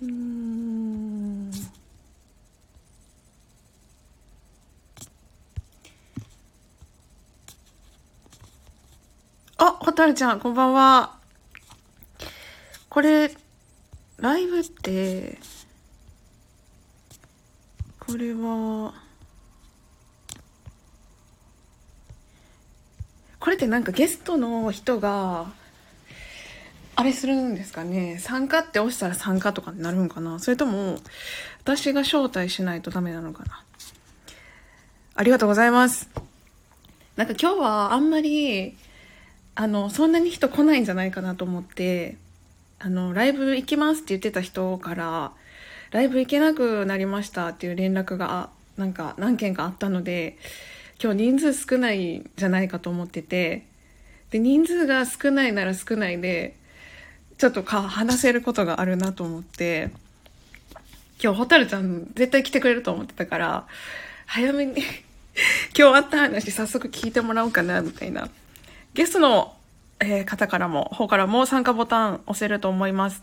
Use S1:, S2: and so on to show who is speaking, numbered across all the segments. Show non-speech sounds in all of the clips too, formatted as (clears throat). S1: うーんあ、ほたるちゃん、こんばんは。これ、ライブって、これは、これってなんかゲストの人が、あれするんですかね参加って押したら参加とかになるんかなそれとも、私が招待しないとダメなのかなありがとうございます。なんか今日はあんまり、あの、そんなに人来ないんじゃないかなと思って、あの、ライブ行きますって言ってた人から、ライブ行けなくなりましたっていう連絡が、なんか何件かあったので、今日人数少ないんじゃないかと思ってて、で、人数が少ないなら少ないで、ちょっとか話せることがあるなと思って、今日、ホタルちゃん絶対来てくれると思ってたから、早めに、 (laughs) 今日あった話早速聞いてもらおうかな、みたいな。ゲストの、えー方からも、方からも参加ボタン押せると思います。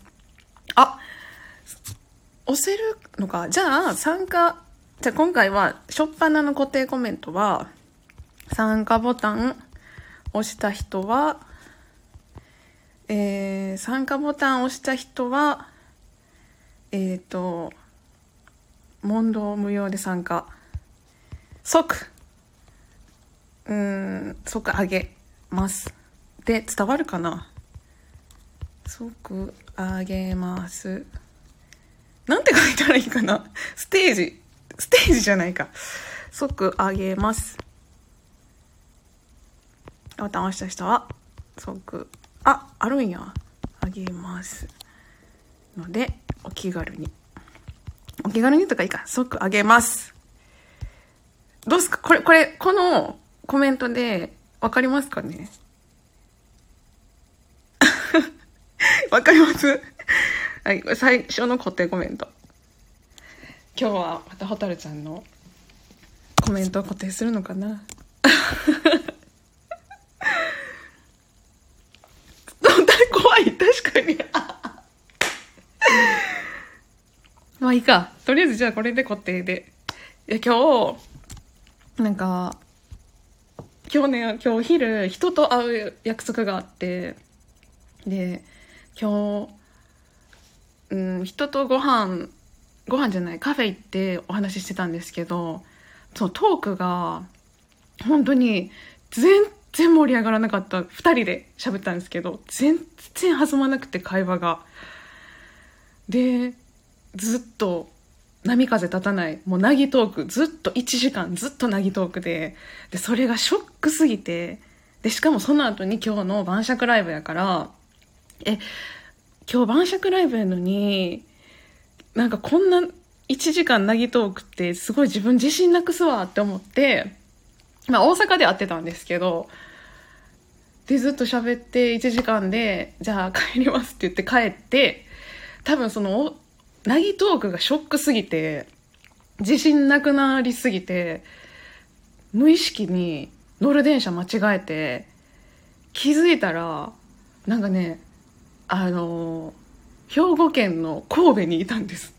S1: あ、押せるのか。じゃあ、参加、じゃあ今回は、しょっぱなの固定コメントは、参加ボタン押した人は、えー参加ボタンを押した人は、えっ、と、問答無用で参加。即、うーん、即上げます。で、伝わるかな即上げます。なんて書いたらいいかなステージ、ステージじゃないか。即上げます。ボタン押した人は即ああるんやあげますのでお気軽にお気軽にとかいいか即あげますどうすかこれこれこのコメントでわかりますかね (laughs) わかりますはい最初の固定コメント今日はまた蛍ちゃんのコメントを固定するのかな本当に怖い確かに (laughs) まあいいかとりあえずじゃあこれで固定でいや今日なんか今日ね今日昼人と会う約束があってで今日、うん、人とご飯ご飯じゃないカフェ行ってお話ししてたんですけどそのトークが本当に全然盛り上がらなかった2人で喋ったんですけど全然弾まなくて会話がでずっと波風立たないもうなぎトークずっと1時間ずっとなぎトークででそれがショックすぎてでしかもその後に今日の晩酌ライブやからえ今日晩酌ライブやのになんかこんな1時間なぎトークってすごい自分自信なくすわって思って、まあ、大阪で会ってたんですけどでずっと喋って1時間でじゃあ帰りますって言って帰って多分そのおなぎトークがショックすぎて自信なくなりすぎて無意識に乗る電車間違えて気づいたらなんかねあの兵庫県の神戸にいたんです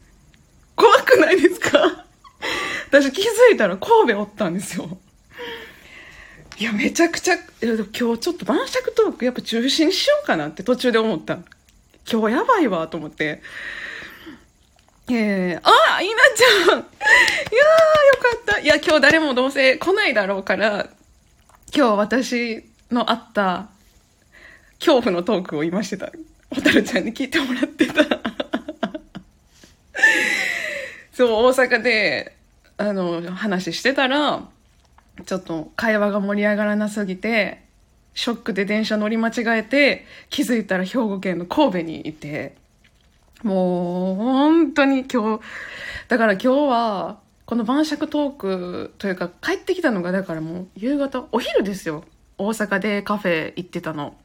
S1: 怖くないですか (laughs) 私気づいたら神戸おったんですよいやめちゃくちゃいやでも今日ちょっと晩酌トークやっぱ中止にしようかなって途中で思った今日やばいわと思ってえー、あいなちゃんいやーよかったいや今日誰もどうせ来ないだろうから今日私のあった恐怖のトークを今してた蛍ちゃんに聞いてもらってたそう大阪であの話してたらちょっと会話が盛り上がらなすぎてショックで電車乗り間違えて気づいたら兵庫県の神戸にいてもう本当に今日だから今日はこの晩酌トークというか帰ってきたのがだからもう夕方お昼ですよ大阪でカフェ行ってたの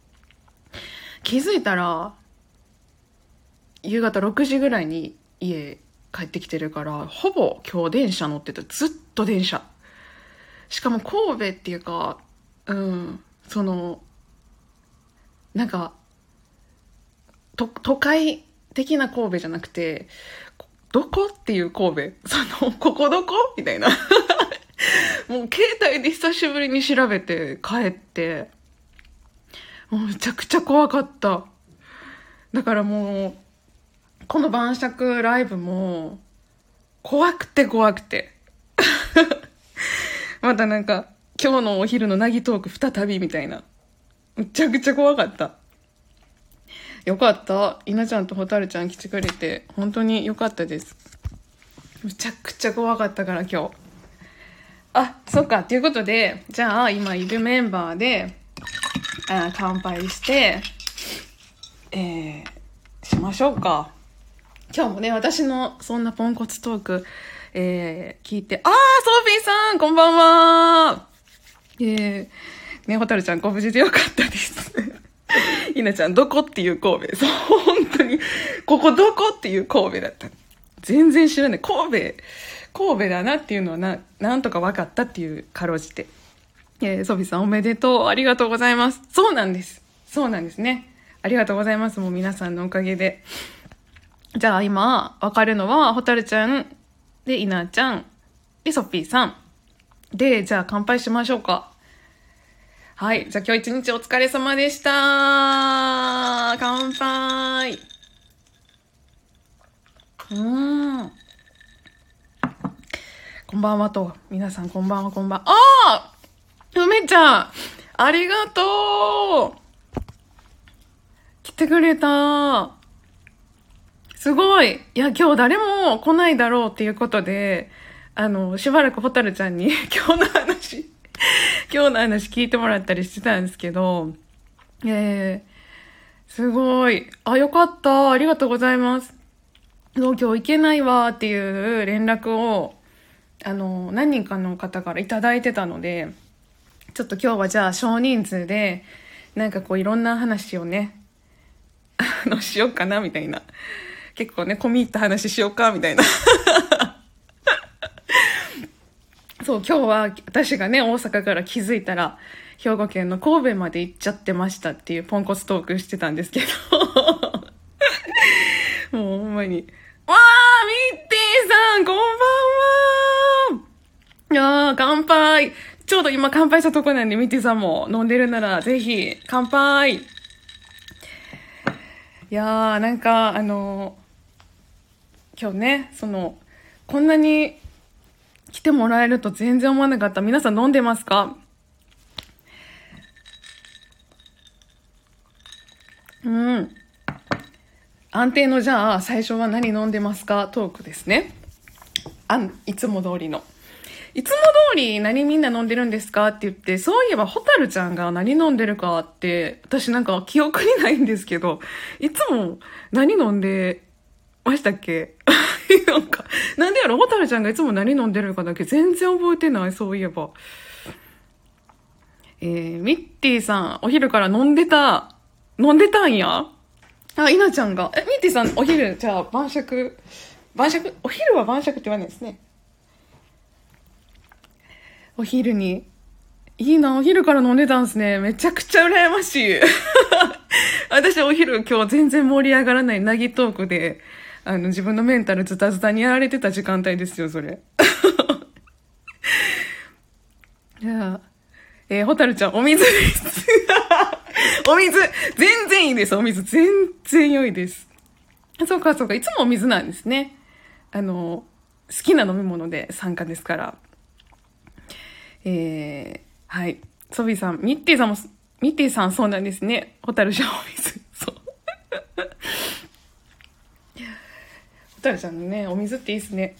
S1: 気づいたら夕方6時ぐらいに家帰ってきてるからほぼ今日電車乗ってたずっと電車しかも神戸っていうかうんそのなんかと都会的な神戸じゃなくて、こどこっていう神戸。 (laughs) その、ここどこみたいな。 (laughs) もう携帯で久しぶりに調べて帰って、もうめちゃくちゃ怖かった。だからもう、この晩酌ライブも、怖くて怖くて。 (laughs) またなんか、今日のお昼のなぎトーク再びみたいな。めちゃくちゃ怖かった。よかった。稲ちゃんと蛍ちゃん来てくれて、本当によかったです。むちゃくちゃ怖かったから今日。あ、そっか。ということで、じゃあ今いるメンバーで、あー乾杯して、えー、しましょうか。今日もね、私のそんなポンコツトーク、えー、聞いて、あー、ソーフィーさん、こんばんはえー、ね、ホタルちゃん、ご無事でよかったです。 (laughs) ひなちゃん、どこっていう神戸。そう、本当に、ここどこっていう神戸だった。全然知らない。神戸、神戸だなっていうのはな、なんとか分かったっていう、かろうじて。えー、ソフィさんおめでとう。ありがとうございます。そうなんです。そうなんですね。ありがとうございます。もう皆さんのおかげで。じゃあ今、わかるのは、ホタルちゃん、で、イナちゃん、で、ソッピーさん。で、じゃあ乾杯しましょうか。はい。じゃあ今日一日お疲れ様でした。乾杯。うーん。こんばんはと。皆さんこんばんはこんばんは。あー梅ちゃんありがとう来てくれたすごい。いや、今日誰も来ないだろうっていうことで、あの、しばらくホタルちゃんに (laughs) 今日の話、今日の話聞いてもらったりしてたんですけど、えー、すごい。あ、よかった。ありがとうございます。そう今日行けないわっていう連絡を、あの、何人かの方からいただいてたので、ちょっと今日はじゃあ少人数で、なんかこういろんな話をね、あの、しようかなみたいな。結構ね、込み入った話しようかみたいな。 (laughs) そう、今日は私がね、大阪から気づいたら、兵庫県の神戸まで行っちゃってましたっていうポンコツトークしてたんですけど。 (laughs) もうほんまに。わーミッティさんこんばんはいやー、乾杯ちょうど今乾杯したとこなんで、ミッティさんも飲んでるなら、ぜひ、乾杯いやー、なんか、あのー今日ね、その、こんなに来てもらえると全然思わなかった。皆さん飲んでますかうん。安定のじゃあ、最初は何飲んでますかトークですね。あん、いつも通りの。いつも通り何みんな飲んでるんですかって言って、そういえばホタルちゃんが何飲んでるかって、私なんか記憶にないんですけど、いつも何飲んでましたっけ (laughs) なんか、なんでやろホタルちゃんがいつも何飲んでるかだけ全然覚えてない、そういえば。えー、ミッティさん、お昼から飲んでた、飲んでたんやあ、イナちゃんが。え、ミッティさん、お昼、じゃあ晩酌、晩酌、お昼は晩酌って言わないですね。お昼に。いいな、お昼から飲んでたんですね。めちゃくちゃ羨ましい。 (laughs) 私、お昼今日全然盛り上がらないなぎトークで、あの、自分のメンタルズタズタにやられてた時間帯ですよ、それ。いやえー、ホタルちゃん、お水です。 (laughs) お水全然いいです、お水。全然良いです。そうか、そうか。いつもお水なんですね。あの、好きな飲み物で参加ですから。えー、はい。ソビーさん、ミッティさんも、ミッティさんそうなんですね。ホタルちゃんお水。そう。ホタルちゃんのね、お水っていいですね。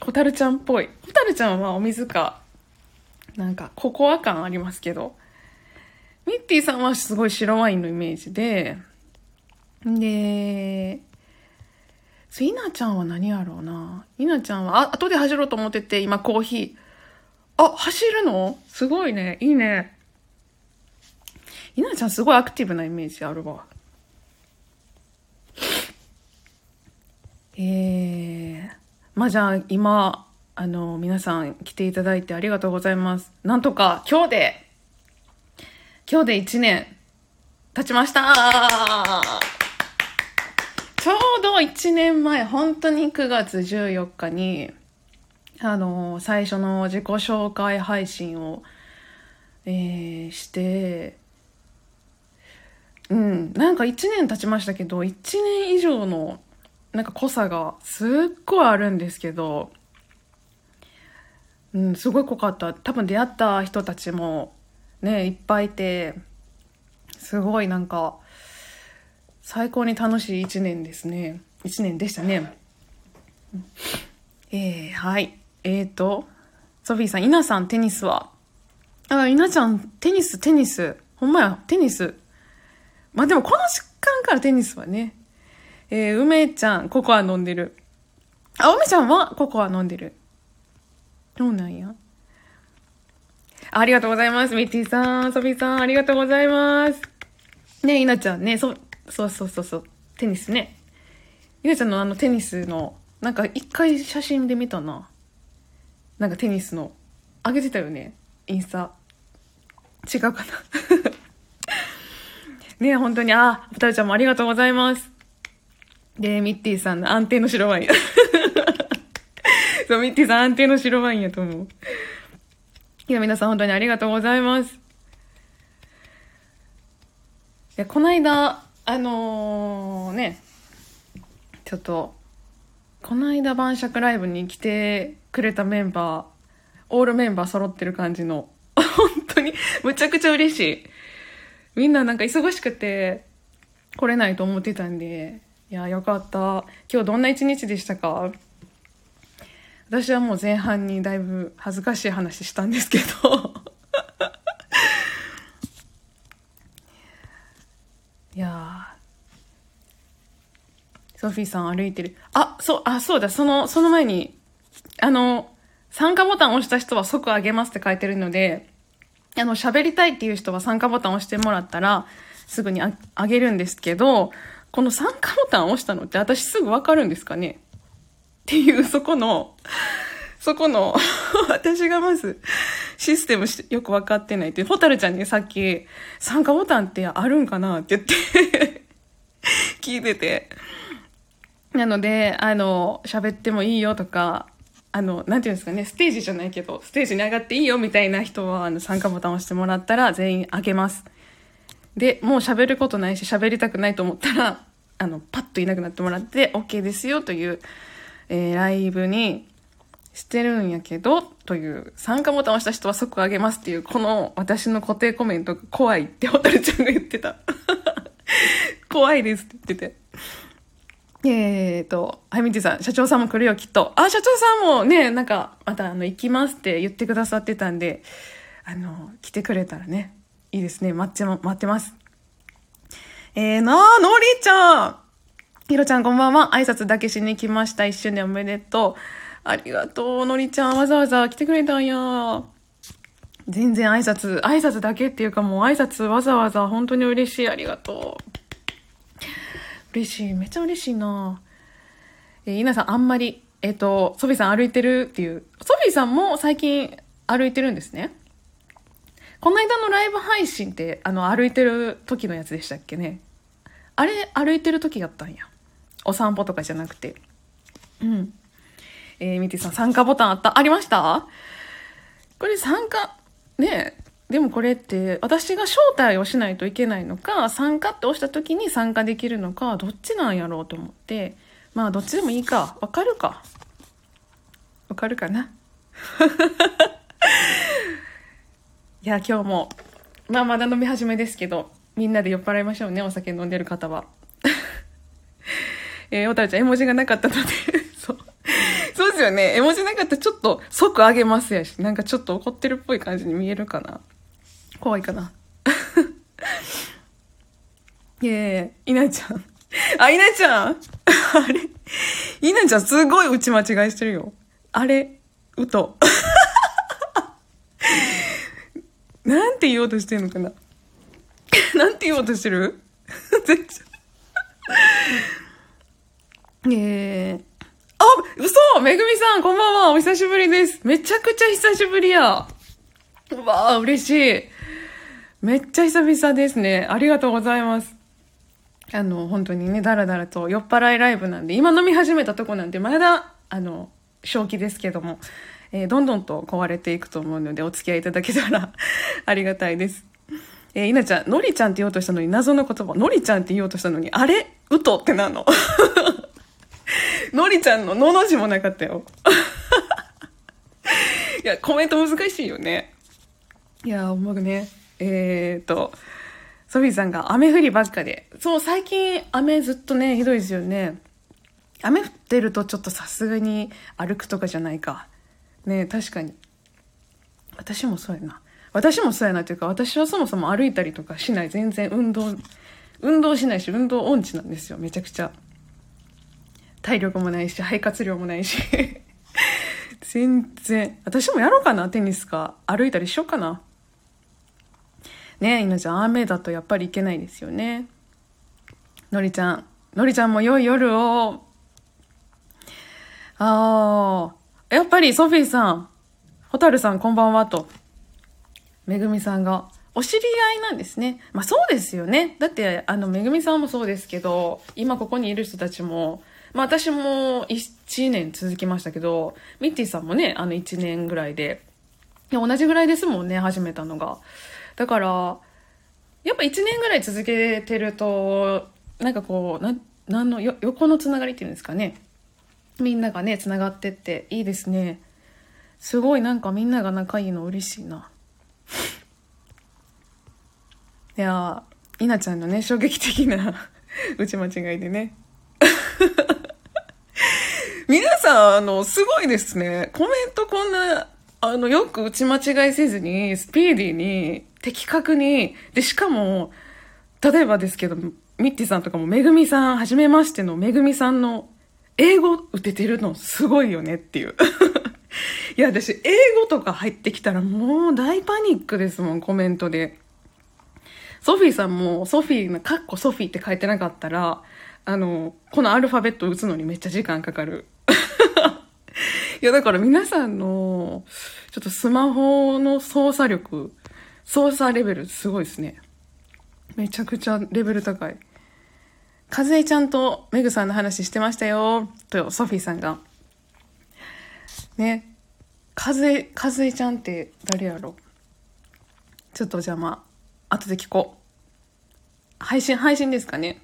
S1: ホタルちゃんっぽい。ホタルちゃんはお水か。なんか、ココア感ありますけど。ミッティさんはすごい白ワインのイメージで、で、そう、イナちゃんは何やろうな。イナちゃんは、あ、後で走ろうと思ってて、今コーヒー。あ、走るのすごいね。いいね。イナちゃんすごいアクティブなイメージあるわ。えー、まあじゃあ今、あの、皆さん来ていただいてありがとうございます。なんとか今日で今日で1年経ちましたちょうど1年前、本当に9月14日に、あの、最初の自己紹介配信を、えーして、うん、なんか1年経ちましたけど、1年以上の、なんか濃さがすっごいあるんですけど、うん、すごい濃かった。多分出会った人たちも、ね、いっぱいいて、すごいなんか、最高に楽しい一年ですね。一年でしたね。えー、はい。えーと、ソフィーさん、イナさん、テニスはあ、イナちゃん、テニス、テニス。ほんまや、テニス。まあでも、この時間からテニスはね。えー、梅ちゃん、ココア飲んでる。あ、梅ちゃんはココア飲んでる。どうなんやありがとうございます。ミッティさん、ソフィーさん、ありがとうございます。ね稲ちゃんねそそうそうそうそうテニスね稲ちゃんのあのテニスのなんか一回写真で見たななんかテニスのあげてたよねインスタ違うかなねえ本当にあふたるちゃんもありがとうございますでミッティさんの安定の白ワイン (laughs) そうミッティさん安定の白ワインやと思ういや皆さん本当にありがとうございますでこの間あのねちょっとこの間晩酌ライブに来てくれたメンバーオールメンバー揃ってる感じの (laughs) 本当にむちゃくちゃ嬉しいみんななんか忙しくて来れないと思ってたんでいやよかった今日どんな一日でしたか私はもう前半にだいぶ恥ずかしい話したんですけど (laughs) いやーソフィーさん歩いてる。あ、そう、あ、そうだ、その、その前に、あの、参加ボタンを押した人は即あげますって書いてるので、あの、喋りたいっていう人は参加ボタンを押してもらったら、すぐにああげるんですけど、この参加ボタンを押したのって私すぐわかるんですかねっていう、そこの、そこの、私がまず、システムしよく分かってないって、ホタルちゃんにさっき、参加ボタンってあるんかなって言って、聞いてて。なので、あの、喋ってもいいよとか、あの、なんていうんですかね、ステージじゃないけど、ステージに上がっていいよみたいな人は、あの、参加ボタンを押してもらったら全員あげます。で、もう喋ることないし、喋りたくないと思ったら、あの、パッといなくなってもらって、OK ですよという、えーライブにしてるんやけど、という、参加ボタンを押した人は即あげますっていう、この私の固定コメントが怖いってホタルちゃんが言ってた。怖いですって言ってて。えーと、はい、みてさん、社長さんも来るよ、きっと。あ、社長さんもね、なんか、また、あの、行きますって言ってくださってたんで、あの、来てくれたらね、いいですね。待ってま、待ってます。えーなあ、のりちゃんひろちゃんこんばんは。挨拶だけしに来ました。一周年おめでとう。ありがとう、のりちゃん。わざわざ来てくれたんや。全然挨拶、挨拶だけっていうかもう挨拶わざわざ本当に嬉しい。ありがとう。嬉しい。めっちゃ嬉しいなえー、イナさんあんまり、えっ、と、ソフィーさん歩いてるっていう。ソフィーさんも最近歩いてるんですね。この間のライブ配信って、あの、歩いてる時のやつでしたっけね。あれ、歩いてる時やったんや。お散歩とかじゃなくて。うん。えー、ミティさん、参加ボタンあったありましたこれ参加、ねえ。でもこれって、私が招待をしないといけないのか、参加って押した時に参加できるのか、どっちなんやろうと思って、まあ、どっちでもいいか。わかるか。わかるかな。 (laughs) いや、今日も、まあ、まだ飲み始めですけど、みんなで酔っ払いましょうね、お酒飲んでる方は。えー、おたるちゃん、絵文字がなかったので、 (laughs) そう。そうですよね。絵文字なかったらちょっと即あげますやし、なんかちょっと怒ってるっぽい感じに見えるかな。怖いかな。 (laughs) いえ、いなちゃん。 (laughs) あ、いなちゃん (laughs) あれいなちゃんすごい打ち間違いしてるよ。あれうと。 (laughs) なんて言おうとしてんのかな (laughs) なんて言おうとしてる (laughs) 全然。えー、あ、嘘めぐみさん、こんばんは。お久しぶりです。めちゃくちゃ久しぶりや。うわあ、嬉しい。めっちゃ久々ですね。ありがとうございます。あの、本当にね、だらだらと酔っ払いライブなんで、今飲み始めたとこなんで、まだ、あの、正気ですけども、えーどんどんと壊れていくと思うので、お付き合いいただけたら (laughs) ありがたいです。えー、稲ちゃん、のりちゃんって言おうとしたのに、謎の言葉、のりちゃんって言おうとしたのに、あれうとってなんの。のりちゃんののの字もなかったよ。 (laughs) いや、コメント難しいよね。いや、思うね。えーと、ソフィーさんが雨降りばっかで。そう、最近雨ずっとね、ひどいですよね。雨降ってるとちょっとさすがに歩くとかじゃないか。ね確かに。私もそうやな。私もそうやなというか、私はそもそも歩いたりとかしない。全然運動、運動しないし、運動音痴なんですよ、めちゃくちゃ。体力もないし、肺活量もないし。 (laughs) 全然。私もやろうかな、テニスか。歩いたりしようかな。ねえ、いのちゃん、雨だとやっぱりいけないですよね。のりちゃん、のりちゃんも良い夜を。ああ、やっぱりソフィーさん、ホタルさんこんばんはと、めぐみさんが、お知り合いなんですね。まあそうですよね。だって、あの、めぐみさんもそうですけど、今ここにいる人たちも、まあ私も1年続きましたけど、ミッティさんもね、あの1年ぐらいで、いや同じぐらいですもんね始めたのがだからやっぱ1年ぐらい続けてるとなんかこうなんなんのよ横のつながりっていうんですかねみんながねつながってっていいですねすごいなんかみんなが仲いいの嬉しいないやー稲ちゃんのね衝撃的な (laughs) 打ち間違いでね (laughs) 皆さんあのすごいですねコメントこんなあのよく打ち間違いせずにスピーディーに的確にでしかも例えばですけどミッティさんとかもめぐみさんはじめましてのめぐみさんの英語打ててるのすごいよねっていう (laughs) いや私英語とか入ってきたらもう大パニックですもんコメントで。ソフィーさんも、ソフィーの、カッコソフィーって書いてなかったら、あの、このアルファベット打つのにめっちゃ時間かかる。 (laughs) いや、だから皆さんの、ちょっとスマホの操作力、操作レベルすごいですね。めちゃくちゃレベル高い。和江ちゃんとメグさんの話してましたよ、とソフィーさんが。ね。和江、和江ちゃんって誰やろちょっとじゃあまあ、後で聞こう。配信、配信ですかね。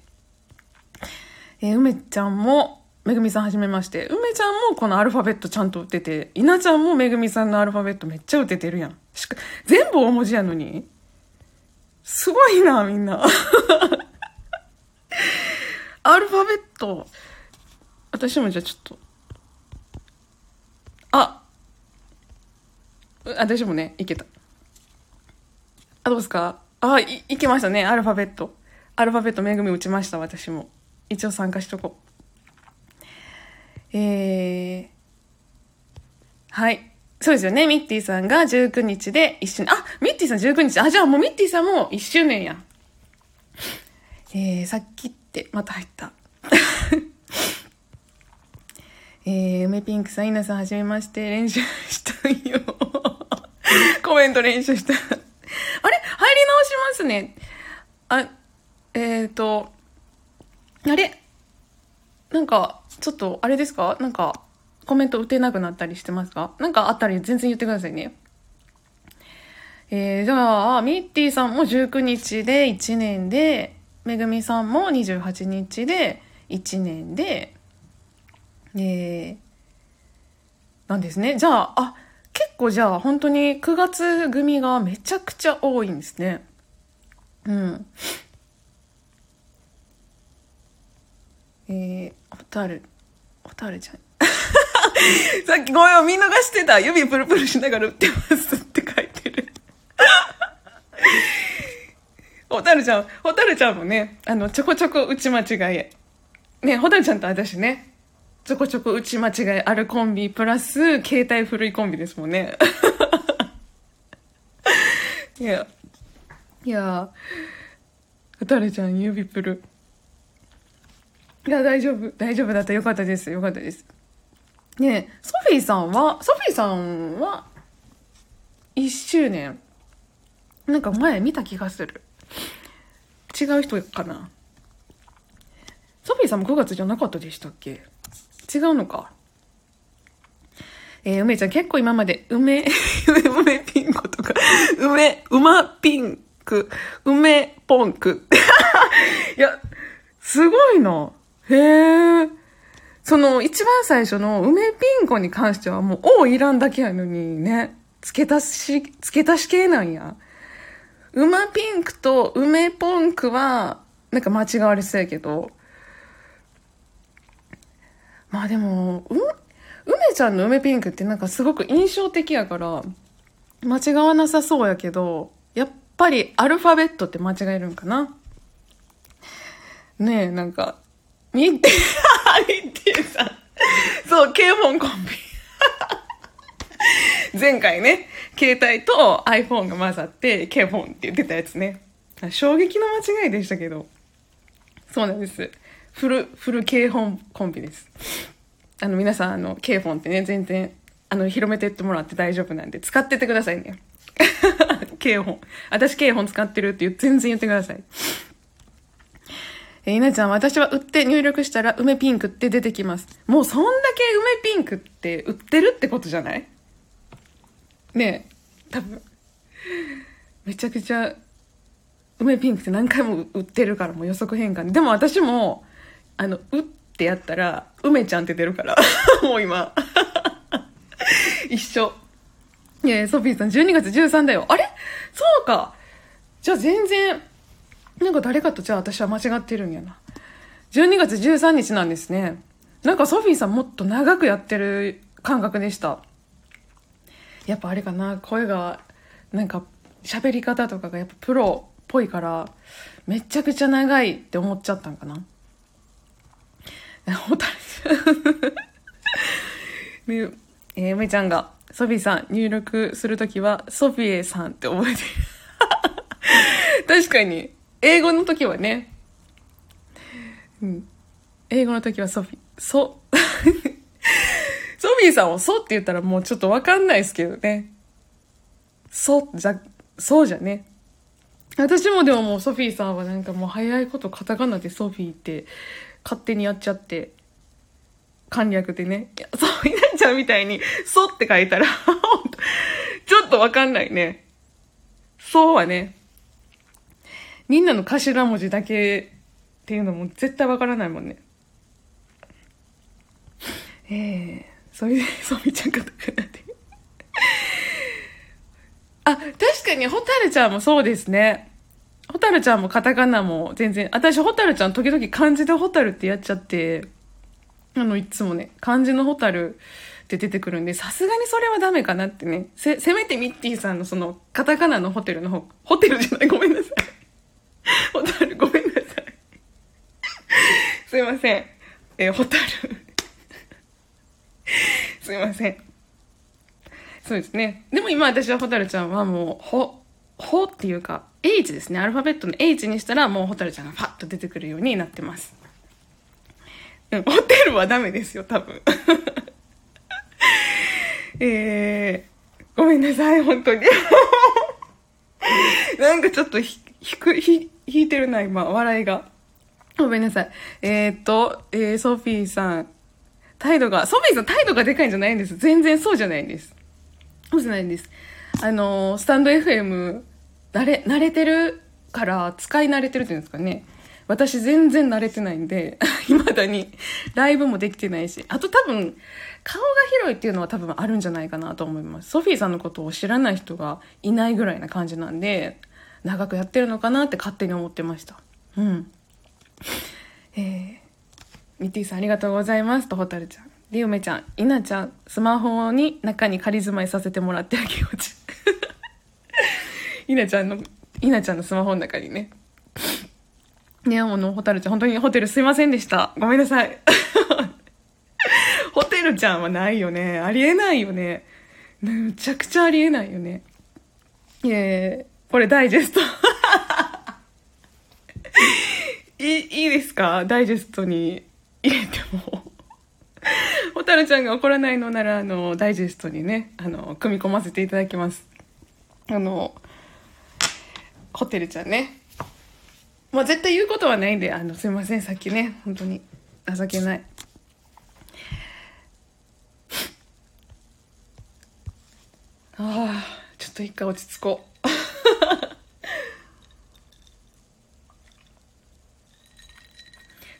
S1: えー梅ちゃんも、めぐみさんはじめまして。梅ちゃんもこのアルファベットちゃんと打てて、稲ちゃんもめぐみさんのアルファベットめっちゃ打ててるやん。しか、全部大文字やのに。すごいな、みんな。 (laughs) アルファベット。私もじゃあちょっと。あ。う私もね、いけた。あ、どうですかあ、い、いけましたね。アルファベット。アルファベットめぐみ打ちました、私も。一応参加しとこう。えー、はい。そうですよね。ミッティさんが19日で一周年。あ、ミッティさん19日。あ、じゃあもうミッティさんも1周年や。えー、さっきって、また入った。えー、梅ピンクさん、稲さん、はじめまして。練習したいよ。コメント練習した。あれ入り直しますね。あ、えっ、ー、と、あれなんか、ちょっと、あれですかなんか、コメント打てなくなったりしてますかなんかあったら全然言ってくださいね。えー、じゃあ、ミッティさんも19日で1年で、めぐみさんも28日で1年で、えー、なんですね。じゃあ、あ、結構じゃあ、本当に9月組がめちゃくちゃ多いんですね。うん。えー、ホタル、ホタルちゃん。 (laughs) さっきごめん、見逃してた。指プルプルしながら打ってますって書いてる。ホタルちゃん、ホタルちゃんもね、あの、ちょこちょこ打ち間違い。ね、ホタルちゃんと私ね、ちょこちょこ打ち間違いあるコンビ、プラス、携帯古いコンビですもんね。 (laughs) いや、いや、ホタルちゃん、指プル。いや、大丈夫。大丈夫だった。よかったです。よかったです。ねえ、ソフィーさんは、ソフィーさんは、1周年。なんか前見た気がする。違う人かな。ソフィーさんも9月じゃなかったでしたっけ違うのか。えー梅ちゃん結構今まで、梅、 (laughs) 梅ピンコとか、梅、馬ピンク、梅ポンク。 (laughs) いや、すごいな。へえ。その、一番最初の梅ピンコに関してはもう、おいらんだけやのにね、付け足し、付け足し系なんや。馬ピンクと梅ポンクは、なんか間違われそうやけど、まあでも、うん、梅ちゃんの梅ピンクってなんかすごく印象的やから、間違わなさそうやけど、やっぱりアルファベットって間違えるんかなねえ、なんか、見 (laughs) て、見てさん。そう、ケーモンコンビ。 (laughs) 前回ね、携帯と iPhone が混ざって、ケーモンって言ってたやつね。衝撃の間違いでしたけど。そうなんです。フル、フル K 本コンビです。あの、皆さん、あの、K 本ってね、全然、あの、広めてってもらって大丈夫なんで、使ってってくださいね。K 本。私 K 本使ってるって言う全然言ってください。えー、稲ちゃん、私は売って入力したら梅ピンクって出てきます。もうそんだけ梅ピンクって売ってるってことじゃないねえ、多分。めちゃくちゃ梅ピンクって何回も売ってるからもう予測変換ででも私もあの「う」ってやったら「梅ちゃん」って出るから (laughs) もう今一緒いやいやソフィーさん12月13だよあれそうかじゃあ全然なんか誰かとじゃあ私は間違ってるんやな12月13日なんですねなんかソフィーさんもっと長くやってる感覚でしたやっぱあれかな声がなんか喋り方とかがやっぱプロっぽいからめちゃくちゃ長いって思っちゃったんかな。 (laughs) ホタルねえー、梅ちゃんがソフィーさん入力するときはソフィエさんって覚えてる。 (laughs) 確かに英語の時はね、うん、英語の時はソフィソソフィーさんを「ソ」って言ったらもうちょっとわかんないですけどね「ソ」じゃ「そう」じゃね私もでももうソフィーさんはなんかもう早いことカタカナでソフィーって勝手にやっちゃって簡略でねいやそう稲ちゃんみたいに「ソ」って書いたら (laughs) ほんとちょっとわかんないね「ソ」はねみんなの頭文字だけっていうのも絶対わからないもんねええそれで、 (laughs) そうみちゃんが高くなって。 (laughs) あ、確かに、ホタルちゃんもそうですね。ホタルちゃんもカタカナも全然、私、ホタルちゃん時々漢字でホタルってやっちゃって、あの、いつもね、漢字のホタルって出てくるんで、さすがにそれはダメかなってね。せ、せめてミッティさんのその、カタカナのホテルの方、ホテルじゃない、ごめんなさい。 (laughs) ホタル、ごめんなさい。 (laughs) すいません。えーホタル。 (laughs) すいません。そうですね。でも今私はホタルちゃんはもう、ほ、ほっていうか、H ですね。アルファベットの H にしたらもうホタルちゃんがパッと出てくるようになってます。うん、ホテルはダメですよ、多分。 (laughs) えー、ごめんなさい、本当に。 (laughs) なんかちょっとひ、ひく、ひ、引いてるな、今、笑いが。ごめんなさい。えー、っと、えー、ソフィーさん、態度が、ソフィーさん態度がでかいんじゃないんです。全然そうじゃないんです。そうじゃないんです。あのー、スタンド FM、慣れ、慣れてるから、使い慣れてるっていうんですかね。私全然慣れてないんで、 (laughs) 未だにライブもできてないし、あと多分、顔が広いっていうのは多分あるんじゃないかなと思います。ソフィーさんのことを知らない人がいないぐらいな感じなんで、長くやってるのかなって勝手に思ってました。うん。えーミッティさんありがとうございますとホタルちゃんでゆめちゃんいなちゃんスマホに中に仮住まいさせてもらってる気持 (laughs) ちいなちゃんのいなちゃんのスマホの中にねねえものホタルちゃん本当にホテルすいませんでしたごめんなさい (laughs) ホテルちゃんはないよねありえないよねねむちゃくちゃありえないよねいえこれダイジェストいいいいですかダイジェストに入れても (laughs) ホタルちゃんが怒らないのならあのダイジェストにねあの組み込ませていただきますあのホテルちゃんねまあ絶対言うことはないんで、あの、すいません、さっきね、本当に情けない。ああ、ちょっと一回落ち着こう。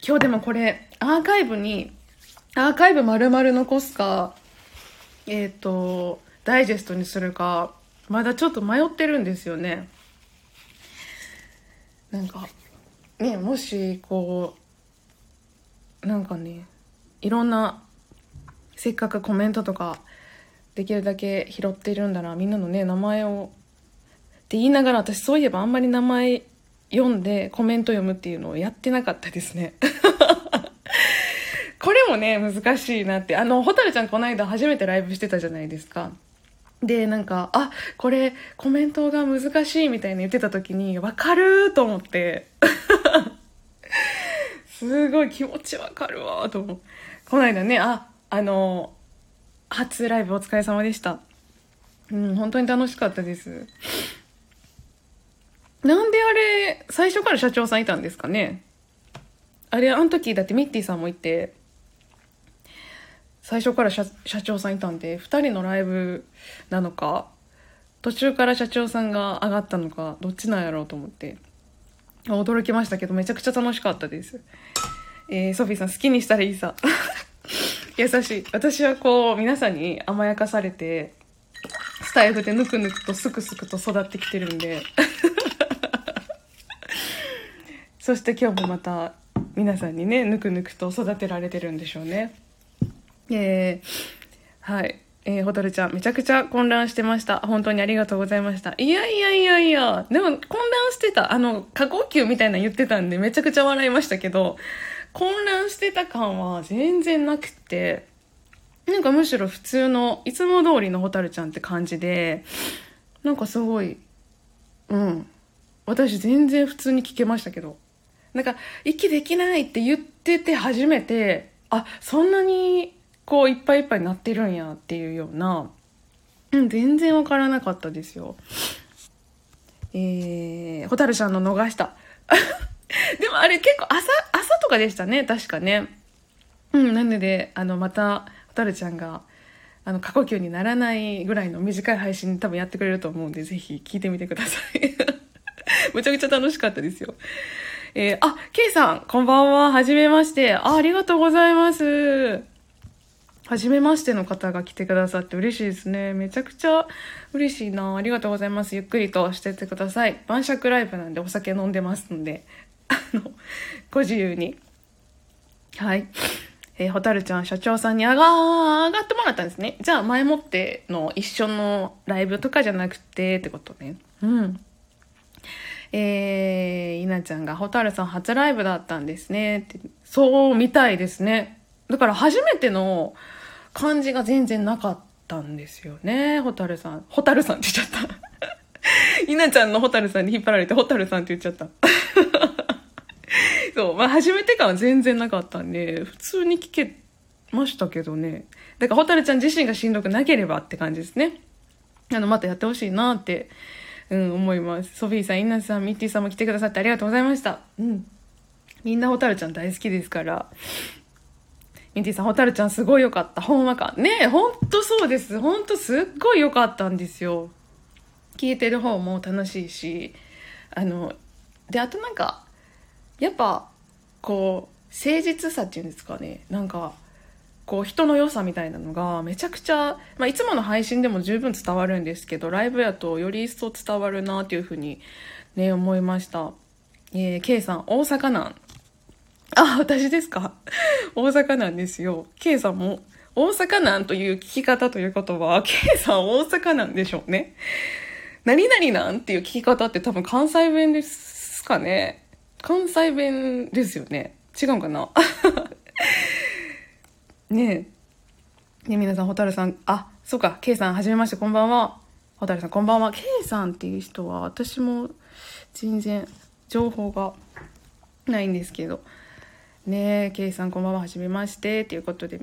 S1: 今日でもこれ、アーカイブに、アーカイブ丸々残すか、えっ、と、ダイジェストにするか、まだちょっと迷ってるんですよね。なんかねもしこうなんかねいろんなせっかくコメントとかできるだけ拾ってるんだなみんなのね名前をって言いながら私そういえばあんまり名前読んでコメント読むっていうのをやってなかったですねこれもね難しいなってあの蛍ちゃんこの間初めてライブしてたじゃないですかでなんか「あこれコメントが難しい」みたいに言ってた時に「わかる!」と思って (laughs) すごい気持ちわかるわと思うこの間ねああの初ライブお疲れ様でしたうん本当に楽しかったですなんであれ最初から社長さんいたんですかねあれあの時だってミッティさんもいて最初から社社長さんいたんで2人のライブなのか途中から社長さんが上がったのかどっちなんやろうと思って驚きましたけどめちゃくちゃ楽しかったです、えーソフィーさん好きにしたらいいさ (laughs) 優しい私はこう皆さんに甘やかされてスタイフでぬくぬくとすくすくと育ってきてるんで (laughs) そして今日もまた皆さんにねぬくぬくと育てられてるんでしょうねえー、はい。えー、ほたるちゃん、めちゃくちゃ混乱してました。本当にありがとうございました。いやいやいやいや、でも混乱してた。あの、過呼吸みたいなの言ってたんで、めちゃくちゃ笑いましたけど、混乱してた感は全然なくて、なんかむしろ普通の、いつも通りのほたるちゃんって感じで、なんかすごい、うん。私全然普通に聞けましたけど。なんか、息できないって言ってて初めて、あ、そんなに、こう、いっぱいいっぱいなってるんやっていうような、うん、全然わからなかったですよ。えー、ホタルちゃんの逃した。 (laughs) でもあれ結構朝、朝とかでしたね、確かね。うん、なので、あの、また、ホタルちゃんが、あの、過呼吸にならないぐらいの短い配信多分やってくれると思うんで、ぜひ聞いてみてください。 (laughs) むちゃくちゃ楽しかったですよ。えー、あ、ケイさん、こんばんは。はじめまして。あ、ありがとうございます。はじめましての方が来てくださって嬉しいですね。めちゃくちゃ嬉しいな。ありがとうございます。ゆっくりとしてってください。晩酌ライブなんでお酒飲んでますので、あの、ご自由に。はい。えー、ホタルちゃん、社長さんに上が、上がってもらったんですね。じゃあ、前もっての一緒のライブとかじゃなくてってことね。うん。えー、稲ちゃんが、ホタルさん初ライブだったんですね。ってそうみたいですね。だから初めての感じが全然なかったんですよね。ホタルさん。ホタルさんって言っちゃった。 (laughs) 稲ちゃんのホタルさんに引っ張られて、ホタルさんって言っちゃった。 (laughs) そう、まあ、初めて感は全然なかったんで、普通に聞けましたけどね。だから、ホタルちゃん自身がしんどくなければって感じですね。あの、またやってほしいなって、うん、思います。ソフィーさん、インナさん、ミッティさんも来てくださってありがとうございました。うん。みんなホタルちゃん大好きですから。ミッティさん、ホタルちゃんすごい良かった。ほんまか。ねえ、ほんとそうです。ほんとすっごい良かったんですよ。聞いてる方も楽しいし。あの、で、あとなんか、やっぱ、こう、誠実さっていうんですかね。なんか、こう人の良さみたいなのがめちゃくちゃ、まあ、いつもの配信でも十分伝わるんですけどライブやとより一層伝わるなというふうにね思いました、えー、K さん大阪なんあ私ですか (laughs) 大阪なんですよ K さんも大阪なんという聞き方ということは K さん大阪なんでしょうね何々なんっていう聞き方って多分関西弁ですかね関西弁ですよね違うんかな (laughs) ねえ。ね皆さん、蛍さん、あ、そうか、K さん、はじめまして、こんばんは。蛍さん、こんばんは。K さんっていう人は、私も、全然、情報が、ないんですけど。ねえ、K さん、こんばんは、はじめまして、ということで、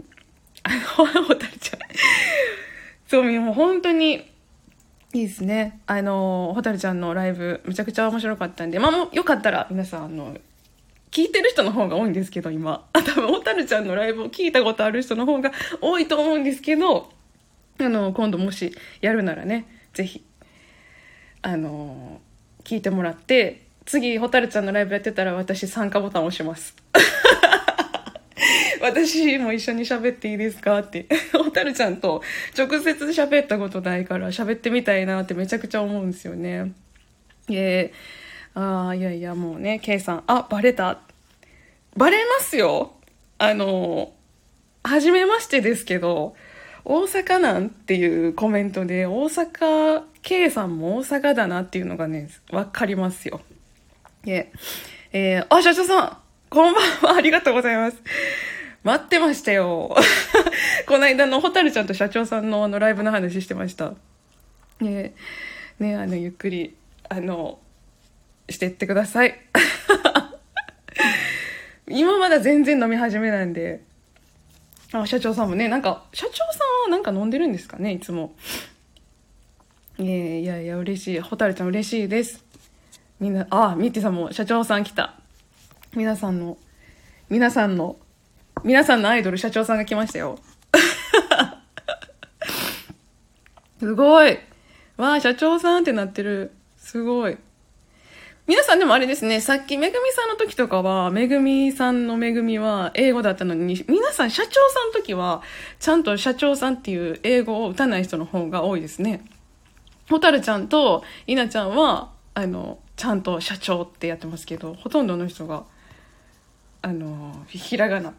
S1: あの、蛍ちゃん。そう、もう本当に、いいですね。あの、ホタルちゃんのライブ、めちゃくちゃ面白かったんで、まあ、もうよかったら、皆さん、あの、聞いてる人の方が多いんですけど、今。 (laughs) あ、多分、ホタルちゃんのライブを聞いたことある人の方が多いと思うんですけど、あの、今度もしやるならね、ぜひ、あの、聞いてもらって、次、ホタルちゃんのライブやってたら、私、参加ボタン押します。 (laughs) 私も一緒に喋っていいですかって。 (laughs) ホタルちゃんと直接喋ったことないから喋ってみたいなってめちゃくちゃ思うんですよね。えー、ああ、いやいや、もうね、ケイさん、あ、バレた。バレますよ。あの、初めましてですけど、大阪なんていうコメントで、大阪、K さんも大阪だなっていうのがね、わかりますよ。え、えーあ、社長さん、こんばんは、ありがとうございます。待ってましたよ。 (laughs) この間のホタルちゃんと社長さんのあのライブの話してました。ねねあの、ゆっくり、あの、してってください。 (laughs) 今まだ全然飲み始めなんで。あ、社長さんもね、なんか、社長さんはなんか飲んでるんですかね、いつも。えーいやいや、嬉しい。ホタルちゃん嬉しいです。みんな、あ、ミッティさんも社長さん来た。皆さんの、皆さんの、皆さんのアイドル社長さんが来ましたよ。 (laughs) すごい。わあ、社長さんってなってる。すごい。皆さんでもあれですね、さっきめぐみさんの時とかは、めぐみさんのめぐみは英語だったのに、皆さん社長さんの時は、ちゃんと社長さんっていう英語を打たない人の方が多いですね。ほたるちゃんといなちゃんは、あの、ちゃんと社長ってやってますけど、ほとんどの人が、あの、ひらがな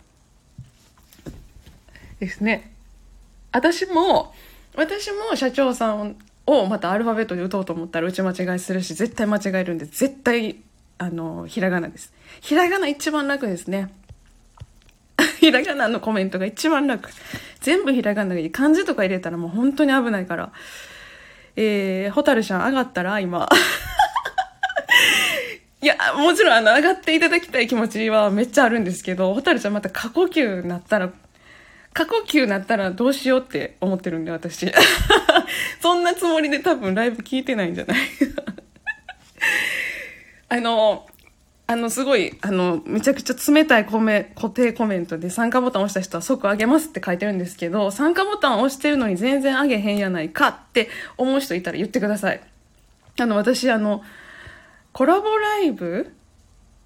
S1: ですね。私も、私も社長さんをまたアルファベットで打とうと思ったら打ち間違いするし、絶対間違えるんで、絶対、あの、ひらがなです。ひらがな一番楽ですね。 (laughs) ひらがなのコメントが一番楽。全部ひらがながいい。漢字とか入れたらもう本当に危ないから。えー、ホタルちゃん上がったら今。 (laughs) いや、もちろんあの、上がっていただきたい気持ちはめっちゃあるんですけど、ホタルちゃんまた過呼吸になったら、過呼吸になったらどうしようって思ってるんで、私。 (laughs) そんなつもりで多分ライブ聞いてないんじゃないあの、あの、すごい、あの、めちゃくちゃ冷たいコメ固定コメントで参加ボタン押した人は即上げますって書いてるんですけど、参加ボタン押してるのに全然上げへんやないかって思う人いたら言ってください。あの、私、あの、コラボライブ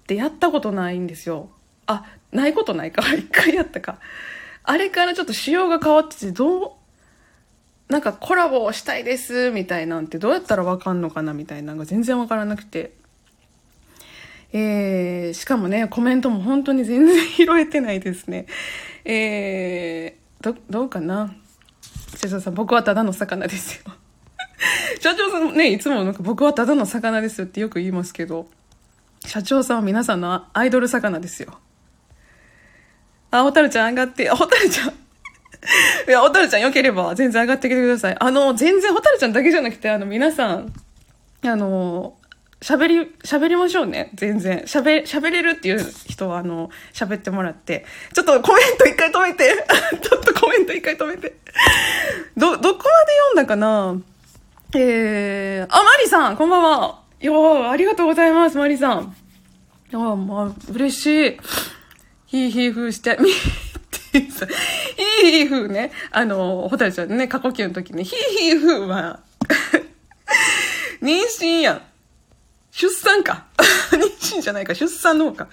S1: ってやったことないんですよ。あ、ないことないか。 (laughs) 一回やったか。あれからちょっと仕様が変わってて、どう、なんかコラボをしたいですみたいなんてどうやったらわかんのかなみたいなのが全然わからなくて。えー、しかもね、コメントも本当に全然拾えてないですね。えー、ど、どうかな社長さん、僕はただの魚ですよ。 (laughs) 社長さんね、いつもなんか僕はただの魚ですよってよく言いますけど、社長さんは皆さんのアイドル魚ですよ。あ、ホタルちゃん上がって、あ、ホタルちゃん。いや、ホタルちゃん良ければ全然上がってきてください。あの、全然ホタルちゃんだけじゃなくて、あの、皆さん、あの、喋り、喋りましょうね。全然。喋、喋れるっていう人は、あの、喋ってもらって。ちょっとコメント一回止めて。 (laughs) ちょっとコメント一回止めて。ど、どこまで読んだかなえー、あ、マリさん、こんばんは。よー、ありがとうございます、マリさん。あー、まあ、嬉しい。ヒーヒーフーして、 (laughs) みっていうさ、ヒーヒーフーね、あの、ホタルちゃんのね、過呼吸の時に、ヒーヒーフーは、妊娠やん。出産か。 (laughs) 妊娠じゃないか、出産の方か。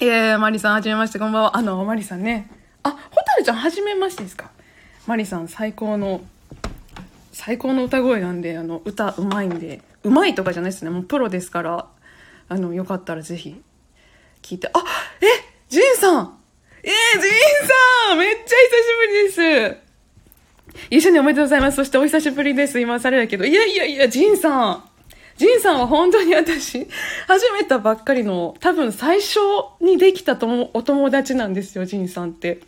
S1: えー、マリさん、はじめまして、こんばんは。あの、マリさんね。あ、ホタルちゃん、はじめましてですか。マリさん、最高の、最高の歌声なんで、あの、歌うまいんで、うまいとかじゃないですね。もうプロですから、あの、よかったらぜひ聞いて、あえジンさんえー、ジンさんめっちゃ久しぶりです一緒におめでとうございます。そしてお久しぶりです。今更だけど。いやいやいや、ジンさんジンさんは本当に私、始めたばっかりの、多分最初にできたともお友達なんですよ、ジンさんって。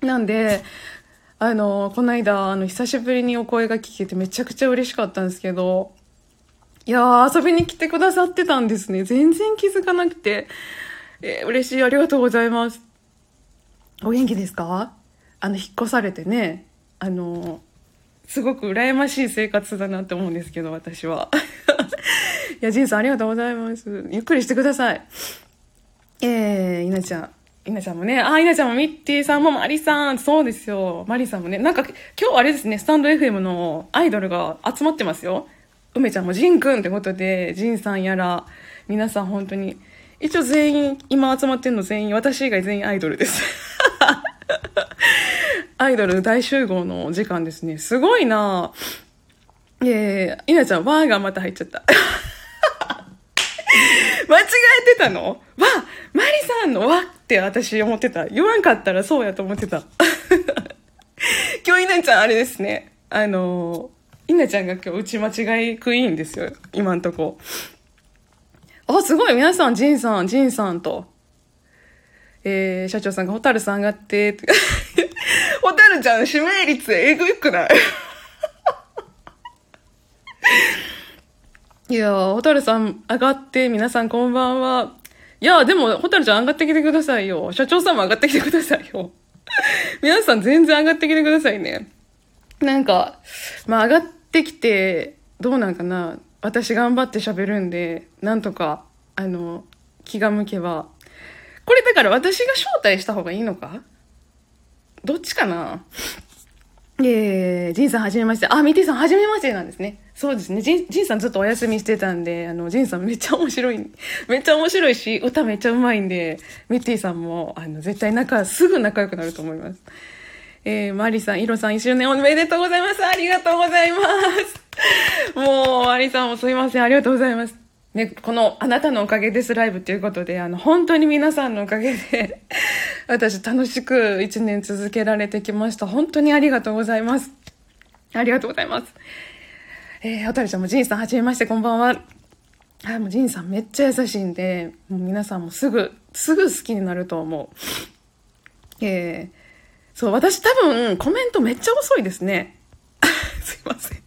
S1: なんで、あの、この間、あの、久しぶりにお声が聞けてめちゃくちゃ嬉しかったんですけど、いやー、遊びに来てくださってたんですね。全然気づかなくて。えー嬉しい。ありがとうございます。お元気ですかあの、引っ越されてね、あのーすごく羨ましい生活だなって思うんですけど、私は。 (laughs) いや、ジンさんありがとうございます。ゆっくりしてください。えー、稲ちゃん。稲ちゃんもね、あ、稲ちゃんもミッティさんもマリさん、そうですよ。マリさんもね、なんか今日あれですね、スタンド FM のアイドルが集まってますよ。梅ちゃんもジンくんってことで、ジンさんやら、皆さん本当に。一応全員、今集まってるの全員、私以外全員アイドルです。アイドル大集合の時間ですね。すごいなぁ。えー、稲ちゃん、バーがまた入っちゃった。 (laughs) 間違えてたのわマリさんのわって私思ってた。言わんかったらそうやと思ってた。 (laughs) 今日稲ちゃんあれですね。あのー、稲ちゃんが今日打ち間違いクイーンですよ。今んとこ。あ、すごい皆さん、ジンさん、ジンさんと。えー、社長さんが、ホタルさん上がって、 (laughs) ってホタルちゃん、指名率えぐくない (laughs) いやー、ホタルさん上がって、皆さんこんばんは。いやー、でも、ホタルちゃん上がってきてくださいよ。社長さんも上がってきてくださいよ。皆さん全然上がってきてくださいね。なんか、まあ上がってきて、どうなんかな。私頑張って喋るんで、なんとか、あの、気が向けば。これだから私が招待した方がいいのかどっちかなえー、ジンさんはじめまして。あ、ミティさんはじめましてなんですね。そうですね。ジン、ジンさんずっとお休みしてたんで、あの、ジンさんめっちゃ面白い。めっちゃ面白いし、歌めっちゃうまいんで、ミティさんも、あの、絶対仲、すぐ仲良くなると思います。えー、マリさん、イロさん1周年おめでとうございます。ありがとうございます。もう、マリさんもすいません。ありがとうございます。ね、この、あなたのおかげですライブということで、あの、本当に皆さんのおかげで、 (laughs) 私楽しく1年続けられてきました。本当にありがとうございます。ありがとうございます。えー、ホタルちゃんもジンさん、はじめまして、こんばんは。はい、もうジンさんめっちゃ優しいんで、もう皆さんもすぐ、すぐ好きになると思う。えー、そう、私多分コメントめっちゃ遅いですね。 (laughs) すいません。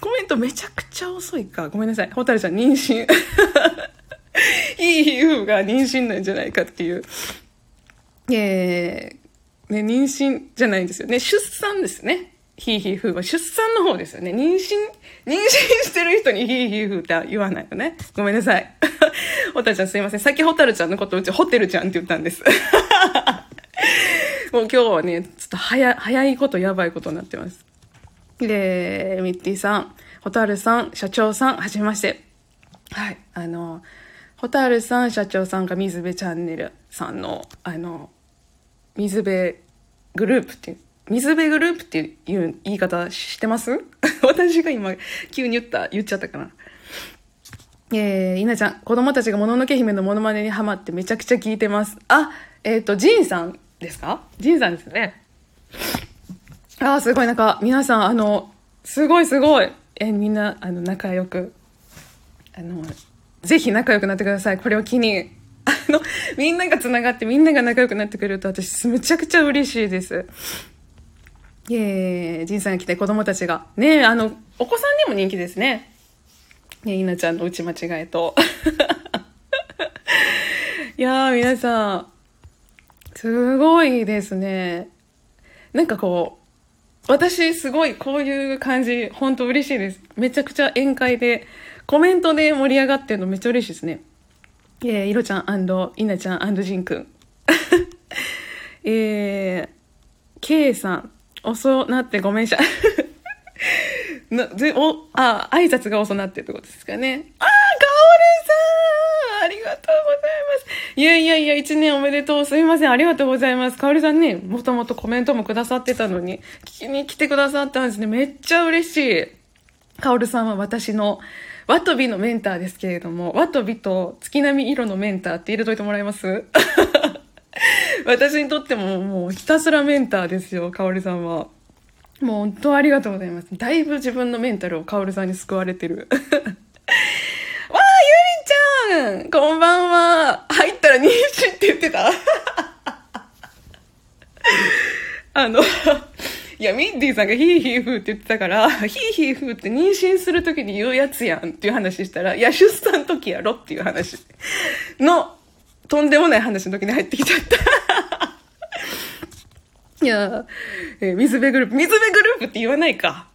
S1: コメントめちゃくちゃ遅いか。ごめんなさい。ホタルちゃん妊娠。 (laughs) いい皮膚が妊娠なんじゃないかっていう。えー、ね、妊娠じゃないんですよね。出産ですね。ひいひいふーは出産の方ですよね。妊娠、妊娠してる人にひいひいふーって言わないよね。ごめんなさい。 (laughs) ホタルちゃんすいません。さっきホタルちゃんのことうちホテルちゃんって言ったんです。もう今日はね、ちょっと早、早いことやばいことになってます。で、ミッティさん、ホタルさん、社長さん、はじめまして。はい。あの、ホタルさん、社長さんが水辺チャンネルさんの、あの、水辺グループっていう、水辺グループっていう言い方してます (laughs) 私が今、急に言った、言っちゃったかな。えー、稲ちゃん、子供たちがもののけ姫のモノマネにハマってめちゃくちゃ聞いてます。あ、えっ、と、ジンさんですかジンさんですよね。あー、すごい、なんか、皆さん、あの、すごいすごい。え、みんな、あの、仲良く。あの、ぜひ仲良くなってください。これを機に。あの、みんなが繋がって、みんなが仲良くなってくれると、私、めちゃくちゃ嬉しいです。えー、ジンさんが来て、子供たちが。ねえあの、お子さんにも人気ですね。ね、稲ちゃんの打ち間違えと。 (laughs) いやー、皆さん、すごいですね。なんかこう、私すごいこういう感じ、本当嬉しいです。めちゃくちゃ宴会で、コメントで盛り上がってるのめっちゃ嬉しいですね。えー、いろちゃんいなちゃんじんく (laughs) ん。えー、K さん、遅なってごめんしゃ。なぜおあ挨拶が遅なってってことですかねあーカオルさんありがとうございますいやいやいや1年おめでとうすいませんありがとうございますカオルさんねもともとコメントもくださってたのに聞きに来てくださったんですねめっちゃ嬉しいカオルさんは私のワトビのメンターですけれどもワトビと月並み色のメンターって入れといてもらえます (laughs) 私にとってももうひたすらメンターですよカオルさんは。もう本当ありがとうございます。だいぶ自分のメンタルをカオルさんに救われてる。わ (laughs) あ、ゆりちゃんこんばんは入ったら妊娠って言ってた (laughs) あの、いや、ミッディさんがヒーヒーフーって言ってたから、ヒーヒーフーって妊娠するときに言うやつやんっていう話したら、いや、出産の時やろっていう話の、とんでもない話の時に入ってきちゃった。いやー、えー水辺グループ、水辺グループって言わないか。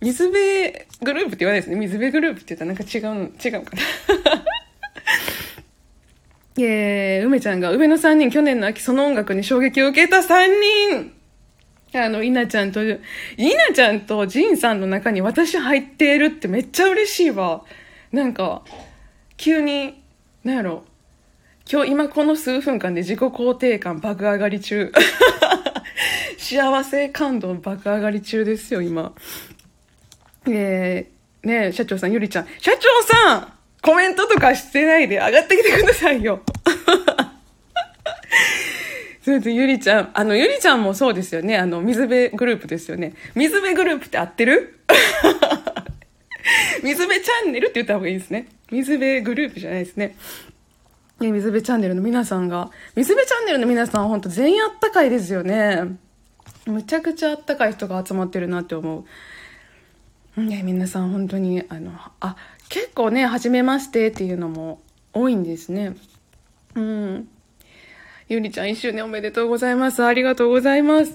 S1: 水辺グループって言わないですね。水辺グループって言ったらなんか違うの、違うかな。 (laughs) えー、梅ちゃんが、梅の3人、去年の秋その音楽に衝撃を受けた3人あの、稲ちゃんと、稲ちゃんと仁さんの中に私入っているってめっちゃ嬉しいわ。なんか、急に、なんやろ、今日今この数分間で自己肯定感爆上がり中。 (laughs) 幸せ感動爆上がり中ですよ、今。えー、ねえ社長さん、ゆりちゃん。社長さんコメントとかしてないで上がってきてくださいよ。 (laughs) それで、ゆりちゃん。あの、ゆりちゃんもそうですよね。あの、水辺グループですよね。水辺グループって合ってる (laughs) 水辺チャンネルって言った方がいいですね。水辺グループじゃないですね。ね、水辺チャンネルの皆さんが、水辺チャンネルの皆さんは本当全員あったかいですよね。むちゃくちゃあったかい人が集まってるなって思う。ね、皆さん本当に、あの、あ、結構ね、初めましてっていうのも多いんですね。うん。ゆりちゃん1周年おめでとうございます。ありがとうございます。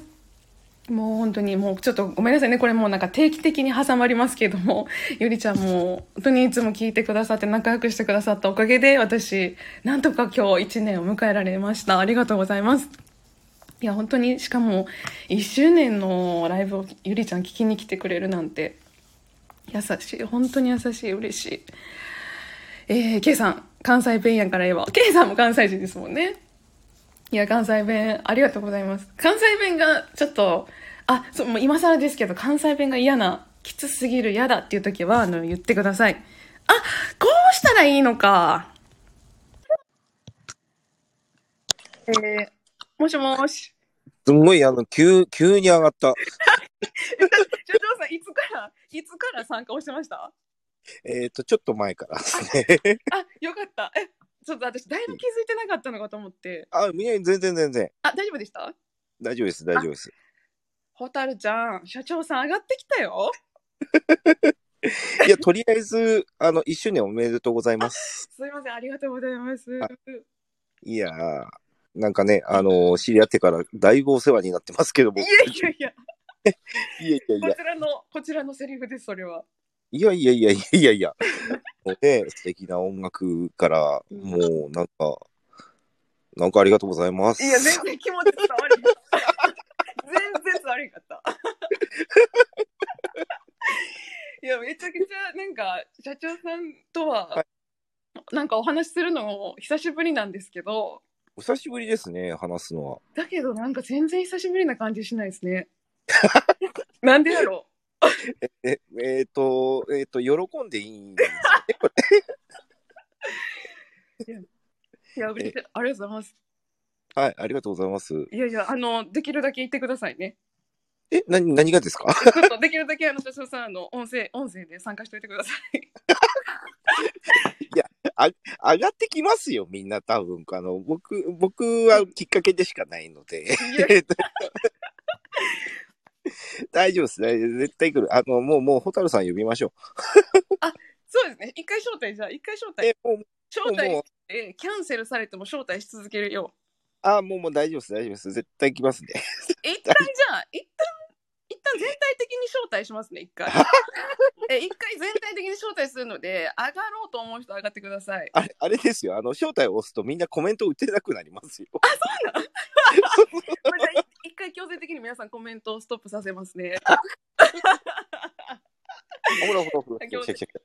S1: もう本当にもうちょっとごめんなさいね。これもうなんか定期的に挟まりますけども、 (laughs) ゆりちゃんも本当にいつも聞いてくださって仲良くしてくださったおかげで私、なんとか今日1年を迎えられました。ありがとうございます。いや本当に、しかも1周年のライブをゆりちゃん聞きに来てくれるなんて、優しい。本当に優しい。嬉しい。えー、K さん、関西弁やからええわ。K さんも関西人ですもんね。いや、関西弁、ありがとうございます。関西弁が、ちょっと、あ、そう、もう今更ですけど、関西弁が嫌な、きつすぎる、嫌だっていう時は、あの、言ってください。あ、こうしたらいいのか。えー、もしも (laughs) し。
S2: すんごい、あの、急、急に上がった。
S1: 社長さん、いつから、いつから参加をしてました
S2: えっ、と、ちょっと前からですね。
S1: あ、よかった。え、ちょっと私、だいぶ気づいてなかったのかと思って。
S2: あ、いや、全然全然。
S1: あ、大丈夫でした
S2: 大丈夫です、大丈夫です。
S1: ホタルちゃん、社長さん上がってきたよ。
S2: いや、とりあえず、あの、一周年おめでとうございます。
S1: すいません、ありがとうございます。
S2: あいやー、なんかね、あの知り合ってからだいぶお世話になってますけども。
S1: いやいやいや。
S2: いやいやい
S1: こちらの、こちらのセリフです、それは。
S2: や、いやいやいやいやいやいや。もうね、素敵な音楽から、もう、なんか、なんかありがとうございます。
S1: いや、全然気持ち伝わりなかった。全然伝わりなかった。 (laughs) いや、めちゃくちゃ、なんか、社長さんと
S2: は
S1: は、なんかお話しするのも久しぶりなんですけど、
S2: お久しぶりですね、話すのは。
S1: だけどなんか全然久しぶりな感じしないです (laughs) ね。なんでやろ
S2: え、えっ、と、えっ、と、喜んでいい (laughs) んです
S1: う。いや、別にありがとうございます。
S2: はい、ありがとうございます。
S1: いやいや、あの、できるだけ言ってくださいね。
S2: え、な、何がですか
S1: ちょっとできるだけあの、社長さん、あの、音声、音声で参加しておいてください。
S2: (laughs) 上がってきますよ、みんな、多分。あの、僕、僕はきっかけでしかない
S1: (laughs)
S2: ので。
S1: いや
S2: えっと大丈夫です。大丈夫絶対来る。あの、もう、もう、ホタルさん呼びましょ
S1: そうですね。一回招待じゃあ、一回招
S2: う。
S1: 待。
S2: え、もう、
S1: 招待
S2: もう、
S1: えーキャンセルされても招待し続けるよ。
S2: あ、もう、もう大丈夫です。大丈夫です。絶対来ますね。
S1: 一旦じゃあ、一旦、一旦全体的に招待しますね、一回。え、一回全体的に招待するので、上がろうと思う人上がってくださ
S2: (laughs)
S1: い。
S2: あれ、あれですよ。あの、招待を押すとみんなコメント打てなくなりますよ。
S1: まあじゃあ一回強制的に皆さんコメントをストップさせますね。
S2: ほらほらほら。
S1: 先ほど
S2: 来た来た来た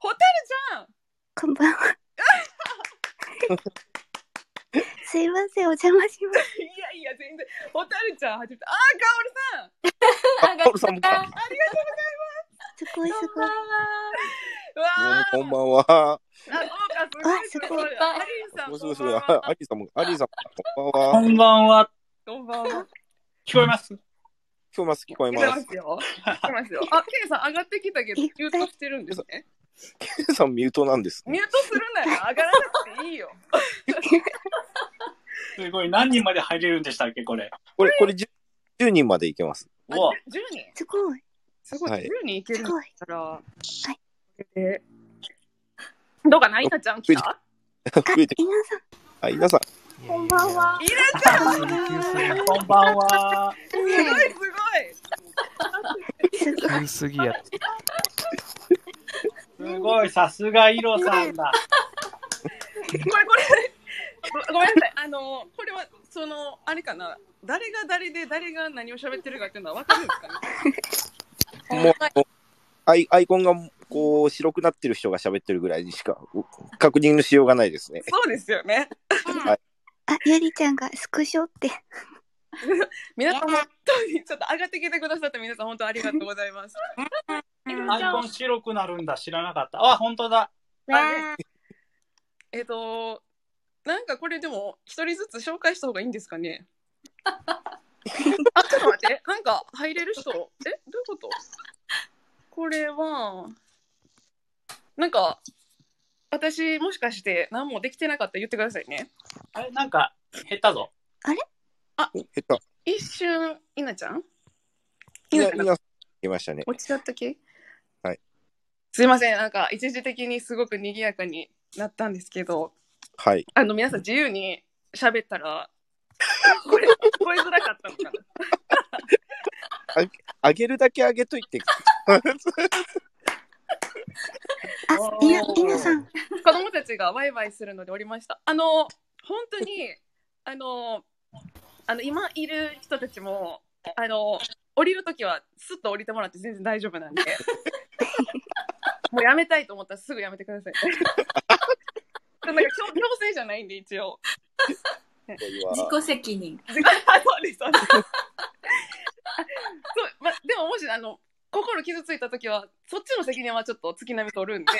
S1: ホタルちゃん
S3: こんばんは。すいません、お邪魔します。
S1: いやいや、全然。ホタルちゃん初めて。あー、カオルさん
S2: あカオルさんも来た
S1: ありがと
S3: すごいす
S1: うご
S3: ごい
S1: ざい。ます。わ
S2: どうもこんばんは。
S1: ー、あ、そうか、すごい。すごい
S3: あ
S1: アリーさ
S3: すごい
S1: ん、
S2: もうす
S1: こんば
S2: ぐすぐ、
S1: ん
S2: あ
S1: は。
S2: アリーさんも、アリーさんも、こんばんは。
S4: こ (laughs) んばんは。
S1: こんばんは。
S4: 聞こえます
S2: 聞こえます、聞こえ
S1: 来
S2: ま。
S1: ますすよ。来てますよ。あ、ケイさん上がってきたけど、ミュートしてるんですね。
S2: ケンさんミュートなんですね
S1: ミュートするなら上がらなくてい
S2: (laughs)
S1: いよ。
S4: すごい。何人まで入れるんでしたっけ、これ。
S2: これ、これ 10, 10人までいけます。
S1: あ
S4: うわ
S1: じゅ10人
S3: すごい。
S1: すごい、
S2: はい
S1: 10人いける
S3: す
S1: んだっ
S3: ごい。。
S1: たら。はいで、どうかな、いなちゃん来た
S2: (laughs) 増
S3: か、
S2: えて、
S3: 皆
S1: (laughs)
S3: さん、
S2: あ、皆さん、
S3: こんばんは。
S1: いなちゃんす
S3: こんばんは
S4: こんばんは。
S1: ごいすごい
S3: すごい。
S5: 急すぎやって。
S4: すごい、さすがイロさんだ。
S1: これこれごごめんなさいあのこれはそのあれかな誰が誰で誰が何を喋ってるかっていうのは分かるん (laughs) ですかね
S2: もうアイアイコンがこう白くなってる人が喋ってるぐらいにしかう確認のしようがないですね。
S1: そうですよね
S3: あ、ゆりちゃんがスクショって。
S1: 皆さん本当にちょっと上がってきてくださって皆さん本当ありがとうございます
S4: アイコン白くなるんだ、知らなかった。あ、本当だ。
S1: えっとなんかこれでも一人ずつ紹介した方がいいんですか (laughs) ねあちょっと待ってなんか入れる人えどういうことこれはなんか私もしかして何もできてなかったら言ってくださいね
S4: あれ、なんか、減ったぞ。
S2: お (laughs) 減った。
S1: 一瞬いなちゃん
S2: い
S1: いな
S2: なさ
S1: ち
S2: ん
S1: ゃん
S2: いましたね。
S1: 落ちちゃったけ
S2: はい
S1: すいませんなんか一時的にすごく賑やかになったんですけど
S2: はい。
S1: あの皆さん自由に喋った (laughs) らこれ聞こえづらかったのかな
S2: 上げるだけ上げといて。
S3: あ、いな、いなさん。
S1: 子供たちがワイワイするのでおりました。あの本当にあのあの今いる人たちもあの降りるときはスッと降りてもらって全然大丈夫なんで。もうやめたいと思ったらすぐやめてください。 (laughs) なんか強強制じゃないんで一応。
S6: 自己責任。
S1: そうです (laughs) そうです。そうまでももしあの心傷ついたときはそっちの責任はちょっと月並み取るん (laughs) で、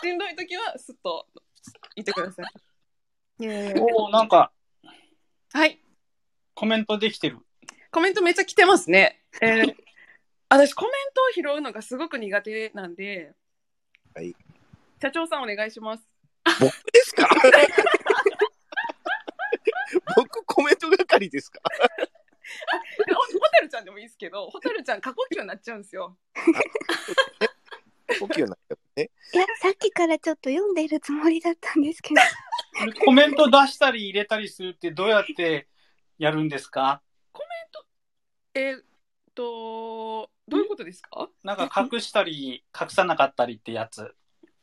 S1: しんどいときはスッと言ってください。
S4: おおなんか、
S1: はい。
S4: コメントできてる。
S1: コメントめっちゃ来てますね。えー私、コメントを拾うのがすごく苦手なんで、
S2: はい。
S1: 社長さんお願いします。
S2: 僕ですか (laughs) 僕コメント係ですか
S1: ほ
S2: (laughs)
S1: ホタルちゃんでもいいですけど、ホタルちゃん過呼吸になっちゃうんですよ。
S2: 呼吸になっちゃうね。
S3: いや、さっきからちょっと読んでるつもりだったんですけど。
S4: コメント出したり入れたりするってどうやってやるんですか
S1: えーっと、どういうことですか
S4: なんか隠したり、隠さなかったりってやつ。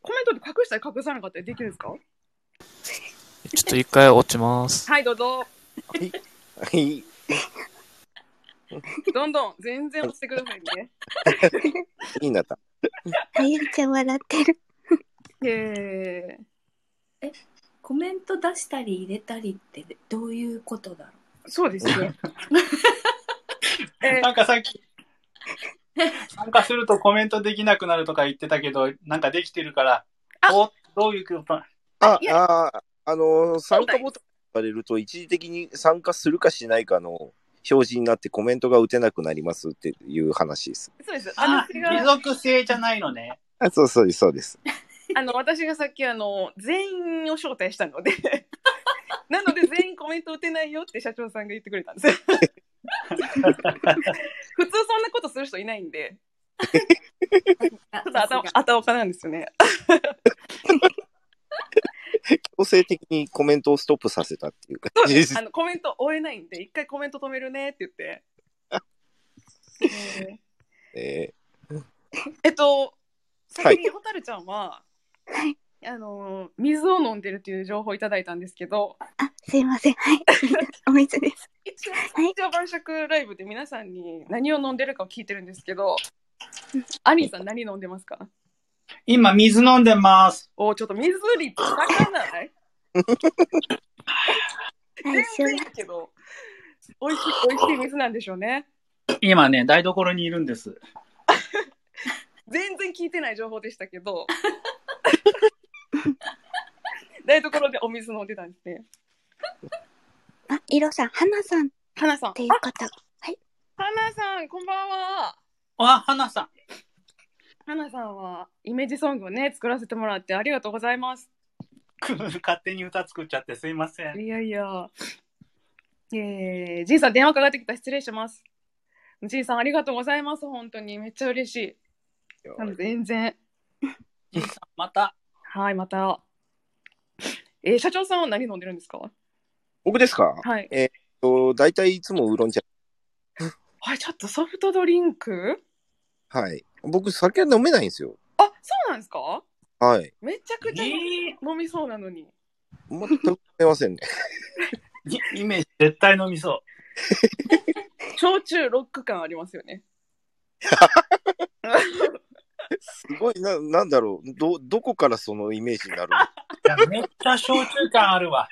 S1: コメントで隠したり隠さなかったりできるんですか
S5: ちょっと一回落ちます。
S1: はい、どうぞ。
S2: はい。 (laughs)
S1: どんどん、全然押してくださいね。
S2: いいなった。
S3: あ、ゆりちゃん笑ってる。
S1: えー
S6: コメント出したり入れたりってどういうことだろ
S1: そうです
S6: (laughs)
S1: ね。えー
S4: (laughs) なんかさっき、参加するとコメントできなくなるとか言ってたけど、なんかできてるから、
S1: あ
S4: おどういうこと
S2: あ
S1: い、や
S2: あー、あのー、参加ボタンがれると一時的に参加するかしないかの表示になってコメントが打てなくなりますっていう話です。
S1: そうです。
S4: あ、
S1: 私が
S4: 貴族性じゃないのね。
S2: あそうそうです、そうです。
S1: あの私がさっきあの全員を招待したの
S6: (laughs)
S1: でなので全員コメント打てないよって社長さんが言ってくれたん
S6: (laughs)
S1: ですよ普通そんなことする人いないんで
S6: うあ
S1: ちょっと頭
S6: さすが
S1: 頭かなんですよね
S2: 強制的にコメントをストップさせたっていう感じです
S1: あ。のコメント追えないんで一回コメント止めるねって言
S6: (laughs)
S1: ってえ
S2: (laughs) え
S1: ーえっと
S2: はい
S1: 先に蛍ちゃんは、
S3: はい
S1: あの水を飲んでるっていう情報をいただいたんですけど
S3: あ、すいません。はい。 (laughs) お水です。
S1: 一応
S3: い
S1: 一応晩酌ライブで皆さんに何を飲んでるかを聞いてるんですけど、アニーさん何飲んでますか
S4: 今、水飲んでます。
S1: おーちょっと水リップ高ない
S3: 来週
S1: 全然いいけど、美味しい、美味しい水なんでしょうね。
S4: 今ね、台所にいるんです。
S1: 全然聞いてない情報でしたけど、台所でお水飲んでたんですね。
S3: あ、いろさん、はなさんっ
S1: 花さん、あ
S3: ていう方。
S1: 花さん、こんばんは。
S4: あ、花さん。
S1: 花さんはイメージソングをね、作らせてもらってありがとうございます。
S4: 勝手に歌作っちゃってすいません。
S1: いやいや。えー、ジンさん、電話かかってきた。失礼します。ジンさん、ありがとうございます。本当に。めっちゃ嬉しい。多分全然。
S4: じいさん、また。
S1: はい、また。えー、社長さんは何飲んでるんですか
S2: 僕ですか
S1: はい。
S2: と大体いつもウーロン茶。
S1: はい、ちょっとソフトドリンク
S2: はい。僕、酒飲めないんですよ。
S1: あ、そうなんですか
S2: はい。
S1: めちゃくちゃ飲
S4: え
S1: みそうなのに。
S2: 全く飲めませんね。
S4: イメージ絶対飲みそ
S1: 焼酎ロック感ありますよね。
S2: (laughs) すごい、な、なんだろう。ど、どこからそのイ (laughs) メージになる
S4: う。いやめっちゃ焼酎感あるわ。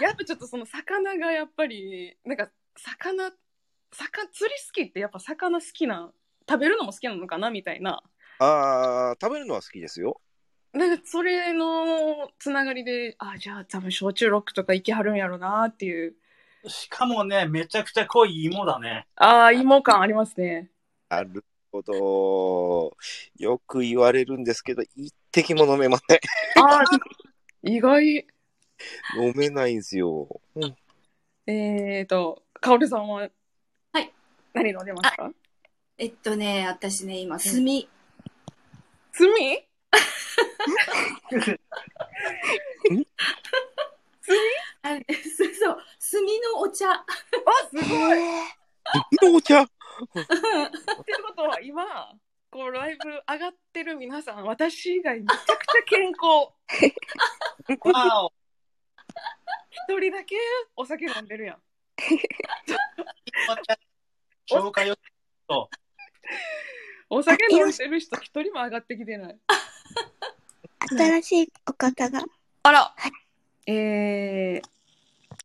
S1: やっぱちょっとその魚がやっぱり、なんか魚、魚、釣り好きってやっぱ魚好きな、食べるのも好きなのかなみたいな。
S2: ああ、食べるのは好きですよ。
S1: なんかそれのつながりで、あ、じゃあ多分焼酎ロックとか行きはるんやろなっていう。
S4: しかもね、めちゃくちゃ濃い芋だね。
S1: ああ、芋感ありますね。
S2: なるほど。よく言われるんですけど、一滴も飲めません。
S1: ああ、意外。
S2: (laughs) 飲めないんですよ。うん
S1: えーと、かおるさんは、
S6: はい。
S1: 何飲んでますか
S6: えっとね、私ね、今、炭、炭
S1: 炭
S6: あそう (laughs) そう、炭のお茶。
S1: あ、すごい
S2: お茶
S1: ってことは今こうライブ上がってる皆さん私以外めちゃくちゃ健康
S4: わお。
S1: 一人だけお酒飲んでるやん
S4: 消化よ。
S1: お酒飲んでる人一人も上がってきてない
S3: 新しいお方が。
S1: あらえー、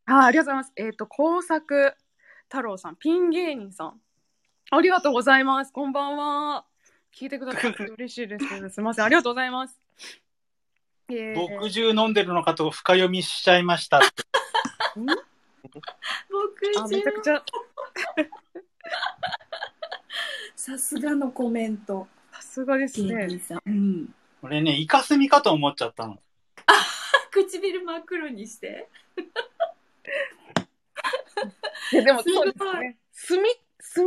S1: あーありがとうございますえっ、と工作太郎さんピン芸人さんありがとうございますこんばんは聞いてくださ
S6: (laughs)
S1: って嬉しいですすみませんありがとうございますえー
S4: 僕中飲んでるのかと深読みしちゃいましたって。
S1: あ
S6: 僕
S1: めちゃくちゃ
S6: さすがのコメント。
S1: さすがです
S6: 芸
S1: ね
S6: 人さん。うん。
S4: 俺ね、イカスミかと思っちゃったの。
S6: 唇真っ黒にして。
S1: いやでも
S6: すご
S1: そうで
S6: い
S1: すね炭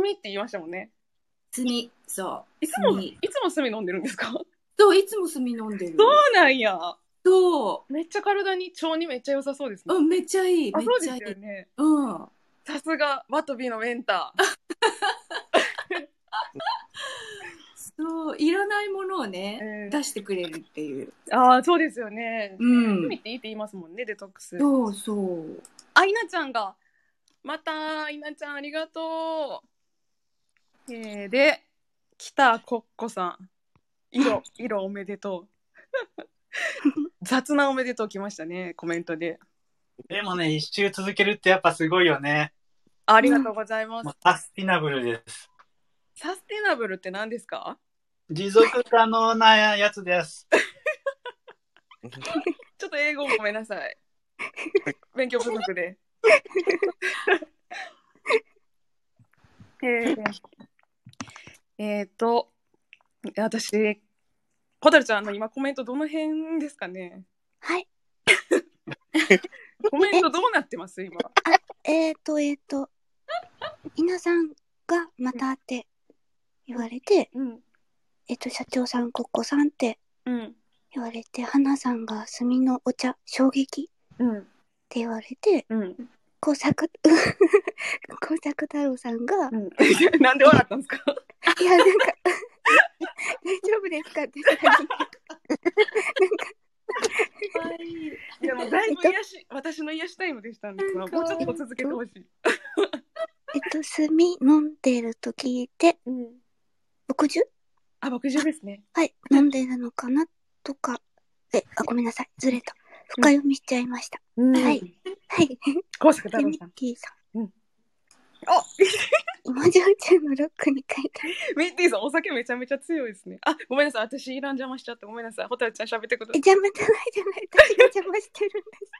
S1: 炭って言いましたもんね
S6: 炭、そ
S1: いつも、
S6: 炭。
S1: いつも炭飲んでるんですかそう
S6: そう、いつも炭飲んでる。
S1: うなんや。
S6: そ
S1: めっちゃ体に、腸にめっちゃ良さそうです
S6: う。
S1: ね。
S6: うん、めっちゃいい。
S1: あ、
S6: めっ
S1: そうで
S6: ちゃい
S1: す
S6: い。
S1: よね。
S6: うん。
S1: さすが、ワトビのメンター。
S6: そう、いらないものをね、
S1: えー
S6: 出してくれるっていう。
S1: あーそうですよね。
S6: うん
S1: 罪。っていいって言いますもんね、デトックス。
S6: そうそう。
S1: あ、いなちゃんが、また、いなちゃんありがとう。えー、で、北コッコさん。 (laughs) 色、色おめでとう。 (laughs) 雑なおめでとう来ましたね、コメントで。
S4: でもね、一周続けるってやっぱすごいよね。
S1: ありがとうございます。
S4: もうサスティナブルです。
S1: サステナブルって何ですか
S4: 持続可能なやつです。
S1: ちょっと英語ごめんなさい。勉強不足で。えー、えーと、私、ホタルちゃんの今コメントどの辺ですかね
S3: はい。
S1: コメントどうなってます今。
S3: えーと、えーと、皆さんがまたって言われて、
S1: うん。
S3: えっ、と、社長さん、コッコさんって
S1: うん。
S3: 言われて、花さんが炭のお茶、衝撃
S1: うん。
S3: って言われて、
S1: うん。
S3: 工作、 (laughs) 工作太郎さん
S1: う
S3: が、
S1: ん、 (laughs) なんで笑ったんですか
S3: いや、なんか、大丈夫ですかって言ったら
S1: いや、もうだいぶ癒し、 (laughs) 私の癒しタイムでしたんですが、もうちょっと続けてほしい。
S3: えっと、炭飲んでると聞いて、
S1: うん。
S3: 60?
S1: あ、僕中ですね。
S3: はい、飲んでるのかなとか、え、あ、ごめんなさい、ずれた。深読みしちゃいました。は。
S1: はい
S3: はい。
S1: 高坂
S3: で、
S1: 太郎
S3: ミ
S1: さ
S3: ッ
S1: ん。
S3: キーさ
S1: あ
S3: ん。芋焼酎のロックに書いてある。
S1: メッティさん、お酒めちゃめちゃ強いですね。あ、ごめんなさい。私、イラン邪魔しちゃって。ごめんなさい。ホタルちゃん喋ってくだ
S3: え、
S1: さい。
S3: 邪魔じゃないじゃない。私が邪魔してるんです。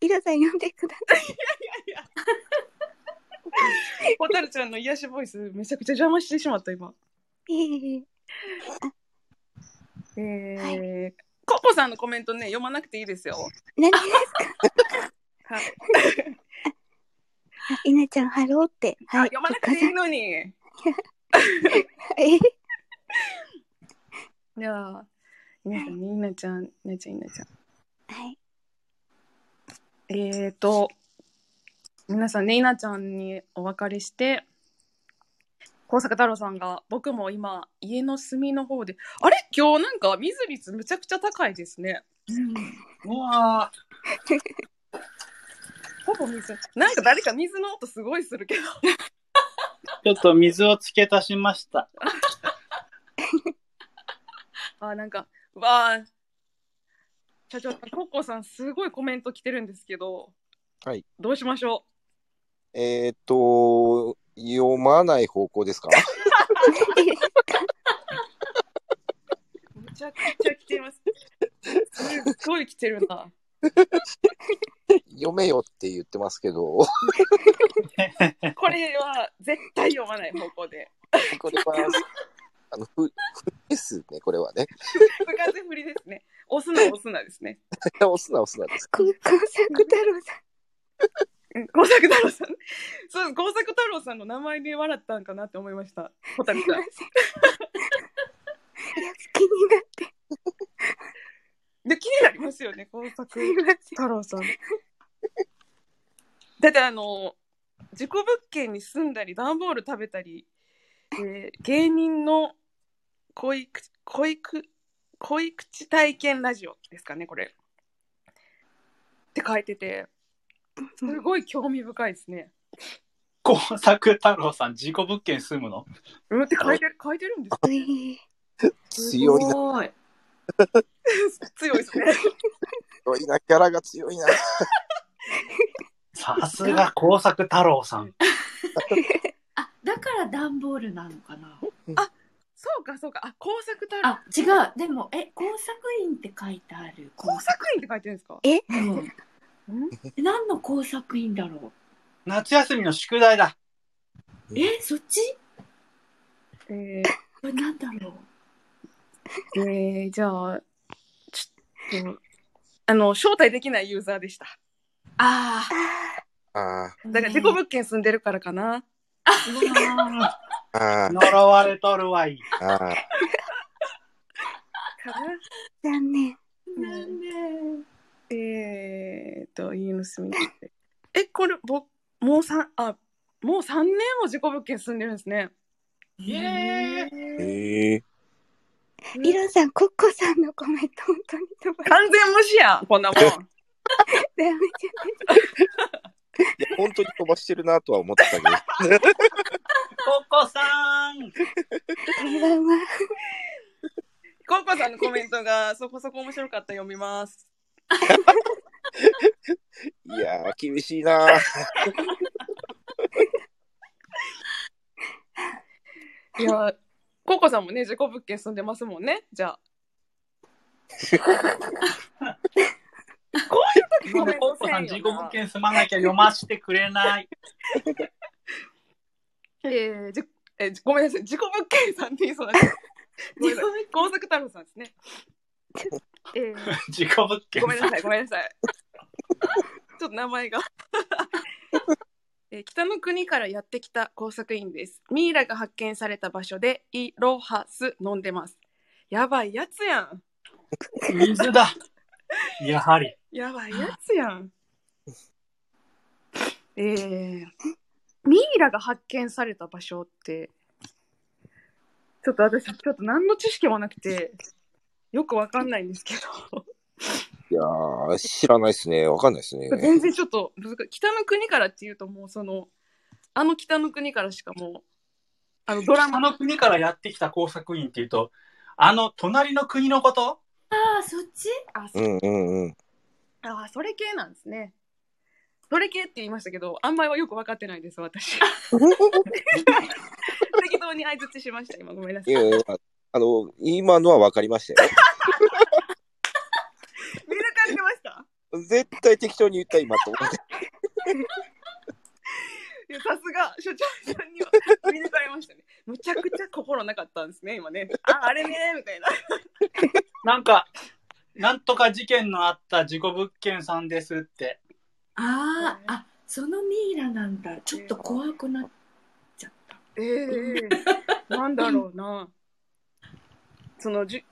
S3: イラさん呼んでください。
S1: ホタルちゃんの癒しボイス、めちゃくちゃ邪魔してしまった、今。
S3: ええ
S1: えー、コッコさんのコメントね、読まなくていいですよ。
S3: 何ですか
S1: (laughs) はい、
S3: あ稲ちゃん、ハローって。
S1: あ
S3: はい。
S1: 読まなくていいのに。
S3: え
S1: じゃあ、皆さんね、イナちゃん、イナちゃん、イナちゃん。
S3: はい。
S1: えーと、皆さんね、イナちゃんにお別れして、工作太郎さんが、僕も今、家の隅の方で、あれ今日なんか水率むちゃくちゃ高いですね。
S4: うわー
S1: ほぼ水。なんか誰か水の音すごいするけど。
S4: ちょっと水を付け足しました。 (laughs)
S1: あ、なんか、わあ。社長、コッコさん、すごいコメント来てるんですけど、
S2: はい。
S1: どうしましょ
S2: (laughs) えーっと、読まない方向ですか
S1: うむちゃくちゃ来てます。すごい来てる
S2: (laughs)
S1: な。
S2: (laughs) 読めよって言ってますけど、
S1: これは絶対読まない方向で。
S2: (laughs) これは、あの、 (laughs) ふ、ふですね、これはね。
S1: 風振りですね。押すな、押すなですね。
S2: 押すな、押すなです。
S3: 工作太郎さ
S1: うん工作太郎さん。そう、工作太郎さんの名前で笑ったんかなって思いました。ホタ
S3: ん、
S1: ル
S3: すいま
S1: さ
S3: せん
S1: ん。。
S3: いや、気になって、
S1: で、気になりますよね、工作
S6: (laughs)
S3: すいません。
S1: 太郎さん。だってあの、事故物件に住んだり、段ボール食べたり、えー芸人の恋口、恋口、恋口体験ラジオですかね、これ。って書いてて、すごい興味深いですね。
S4: 工作太郎さん、事故物件住むの
S1: うんって書いてる、書いてるんです
S3: うい
S2: 強いな、
S6: すごい。
S1: 強いです
S6: (laughs)
S1: ね。
S2: 強いな、キャラが強いな。
S4: さすが工作太郎さん。
S6: あ、だから段ボールなのかな。
S1: そうか、そうか。あ、工作太郎。
S6: あ、違う。でも、え、工作員って書いてある。
S1: 工作員って書いてるんですか
S6: うん。え何の工作員だろ
S4: 夏休みの宿題だ。
S6: う。え、そっち
S1: え
S6: これなんだろう。
S1: ー、えーじゃあ、ちょっと、あの、招待できないユーザーでした。
S6: あ
S2: あ
S6: あ。
S1: だから、
S6: ね
S1: デコ物件住んでるからかな。
S2: あ、あ
S4: 呪われとるわい。
S2: あ、ああ。
S1: かな。
S3: 残念。
S6: なんで。
S1: えーと、家の住みにって。え、これ、ぼ、もう三、あ、もう三年も事故物件住んでるんですね。
S4: イエ
S2: ええ
S3: イロさん、コッコさんのコメント、本当に飛ば
S1: 完全無視やんこんなもん。
S3: ダメじ
S2: いや、本当に飛ばしてるなとは思ってたけど。
S4: ココさ
S3: ゃ
S4: ん。
S3: ん。こんばんは。
S1: コッコさんのコメントがそこそこ面白かった読みます。
S2: いやー、厳しいな。
S1: いや、コッコさんもね、事故物件住んでますもんね。じゃあ。こういう時コ
S4: なん
S1: メ
S4: で
S1: ン
S4: コ
S1: ト
S4: ッコさん、
S1: せんよ
S4: 事故
S1: な
S4: 物件住まなきゃ読ましてくれない。
S1: えーじえーごめんなさい、事故物件さんって言いそうだけどごめ (laughs) んなさい工作太郎さんですね。え
S4: 事故物
S1: ー (laughs)
S4: 件
S1: ごめんなさい、ごめんなさい。ちょっと名前が。 (laughs) えー北の国からやってきた工作員です。ミイラが発見された場所でイロハス飲んでます。やばいやつやん。
S4: 水だ。やはり。
S1: やばいやつやん。えー、ミイラが発見された場所って、ちょっと私、ちょっと何の知識もなくて、よくわかんないんですけど、
S2: いやー、知らないですね。わかんないですね。
S1: 全然ちょっと難しい。北の国からっていうと、もうその、あの北の国からしかもう、あのドラ
S4: 他
S1: マ、
S4: の国からやってきた工作員っていうと、あの隣の国のこと
S6: ああ、そっち
S1: あ、そ
S2: うんうんうん。
S1: あそれ系なんですね。それ系って言いましたけど、あんまりはよくわかってないです、 (laughs) 私。適当に相槌しました、今。ごめんなさ
S2: い
S1: い
S2: や。いや、あの、今のはわかりましたよ。
S1: 見抜かれてました
S2: 絶対適当に言った今と思って。
S1: いやさすが所長さんには見抜かれましたね。むちゃくちゃ心なかったんですね、今ね。あ、あれね、みたいな。
S4: なんか、なんとか事件のあった事故物件さんですって。
S6: ああ、あ、そのミイラなんだ。ちょっと怖くなっちゃった。
S1: ええなんだろうな。そのじゅ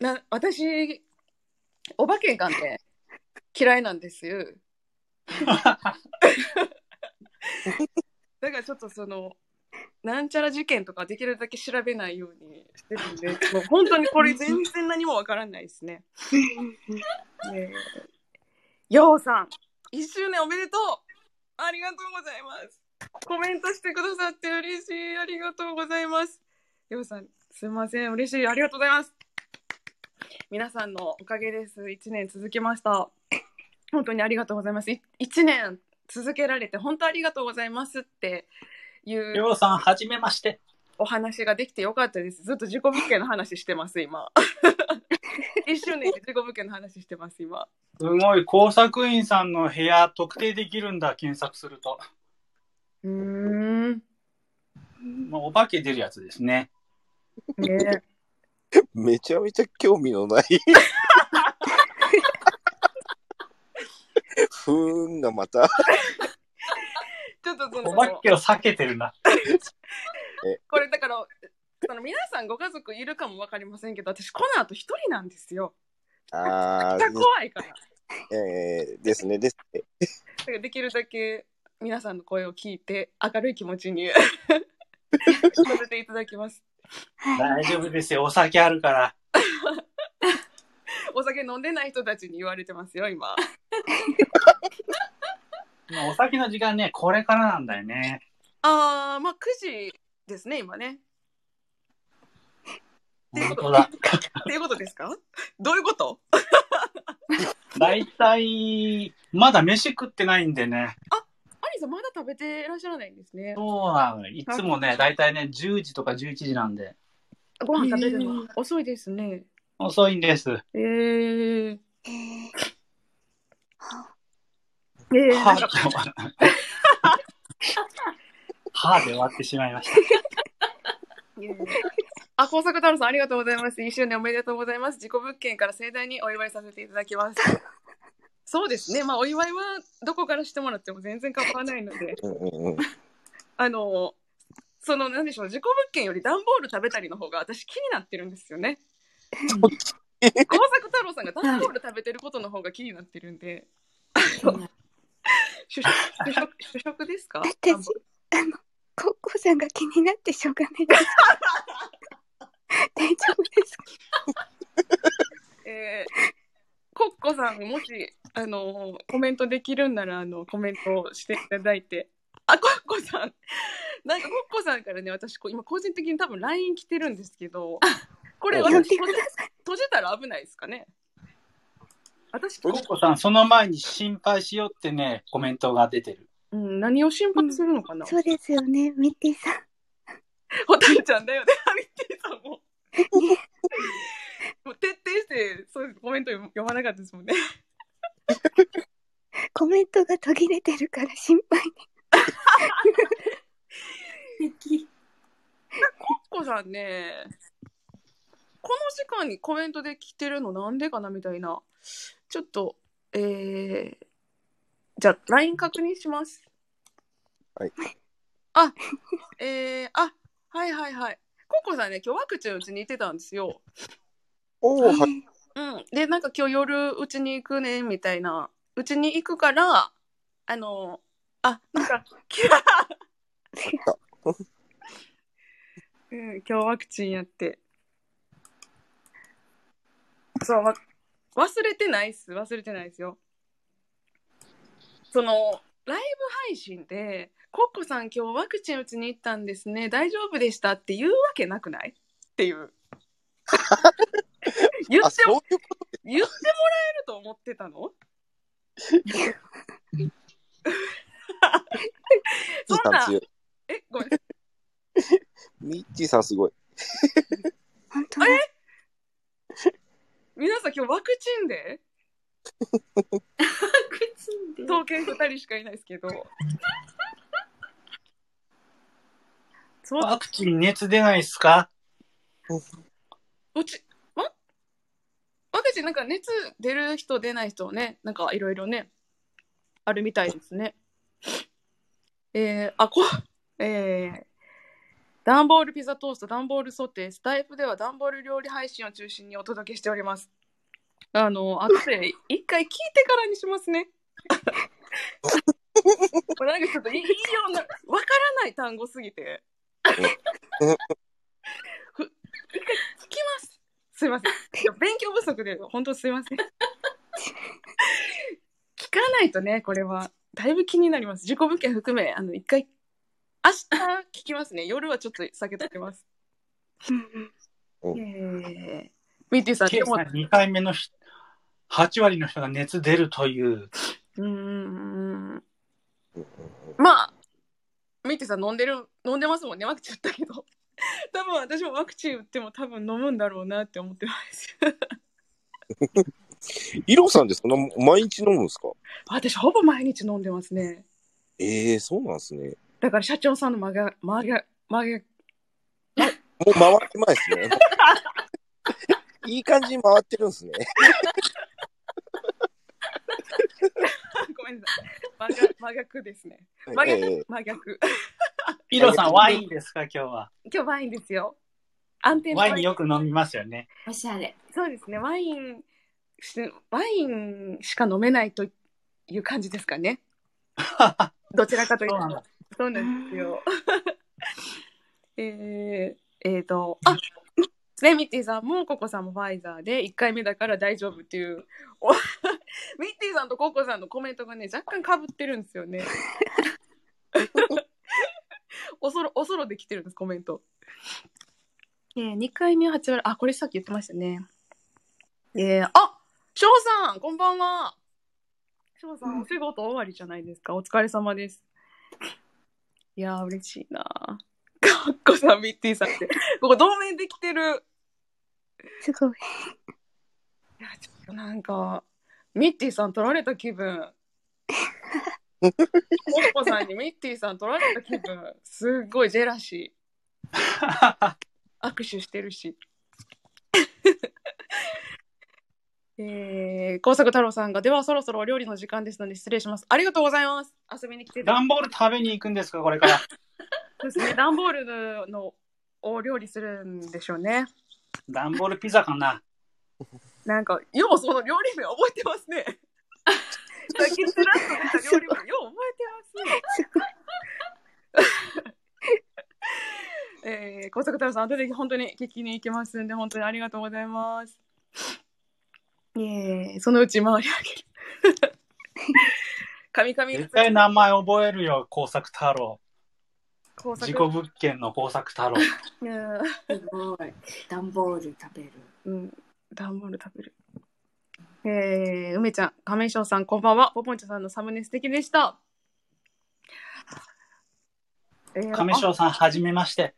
S1: な私、お化けがね、嫌いなんですよ。だからちょっとその、なんちゃら事件とかできるだけ調べないようにしてるんで、もう本当にこれ全然何もわからないですね。ねえ (laughs) ようさん、1周年おめでとうありがとうございます。コメントしてくださって嬉しい。ありがとうございます。ようさん、すいません。嬉しい。ありがとうございます。皆さんのおかげです。1年続きました。本当にありがとうございます。い1年続けられて本当ありがとうございますっていう。
S4: りょうさん、はじめまして。
S1: お話ができてよかったです。ずっと事故物件の話してます、今。 (laughs) 一周年で事故物件の話してます、今。
S4: すごい、工作員さんの部屋特定できるんだ、検索すると。
S1: うん。ね
S4: まあ、お化け出るやつですね。
S2: めちゃめちゃ興味のない。ふーんがまた。
S1: ちょっとそ
S4: お
S1: の、
S4: 化けを避けてるな。
S1: これだから、その皆さんご家族いるかもわかりませんけど、私この後一人なんですよ。
S2: あ
S1: めっちゃ怖いから。だ
S2: あ、えー、ですね、ですね。
S1: からできるだけ皆さんの声を聞いて、明るい気持ち (laughs) にさせていただきます。
S3: は
S4: 大丈夫ですよ、お酒あるから。
S1: お酒飲んでない人たちに言われてますよ、今。
S4: まあお酒の時間ね、これからなんだよね。
S1: あー、まあ9時ですね、今ね。っていうこ
S4: 本
S1: と
S4: 当だ。
S1: っていうことですかどういうこと
S4: 大体、まだ飯食ってないんでね。
S1: アリさんまだ食べていらっしゃらないんですね。
S4: そうなのよ。いつもね、大体ね、10時とか11時なんで。
S1: ご飯食べる
S6: う
S1: の
S6: ん
S1: 遅いですね。
S4: 遅いんです。
S1: えー、え
S3: い。えー
S1: ー、な
S3: は
S4: は
S1: ん
S4: ぁ
S1: か
S4: で終 (laughs) わるはぁで終わってしまいました。
S1: あ、工作太郎さんありがとうございます。一周年おめでとうございます。自己物件から盛大にお祝いさせていただきます。 (laughs) そうですね。まあお祝いはどこからしてもらっても全然構わないの (laughs) で、
S2: うんうんうん。
S1: あの、そのなんでしょう、自己物件より段ボール食べたりの方が私気になってるんですよ
S3: (laughs)
S1: ね。工作太郎さんが段ボール食べてることの方が気になってるんで、 (laughs) 主食主食主食ですか
S3: だってじあの、高校さんが気になってしょうがないです。大丈夫ですか
S1: えーコッコさん、もし、あのーコメントできるんなら、あの、コメントしていただいて。あ、コッコさん。なんか、コッコさんからね、私、こう今、個人的に多分 LINE 来てるんですけど、これ、
S2: あ
S1: 私、
S3: や
S1: 閉
S3: っ
S1: じ
S3: てください。
S1: 閉じたら危ないですかね。私、
S4: コ
S1: こ
S4: ッコさん、その前に心配しようってね、コメントが出てる。
S1: うん、何を心配するのかな。
S3: そうですよね、ミッティさん。
S1: ホタルちゃんだよね、ハリティさん
S3: (laughs)
S1: も。
S3: ね
S1: もう徹底して、そうですコメント読まなかったですもんね。
S3: コメントが途切れてるから心配に。
S6: 素敵。
S1: コッコさんね、この時間にコメントで来てるのなんでかなみたいな。ちょっと、えー、じゃあ、LINE 確認します。
S2: はい。
S1: あ、えー、あ、はいはいはい。コッコさんね、今日ワクチン打ちに行ってたんですよ。
S2: おー、はい。
S1: うん。で、なんか今日夜うちに行くね、みたいな。うちに行くから、あの、あ、なんか、きうん、今日ワクチンやって。そう、わ忘れてないっす。忘れてないですよ。その、ライブ配信で、コッコさん今日ワクチン打ちに行ったんですね。大丈夫でしたって言うわけなくないって
S2: (laughs)
S1: いう。言
S2: あ、
S1: って
S2: そう
S1: も、
S2: いうこと
S1: 言ってもらえると思ってたの
S2: ミッチーさん強い。
S1: え、ごめん。
S2: ミッチーさんすごい。
S3: 本当に。
S1: 皆さん今日ワクチンで
S6: 口で。
S1: 刀剣2人しかいないですけど。そう
S4: ワクチン熱出ないっすか
S1: うち、わワクチンなんか熱出る人出ない人ね、なんかいろいろね、あるみたいですね。えー、あ、こ、 (laughs) えー、ダンボールピザトースト、ダンボールソテー、スタイフではダンボール料理配信を中心にお届けしております。あの、後で一回聞いてからにしますね。これなんかちょっといいような、わからない単語すぎて。聞きますすいません。いや勉強不足で、本当すいません。 (laughs) 聞かないとね、これは。だいぶ気になります。自己物件含め、あの、一回、明日聞きますね。夜はちょっと避けときます。えー、ミッティさん、
S4: ケ
S1: で
S4: イさん
S1: も、
S4: 2回目の人8割の人が熱出るという。
S1: うーん、まあ、ミッティさん飲んでる、飲んでますもんね。ワクチン打ったけど。多分私もワクチン打っても多分飲むんだろうなって思ってます。
S2: イロさんってそんな毎日飲むんですか
S1: 私、ほぼ毎日飲んでますね。
S2: ええー、そうなんですね。
S1: だから社長さんの真逆、真逆、真逆、
S2: もう回ってないです
S1: (laughs)
S2: ね。いい感じに回ってるんですね。
S1: (laughs) ごめんなさい。真逆真逆ですね。真
S2: え
S1: 逆、
S2: え
S1: 真逆。
S4: イロさん、ワインですか、今日は。
S1: 今日ワインですよ。安定の
S4: ワインよく飲みますよね。
S6: おしゃれ。
S1: そうですね。ワインし、ワインしか飲めないという感じですかね。どちらかというと
S4: そうなんだ。
S1: そうなんですよ。 (laughs) えー、えーと、あね、ミッティさんもココさんもファイザーで1回目だから大丈夫っていうお (laughs) ミッティさんとココさんのコメントがね若干かぶってるんですよ (laughs) ね。おそろおそろできてるんですコメント。えー、2回目は8割あこれさっき言ってましたね。えー、あ翔さんこんばんは翔さんお仕事終わりじゃないですかお疲れ様です。いやー、嬉しいなー。 (laughs) かっこさん、ミッティさんって。ここ同盟できてる。
S3: すごい。
S1: いや、ちょっとなんか、ミッティさん取られた気分。コッコさんにミッティさん取られた気分。すっごいジェラシー。握手してるし。 (laughs) えー、工作太郎さんが、ではそろそろお料理の時間ですので失礼します。ありがとうございます。遊びに来ていただいて
S4: (laughs) 段ボール食べに行くんですか、これから。
S1: そうですね、段ボールのお料理するんでしょうね。
S4: 段ボールピザかな。
S1: なんか、ようその料理名覚えてますね。さっきちらっと見た料理名、よう覚えてますね。えー、高速太郎さん、後で本当に聞きに行きますんで、本当にありがとうございます。えー、そのうち回り上げる。カミカミ
S4: 絶対名前覚えるよ、工作太郎。
S1: 工
S4: 自己
S1: 作。
S4: 物件の工作太郎。
S1: うん
S6: すごい。段ボール食べる。
S1: うん、段ボール食べる。えー、梅ちゃん、亀井翔さん、こんばんは。ポポンチョさんのサムネ素敵でした。えー、
S4: 亀
S1: あ
S4: 翔さん、はじめまして。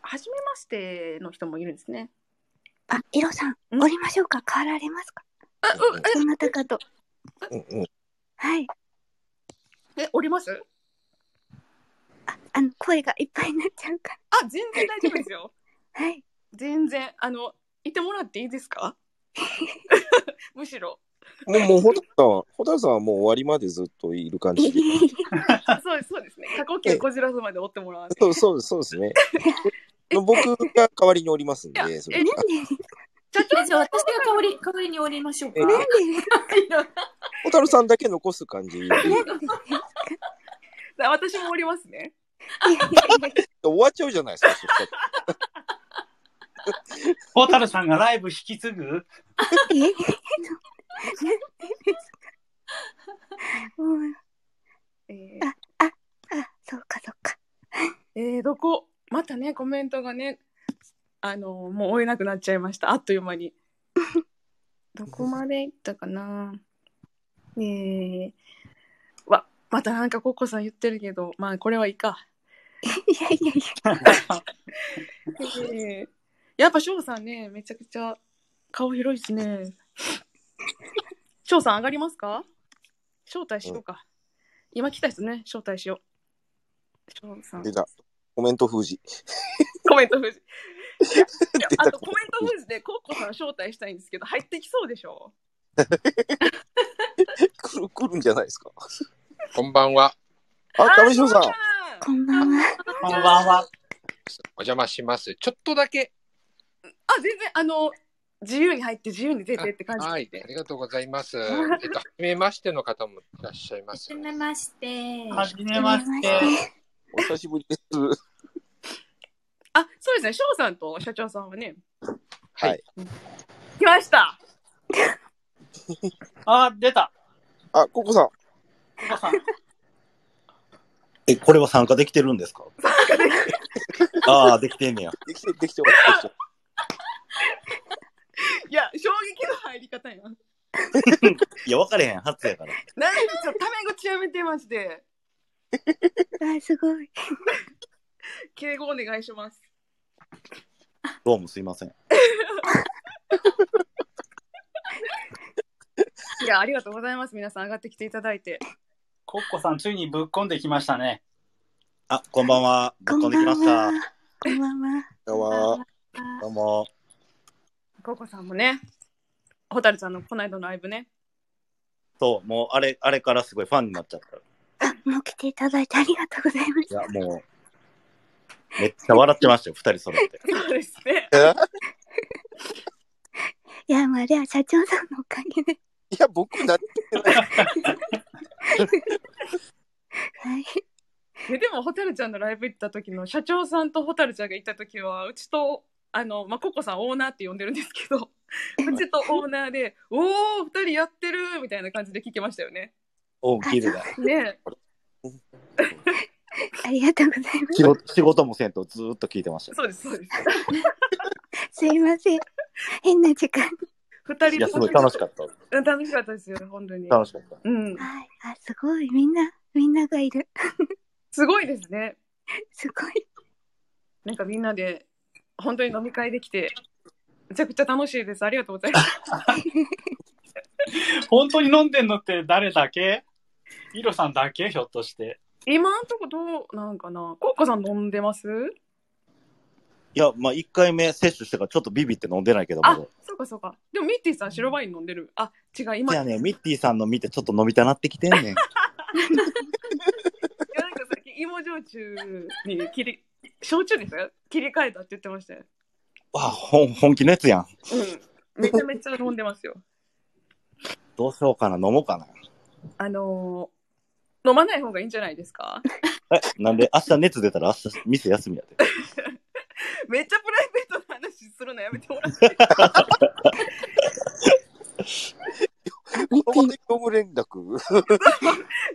S1: はじめましての人もいるんですね。
S3: あ、イロさん、
S1: うん
S3: 降りましょうか変わられますかどなたかと。
S2: うんうん
S3: はい。
S1: え、おります
S3: あ、あの、声がいっぱいになっちゃうか
S1: あ、全然大丈夫ですよ。
S3: ら。はい。
S1: (laughs) 全然。あの、いてもらっていいです (laughs) かむし (laughs) ろ。
S2: もう、もう、ホタルさんは、ホタルさんはもう終わりまでずっといる感じで。
S1: (laughs) そうです、そうですね。過去形こじらすまで追ってもらわない。
S2: そうそうです、そうですね。僕が代わりにおりますん
S1: い
S2: で、それ
S3: なんで
S6: えじゃあ私が代わり代わりにおりましょうか。
S2: え
S3: な
S2: ホタルさんだけ残す感じで。
S3: んでなんで
S1: あ私もおりますね。
S3: いやいやいや
S2: 終わっちゃうじゃないです
S1: (laughs)
S2: か、そしたら
S4: ホタルさんがライブ引き継ぐ
S3: ええうん、
S1: えー
S3: あ、そうかそうか。
S1: えー、どこまたねコメントがねあのもう追えなくなっちゃいましたあっという間に (laughs) どこまで行ったかなえー、わまたなんかコッコさん言ってるけどまあこれはいいか、
S3: いやいやい
S1: えー、やっぱ翔さんねめちゃくちゃ顔広いですね翔さん上がりますか招待しようか、今来た人ね招待しよう翔さん
S2: 出た。コメント封じ。
S1: コメント封じ。いや
S2: 出た
S1: あとコメント封じでコッコさん招待したいんですけど入ってきそうでしょ
S2: 来る、来るんじゃないですか。
S7: こんばんは。
S2: あ、亀城さん。
S3: や、こんばんは。
S4: こんばんは。
S7: お邪魔します。ちょっとだけ。
S1: あ全然あの自由に入って自由に出てって感じ
S7: はい。ありがとうござい
S6: (laughs)
S7: ます。えっと、はじめましての方もいらっしゃいます
S6: はじ。めまして。
S4: はじめまして。
S2: お久しぶりです。
S1: そうですね、翔さんと社長さんはね、
S2: はい。
S1: 来ました。
S4: あー、出た。
S2: あ、ココさん。
S4: ココさん。
S8: え、これは参加できてるんですかああ、できてんねや。
S2: できて、できてます。できて
S1: いや、衝撃の入り方や。なんで
S8: (laughs) いや、分かれへん、初やから。
S1: ちょっとタメ口やめてまして、
S3: わあ、すごい。
S1: 敬語お願いします。
S8: どうもすいません。
S1: いや、ありがとうございます。皆さん上がってきていただいて。
S4: コッコさん、ついにぶっ込んできましたね。
S8: あ、こんばんは。ぶっこんできました。。
S3: こんばんは。
S2: ますわ
S8: どうも。
S1: ココさんもね、ホタルちゃんのこないだのライブね。
S8: そう、もうあれ、あれからすごいファンになっちゃった。い
S3: あ、もう来ていただいてありがとうございます。
S8: や、もう、めっちゃ笑ってましたよ、二人揃って。
S1: そうですね。
S3: いや、まあ、あれは社長さんのおかげで。
S2: いや、僕なってない。
S3: はい。
S1: えでも、ホタルちゃんのライブ行った時の社長さんとホタルちゃんが行った時は、うちと、あの、まあ、ココさんオーナーって呼んでるんです
S8: (laughs)
S1: けど、うちとオーナーで、おー、二人やってるみたいな感じで聞きましたよね。
S8: おう、キルが。
S1: ね
S3: ありがとうございます。
S8: 仕事仕事もせんとずーっと聞いてまし
S1: え
S8: た。
S1: そうです、そうです。
S3: (laughs) すいません。変な時間に。
S1: 二
S8: い
S1: 人
S8: や、すごい楽しかった。
S1: うん楽しかったですよ、本当に。
S8: 楽しかった。
S1: うん。
S3: はい。あ、すごい。みんな、みんながいる。
S1: すごいですね。
S3: すごい。
S1: なんかみんなで、本当に飲み会できて、めちゃくちゃ楽しいです。ありがとうござ
S8: (laughs)
S1: います。
S4: 本当に飲んでんのって誰だけイロさんだけひょっとして。
S1: 今んとこどうなんかなコウコさん飲んでます
S8: いや、まあ、一回目接種してからちょっとビビって飲んでないけど
S1: あ
S8: も。、
S1: そうかそうか。でもミッティさん白ワイン飲んでる。あ、違う、今。
S8: じ
S1: い
S8: ゃあ
S1: や、
S8: ね、ミッティさんの見てちょっと飲みたなってきてんねん。
S1: なんかさっき芋焼酎に切り、焼酎ですよ切り替えたって言ってましたよ。
S8: わ、ほん本気のやつやん。
S1: うん。めちゃめちゃ飲んでますよ。
S8: どうしようかな、飲もうかな。
S1: あのー飲まない方がいいんじゃないですか
S8: え、なんで、明日熱出たら明日店休みやで。
S1: (laughs) めっちゃプライベートな話するのやめてもらって。
S3: ミッ
S2: こ
S3: テ
S2: こ
S3: ィ
S2: まで業務連絡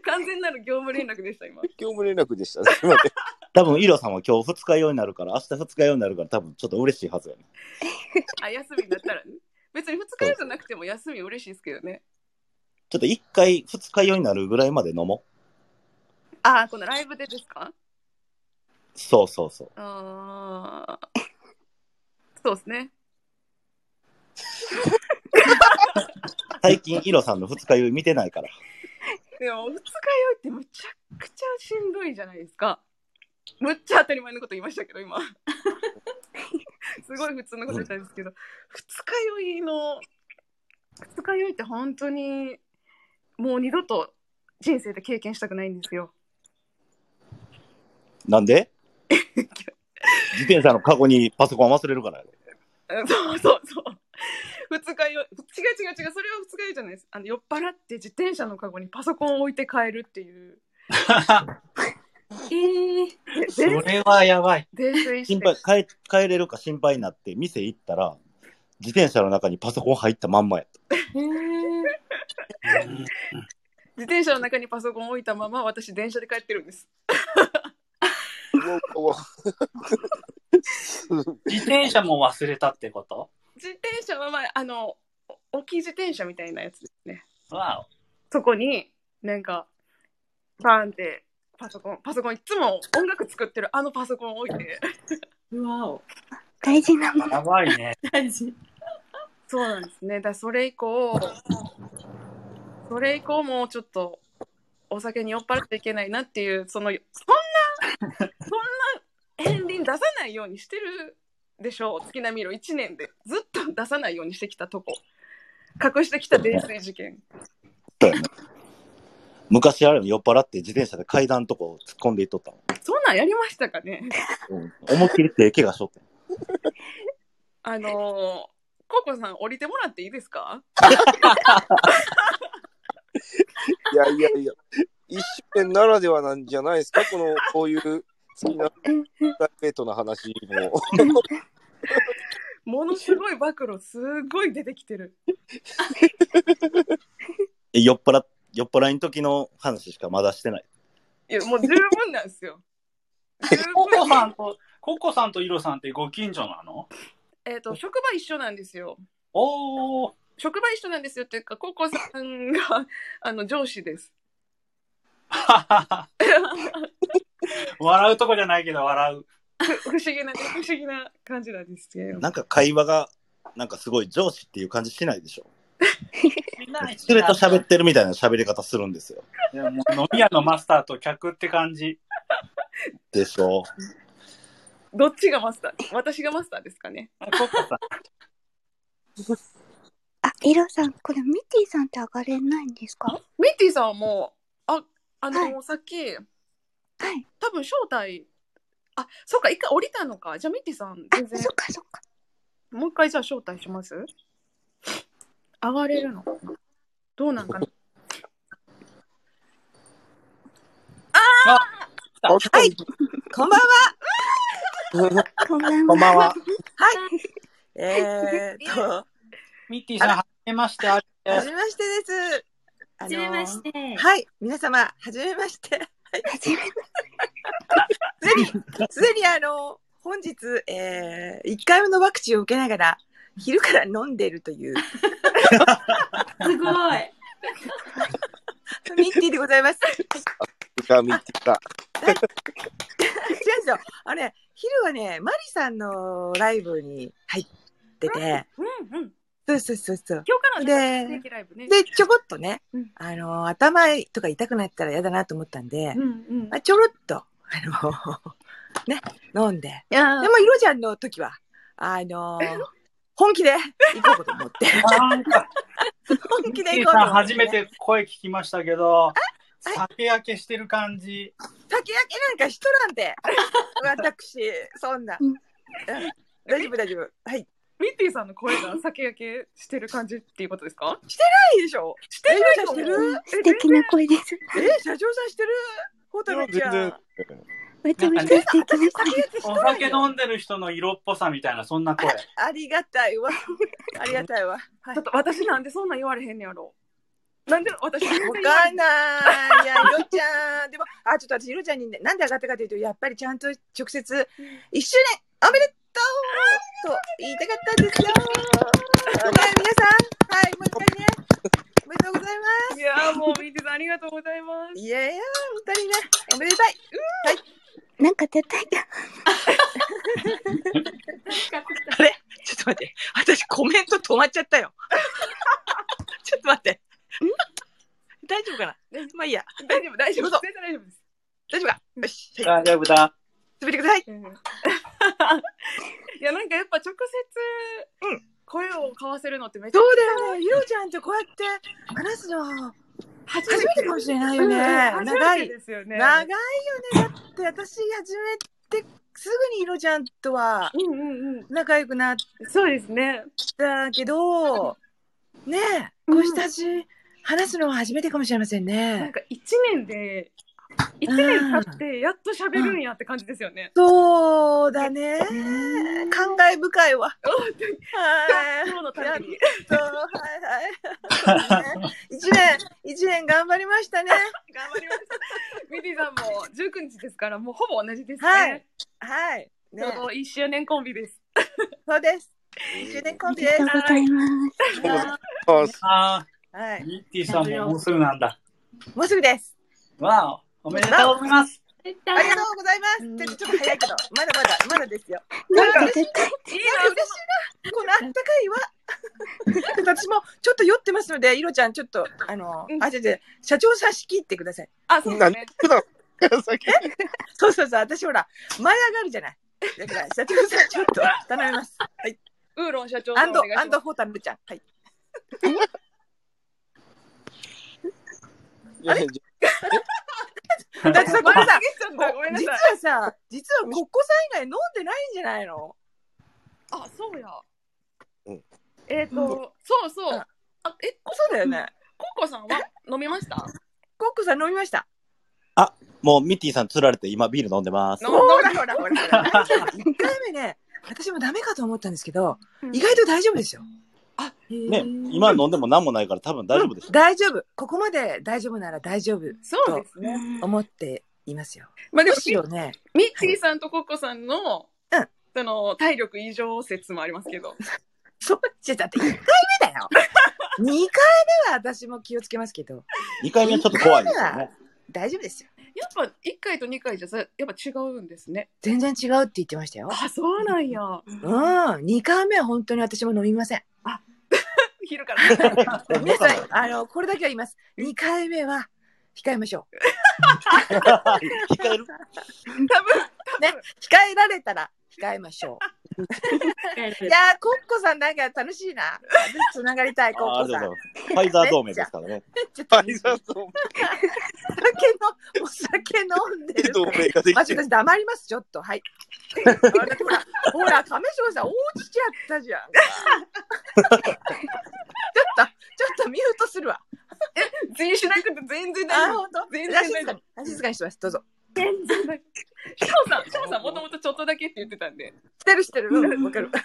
S1: 完全なる業務連絡でした、今。
S2: 業務連絡でした。すいません。
S8: 多分、イロさんは今日二日用になるから、明日二日用になるから、多分ちょっと嬉しいはずやね。
S1: あ、休みになったらね。別に二日酔いじゃなくても休み嬉しいですけどね。
S8: ちょっと一回二日用になるぐらいまで飲も
S1: あー、このライブでですか
S8: う。そうそうそう。
S1: あーそうですね。
S8: 最近、イロさんの二日酔い見てないから。
S1: でも、二日酔いってむちゃくちゃしんどいじゃないですか。むっちゃ当たり前のこと言いましたけど、今。すごい普通のこと言ったんですけど、二日酔いの、二日酔いって本当に、もう二度と人生で経験したくないんですよ。
S8: なん
S6: (laughs)
S8: で自転車のカゴにパソコン忘れるからやで。
S1: うんそうそうそう。二日酔い、違う違う違う、それは二日酔いじゃないです。あの酔っ払って自転車のカゴにパソコンを置いて帰るっていう。
S6: えー、
S4: それはやばい。
S1: 泥酔し
S8: 心
S1: て。
S8: 配、帰帰れるか心配になって、店行ったら、自転車の中にパソコン入ったまんまやった。
S6: えー、
S1: 自転車の中にパソコンを置いたまま私電車で帰ってるんです。
S2: うわうわ
S4: 自転車も忘れたってこと
S1: 自転車はまあ、あの、お置き自転車みたいなやつですね。
S4: わ
S1: そこに、なんか、バーンって、パソコン、パソコンいつも音楽作ってるあのパソコンを置いて。
S6: うわお。
S3: 大事なも
S4: お。
S3: の。
S4: やばいね。
S6: 大事。
S1: そうなんですね。だからそれ以降、それ以降もうちょっとお酒に酔っ払っていけないなっていう、その、そんな、そんな片鱗出さないようにしてるでしょう。月並みろ1年でずっと出さないようにしてきたとこ。隠してきた泥酔事件。
S8: そうやね昔あれも酔っ払って自転車で階段のとこ突っ込んでいっとったの。
S1: そんなんやりましたかね
S8: うん、思いっきり手怪我しとった。
S1: あのー、ココさん降りてもらっていいですか
S2: いやいやいや。一周年ならではなんじゃないですかこの、こういう次のプライベートの話も、
S1: ものすごい暴露すごい出てきてる
S9: え酔っ払っ酔っ払いの時の話しかまだしてない。
S1: いやもう十分なんですよ十
S4: ココ
S1: 分
S4: さんと、ココさんとイロさんってご近所なの
S1: えっと職場一緒なんですよ
S4: おー、
S1: 職場一緒なんですよっていうかココさんが (laughs) あの上司です
S4: ははは (laughs) 笑うとこじゃないけど笑う。
S1: 不思議な不思議な感じなんですけど
S9: なんか会話が、なんかすごい上司っていう感じしないでしょ。
S4: そ
S9: それと喋ってるみたいな喋り方するんですよ。
S4: いやもう飲み屋のマスターと客って感じ。
S9: でしょ
S1: どっちがマスター私がマスターですかね
S4: ココさん。
S3: あ、イロさん、これミティさんって上がれないんですか
S1: ミッティさんはもうああの、
S3: は
S1: さっき
S3: はい。
S1: 多分招待あそっか一回降りたのかじゃあミッティさん
S3: あ、
S1: 全然
S3: そっかそっか。
S1: もう一回じゃあ招待します上がれるのかなどうなんかな
S2: あ、来た
S6: こんばんは。
S3: こんばんは。
S9: こんばんは。
S6: えー、っと、は
S4: ミッティさん、はじめま
S6: (laughs)
S4: して。あ
S6: じめましてです。あ
S10: は
S6: の
S10: じめまして。
S6: はい、皆様、はじめまして。
S3: はじめまし
S6: (laughs) すでに、すでにあの、本日、えー、1回目のワクチンを受けながら、昼から飲んでると (laughs) いう、
S10: すごい。
S6: ミッティでございます。
S2: が見てた。
S6: 違うんですよ。あのね、昼はね、マリさんのライブに入ってて、
S1: うんうん
S6: そうそうそうそう。
S1: 今日から
S6: で
S1: の定期ライブね
S6: で、ちょこっとね
S1: うん、
S6: あの、頭とか痛くなったら嫌だなと思ったんで
S1: う、んうん
S6: まあ、ちょろっと、あの、ね、飲んで、
S1: いや
S6: でも、いろちゃんの時は、あのー本気で行こうと思って。
S4: なんか、
S6: 本気
S4: ミッ
S6: で
S4: ティさ
S6: 行こうと
S4: ん、
S6: 思っ
S4: 初
S6: て、
S4: め。て声聞きましたけど、酒焼けしてる感じ。
S6: 竹焼けなんか人なんで。私、そんな。
S3: う
S6: うんん大丈夫、大丈夫。はい。
S1: ミッティさんの声が酒焼けしてる感じっていうことですか
S6: ないでしょ
S1: してない
S6: え
S1: と
S6: し
S1: 思
S6: て
S1: う
S6: る
S3: た。 (laughs) 素敵な声です。
S6: え、社長さんしてるほためちゃん。
S2: いや
S6: 全
S3: めちゃめちゃ素敵な声。
S4: お酒飲んでる人の色っぽさみたいな、そんな声。
S6: ありがたいわ。 (laughs) ありがたいわ。はい
S1: ちょっと私なんでそんなん言われへんねやろなんで私わ
S6: わかんない。いや、いろちゃん。でも、あ、ちょっと私、いろちゃんにねなんで上がったかというと、やっぱりちゃんと直接、一周年、おめでとうと言いたかったんですよ。はい、皆さん、はい、もう一回ね、おめでとうございま
S1: いやーもうミッティさんありがとうございます
S6: す。いやいや、本当にね、おめでたい。
S3: なんか出たいな。
S6: (laughs) あれちょっと待って、私コメント止まっちゃったよ。 (laughs) ちょっと待って。大丈夫かなまあいいや、
S1: 大丈夫大丈
S6: どうぞ
S1: 夫全然大丈夫です
S6: 大丈夫かよし、はい、
S4: 大丈夫
S6: (laughs)
S4: だ。
S6: 滑ってください。
S1: うんいやなんかやっぱ直接
S6: うん
S1: 声を交わせるのってめっちゃ
S6: そうだよね、いろちゃんとこうやって話すのは
S1: 初
S6: 初めてかもしれないよ
S1: うん
S6: ね。
S1: 初
S6: 長
S1: めて
S6: い。
S1: ですよね
S6: 長いよね。だって私初めてすぐにいろちゃんとは
S1: うんうんうん
S6: 仲良くなっ
S1: そうですね
S6: たけど、ねえ、
S1: うん
S6: ご親しい話すのは初めてかもしれません
S1: なん
S6: ね。
S1: か一年で一年経ってやっと喋るんやって感じですよね
S6: そうだね。感慨深いわ。はい。
S1: 今日のために
S6: そうはいはいそうね。一年、一年頑張りましたね。
S1: 頑張りますミディさんも19日ですからもうほぼ同じですね、
S6: はいはい。ね
S1: ちょうど、1周年コンビです
S6: そうです。一周年コ
S3: あ
S6: ンビ
S3: り
S6: で
S3: が
S6: す
S3: とう。ございます。
S2: あ
S4: あ
S6: は
S4: ー
S6: い。
S4: ミッティさんももうすぐなんだ。
S6: もうすぐです。
S4: わあ、おめでとうございます。
S6: ありがとうございます。ちょっとちょっと早いけど、まだまだ、まだですよ。
S3: なんか出た
S1: い
S3: い。
S1: い
S6: なんか嬉しいな。このあったかいわ。私もちょっと酔ってますので、いろちゃん、ちょっと、あの
S1: う、ん
S6: あ、じゃじゃ社長さん仕切ってください。
S1: なあそうですね
S2: から先
S6: そうそうそう、私ほら、舞い上がるじゃない。だから、社長さん、ちょっと頼みます。
S1: (laughs)
S6: はい。
S1: ウーロン社長
S6: ア
S1: さ
S6: ン
S1: ん
S6: ド
S1: お願い、
S6: ア
S1: し
S6: ン
S1: ま
S6: ド
S1: す
S6: ホタルちゃん。はい。だってさ、ここさ、
S1: ごめんな
S6: 実
S1: さ
S6: はいさ、実はコッコさん以外飲んでないんじゃないの
S1: あそうや、
S2: うん
S1: えっ、と、そうそう、
S6: うん
S1: あえこ
S6: そうだよね。
S1: コッコさんは飲みました
S6: コッコさん飲みました。
S9: あ、もうミッティさん釣られて今ビール飲んでます。
S6: ほらほらほらほら。なんか一回目ね、私もダメかと思ったんですけど、意外と大丈夫ですよ。あ、
S9: ね、今飲んでも何もないから多分大丈夫です。
S6: 大丈夫。ここまで大丈夫なら大丈夫。そうですね。思っていますよ。
S1: まあでも
S6: むしろね、
S1: ミッチーさんとコッコさんの、その、体力異常説もありますけど。
S6: そう、じゃだって1回目だよ。2回目は私も気をつけますけど。
S9: 2回目はちょっと怖いですよね。
S6: 大丈夫ですよ。
S1: やっぱ1回と2回じゃさ、やっぱ違うんですね。
S6: 全然違うって言ってましたよ。
S1: あ、そうなんや。
S6: うん、2回目は本当に私も飲みません。あ、
S1: 昼から。 (laughs)
S6: 皆さん、あの、これだけは言います。2回目は控えましょう。
S9: (laughs) 控える
S6: 多分、ね、控えられたら控えましょう。いやー、コッコさんなんか楽しいな。つながりたい、コ
S9: あ
S6: ッ
S9: あり
S6: コ
S9: が
S6: さ
S9: と
S6: ん
S9: う。ございます。ファイザー同盟ですからね。
S6: フ
S2: ァイザー同盟。
S6: お酒飲んでる。
S2: 同盟ができてる
S6: マジ私黙ります、ちょっと。はい。あれほら、ほら、亀城さん、落ちちゃったじゃん。ちょっと、ちょっとミュートするわ。え、全員しなくて全然
S1: 大丈夫
S6: あ、本当
S1: 全然大丈
S6: 夫。静かにしてます、どうぞ。
S1: 全然ない。ショウさん、ショウさん、もともとちょっとだけって言ってたんで。
S6: してるしてる。うん、わかる。今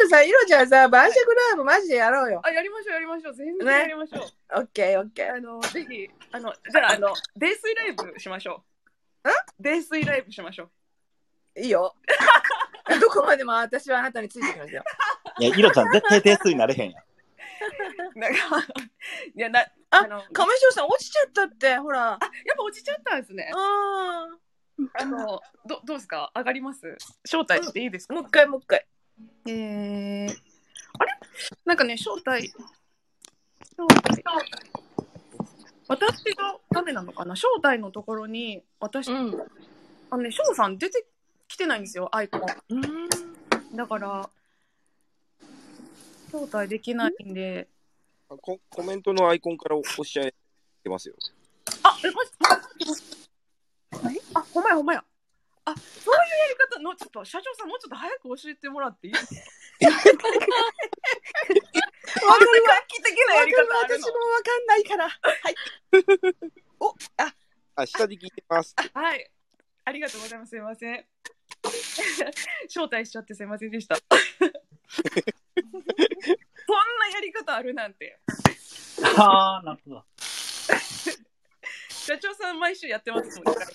S6: 度さ、イロちゃんさ、晩酌ライブマジでやろうよ。
S1: あ、やりましょう、やりましょう。全然
S6: ね
S1: やりましょう。
S6: オッケーオッケー。
S1: あの、ぜひ、あの、じゃあ、あの、泥酔ライブしましょう。ん泥酔ライブしましょう。
S6: いいよ。 (laughs) どこまでも私はあなたについてきますよ。
S9: いや、イロちゃん絶対定数になれへんやん。
S1: なんか、 (laughs) いや、な、
S6: あ、 (laughs) 亀城さん落ちちゃったって、ほら。
S1: や
S6: あ、
S1: っぱ落ちちゃったんですね。あの、ど、どうですか上がります招待していいですか、
S6: もう一回、もう一回。
S1: えー、あれなんかね、招待。招待。私がダメなのかな招待のところに、私、あのね、翔さん出てきてないんですよ、アイコン。だから、招待できないんで。
S2: コ (laughs) コメントのアイコンから押しちゃえてますよ。
S1: あ、え、まじ、あ、ほんまやほんまや。あ、そういうやり方の、ちょっと社長さん、もうちょっと早く教えてもらっていいですか
S6: わかるわ
S1: 画期的なやり方ある
S6: 私もわかんないから。はい。
S2: あ、下で聞いてます。
S1: の。はい。ありがとうございます。すいません。招待しちゃってすいませんでした。 (laughs) こんなやり方あるなんて。
S4: ああ、なるほど。
S1: 社長さん、毎週やってますもんね。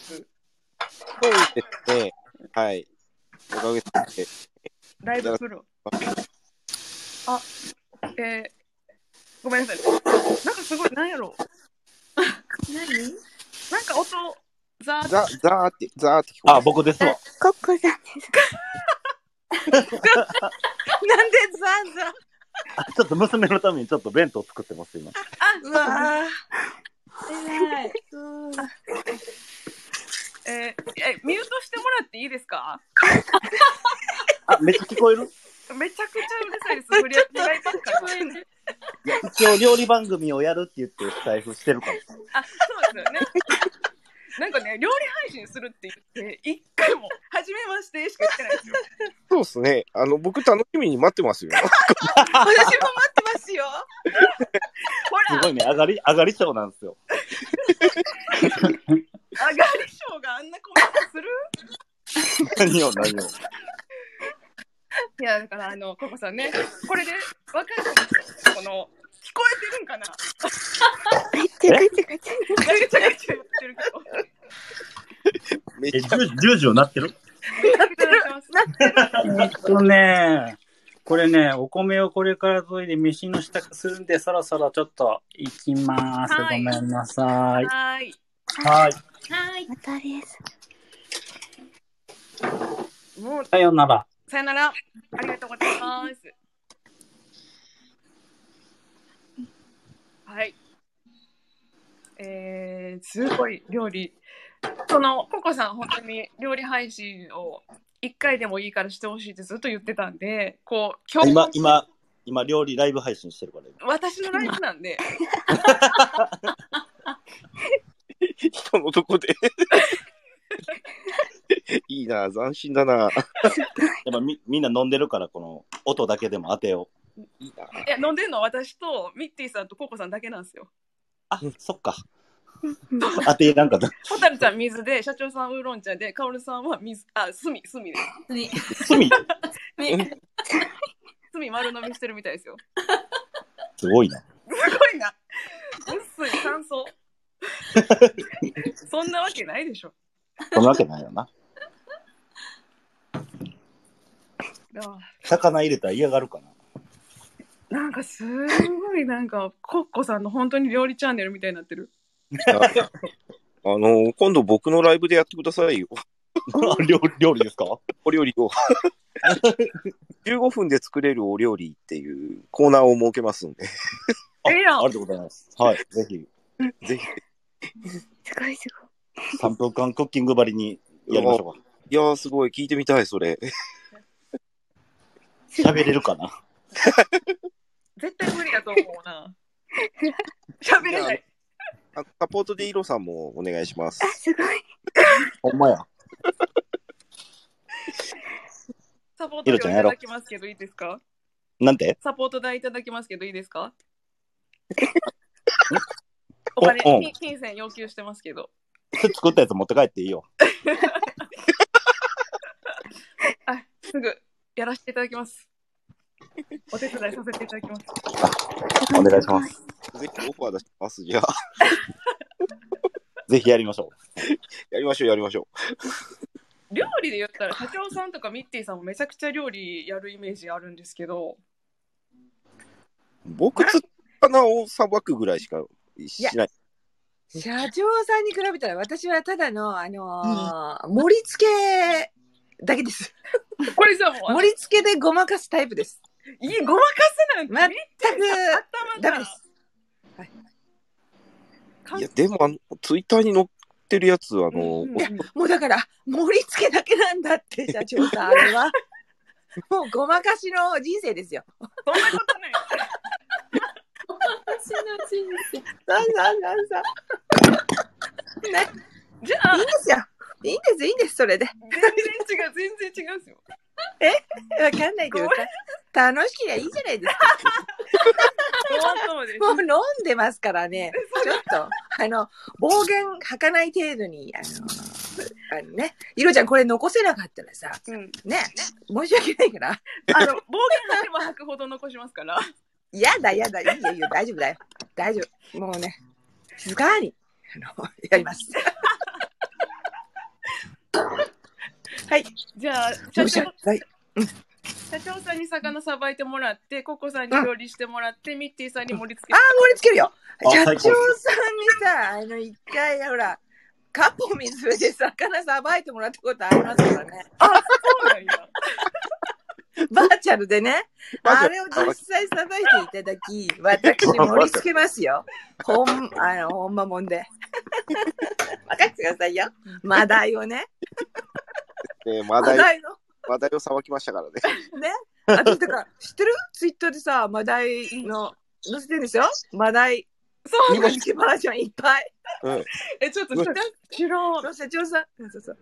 S2: そうですね。はい。おかげさまで。
S1: ライブプロ。あ、えー、ごめんなさい。なんかすごい、なんやろ何なんか音、ザーッ
S2: ザ、ザーって、ザーって聞こ
S9: あ、僕ですわ。
S3: コッコさんです。
S6: なんでザンザン。
S9: あちょっと娘のためにちょっと弁当作ってます、今。
S6: うわ
S1: はい。えーえ、ミュートしてもらっていいですか
S9: あ、めっちゃ聞こえる
S1: めちゃくちゃうるさいです。無理やりライブから
S9: いや一応料理番組をやるって言ってスタイフしてるから。
S1: あ、そうですよね。なんかね、料理配信するって言って、一回も、初めましてしか言ってないんですよ。
S2: そうですね。あの、僕楽しみに待ってますよ。
S6: 私も待ってますよ。
S1: ほ
S9: す
S1: ら、
S9: ごいね、上がり、上がり症なんですよ。
S1: 上がり賞があんなコメントする
S9: 何を何を。
S1: いや、だから、あの、ココさんね、これで、わかるんですよこの、聞こえてるんかな
S3: めっちゃガチャガチャ。
S1: ガチャガチャガチャ言ってるけど。
S2: (laughs) めっ
S9: え、
S2: ちゃ、
S9: 10時をなってる
S4: えっとね、これね、お米をこれから研いで飯の支度するんで、そろそろちょっと行きます。
S1: はい
S4: ごめんなさい。
S1: はーい。
S4: はい。
S3: またです。
S1: もう、
S4: さようなら。
S1: さよなら。ありがとうございます。はい。えー、すごい料理。その、ココさん、本当に料理配信を一回でもいいからしてほしいってずっと言ってたんで、こう、今
S9: 今、今、今料理ライブ配信してるから。
S1: 私のライブなんで、
S2: 人のとこで。 (laughs) いいな、斬新だな。
S9: やっぱみみんな飲んでるから、この音だけでも当てよう。
S2: いいな。
S1: いや飲んでんのは私とミッティさんとココさんだけなんですよ。
S9: あ、そっか。当てなんかった。
S1: ホタルちゃん水で、社長さんウーロン茶で、カオルさんは水、あ、炭、炭です。
S11: に
S6: (laughs)
S9: 罪
S1: 炭丸飲みしてるみたいですよ。
S9: すごいな。
S1: すごいな。うっすい感想。そんなわけないでしょ。
S9: そんなわけないよな。
S1: あ
S9: 魚入れたら嫌がるかな。
S1: なんかすごいなんかコッコさんの本当に料理チャンネルみたいになってる。
S2: あのー今度僕のライブでやってくださいよ。
S9: (laughs) 料料理ですか
S2: お料理を。15分で作れるお料理っていうコーナーを設けますんで、
S9: あ
S1: ええやん
S9: ありがとうございます。はい。ぜひ、
S2: ぜひ。
S3: すごいすごい。
S9: 3分間クッキングばりにやりましょう
S2: いやー、すごい、聞いてみたい、それ。
S9: か。喋れるかな。
S1: 絶対無理だと思うな。喋れない。
S2: あサポートでイロさんもお願いします
S3: あ、。すごい。
S9: (laughs) ほんまや。
S1: サポート料いただきますけどいいですか
S9: なんて
S1: サポート代いただきますけどいいですかお
S9: お
S1: 金
S9: うん
S1: 金金銭要求してますけど。
S9: それ作ったやつ持って帰っていいよ。
S1: あ、すぐやらせていただき
S6: (laughs)
S1: ます。お手伝いさせていただきます。
S9: お願いします。
S2: ぜひオファー出します。じゃあ、
S9: ぜひやりましょ
S2: やりましょう、やりましょ
S1: 料理で言ったら、社長さんとかミッティさんもめちゃくちゃ料理やるイメージあるんですけど、
S2: う。僕、魚をさばくぐらいしかしない。
S6: 社長さんに比べたら私はただの、あのー盛り付けだけです。
S1: これじゃもうあの、
S6: 盛り付けでごまかすタイプです。
S1: いいごまかすなんて、
S6: 全
S1: みん
S6: く
S1: な
S6: ダメです。
S1: かん
S2: いや、でも、あの、ツイッターに載ってるやつ、あの、
S1: うんうん
S6: もうだから、盛り付けだけなんだ
S1: (laughs)
S6: って、社長さん、あれは。もうごまかしの人生ですよ。
S1: そんなことない。
S11: 私の人生
S6: さあさあさあさ
S1: じゃあ
S6: あいいん、ですよ。いいんです、いいんです、それで。
S1: 全然違う、全然違うん
S6: (laughs)
S1: ですよ。
S6: わかんないけど、た楽しきりゃいいじゃない (laughs) ですか。
S1: ごもです。
S6: もう飲んでますからね、ちょっと、あの、暴言吐かない程度に、あの、あのね、いろちゃんこれ残せなかったらさ、
S1: うん
S6: ね、申し訳ないから、
S1: あの、暴言吐けば吐くほど残しますから。
S6: やだやだ、いいよいいよ、大丈夫だよ。大丈夫。もうね、静かに、あの、やります。はい、
S1: (laughs) じゃあ、社
S6: 申
S1: 長
S6: し訳ない。
S1: 社長さんに魚さばいてもらって、ココさんに料理してもらって、ミッティさんに盛り付け
S6: ああ、盛り付けるよ。
S9: あ
S6: 社
S9: 最
S6: 長
S9: 高
S6: さんにさ、あの、一回、ほら、カポ水で魚さばいてもらったことありますからね。
S1: そうなんや。
S6: バーチャルでね、
S2: バーチ
S6: あ
S2: ャ
S6: れを
S2: ル
S6: 実際さばいていただき、私盛り付けますよ。ほん、あの、ほんまもんで。任せてくださいよ。マダイをね。
S2: えーマ
S6: マ
S2: ダイ、
S6: ダイの。
S2: マダイをさばきましたからね。
S6: ね。私、だから、知ってるツイッターでさ、マダイの、載せてるんですよ。マダイ。
S1: そう
S6: 盛り付けバージョンいっぱい。
S1: え、ちょっと知らん、知らん。
S6: 社長さん。そうそうそう。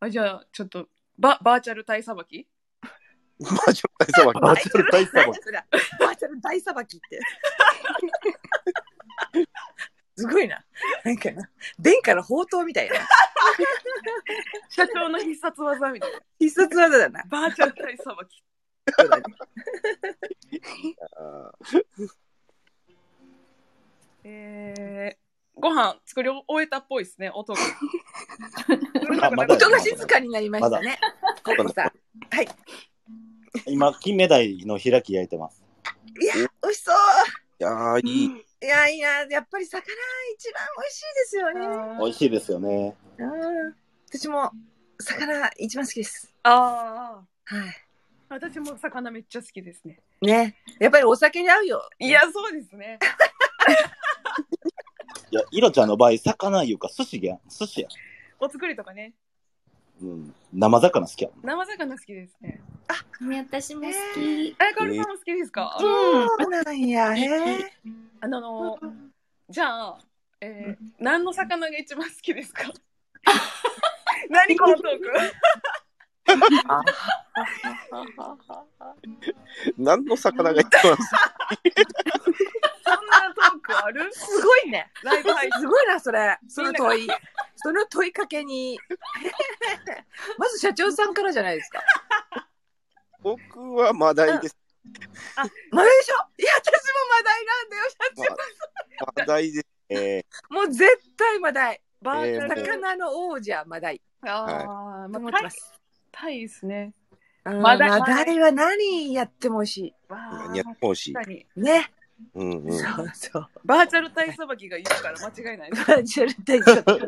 S1: あ、じゃあ、ちょっと、ババーチャル体さばき
S2: バージョン大さば
S9: う。
S2: き。
S9: バーチャル大サ
S6: 何
S9: ボ
S6: それバーチャル大さばきって。すごいな。なんかな。殿下の宝刀みたいな。
S1: 社長の必殺技みたいな。
S6: 必殺技だな。
S1: バーチャル体さばき。
S6: そうだね
S2: あー
S1: (laughs) えー、ご飯作り終えたっぽいですね、音が。
S9: あまだ
S6: 音が静かになりましたね。ココさん。
S9: 今、金目鯛の開き焼いてます。
S6: いや、美味しそ
S2: いやー、いい。
S6: う。いやいや、やっぱり魚一番美味しいですよね。
S9: 美味しいですよね。
S6: うん私も魚一番好きです。
S1: あー
S6: は
S1: 私も魚めっちゃ好きですね。
S6: い。ね。やっぱりお酒に合うよ。
S1: いや、そうですね。
S9: いや、イロちゃんの場合、魚いうか寿司や、寿司や。
S1: お作りとかね。
S9: うん。生魚好きや。
S1: 生魚好きです
S11: ね
S1: ね。
S11: 私も好き。
S1: え、カルさんも好きですか、
S6: そうなんや。へえ。
S1: あのーじゃあ、えー、何の魚が一番好きです (laughs) か何このトーク
S2: 何の魚がいたの
S1: そんなトークあ
S6: あるすごいね。ライブ配信。すごいな、それ。その問い。その問いかけに。まず社長さんからじゃないですか。
S2: 僕はマダイです。
S6: マダイでしょいや、私もマダイなんだよ、社長。
S2: マダイですね。
S6: もう絶対マダイ。バー
S2: えー
S6: 魚の王者マダイ。
S1: ああ、
S6: と
S1: ま
S6: 思
S1: あ
S6: ってます。
S1: タイですね。
S6: うんマ
S1: マ
S6: ダ
S1: ダイ
S6: イは何やっても美味し
S1: わ
S2: 何やってほしい
S1: あ、。確かに。
S6: い。ね。
S2: うんうん。
S6: そうそう。
S1: バーチャルタイさばきがいるから間違いないね。
S6: バーチャル大丈夫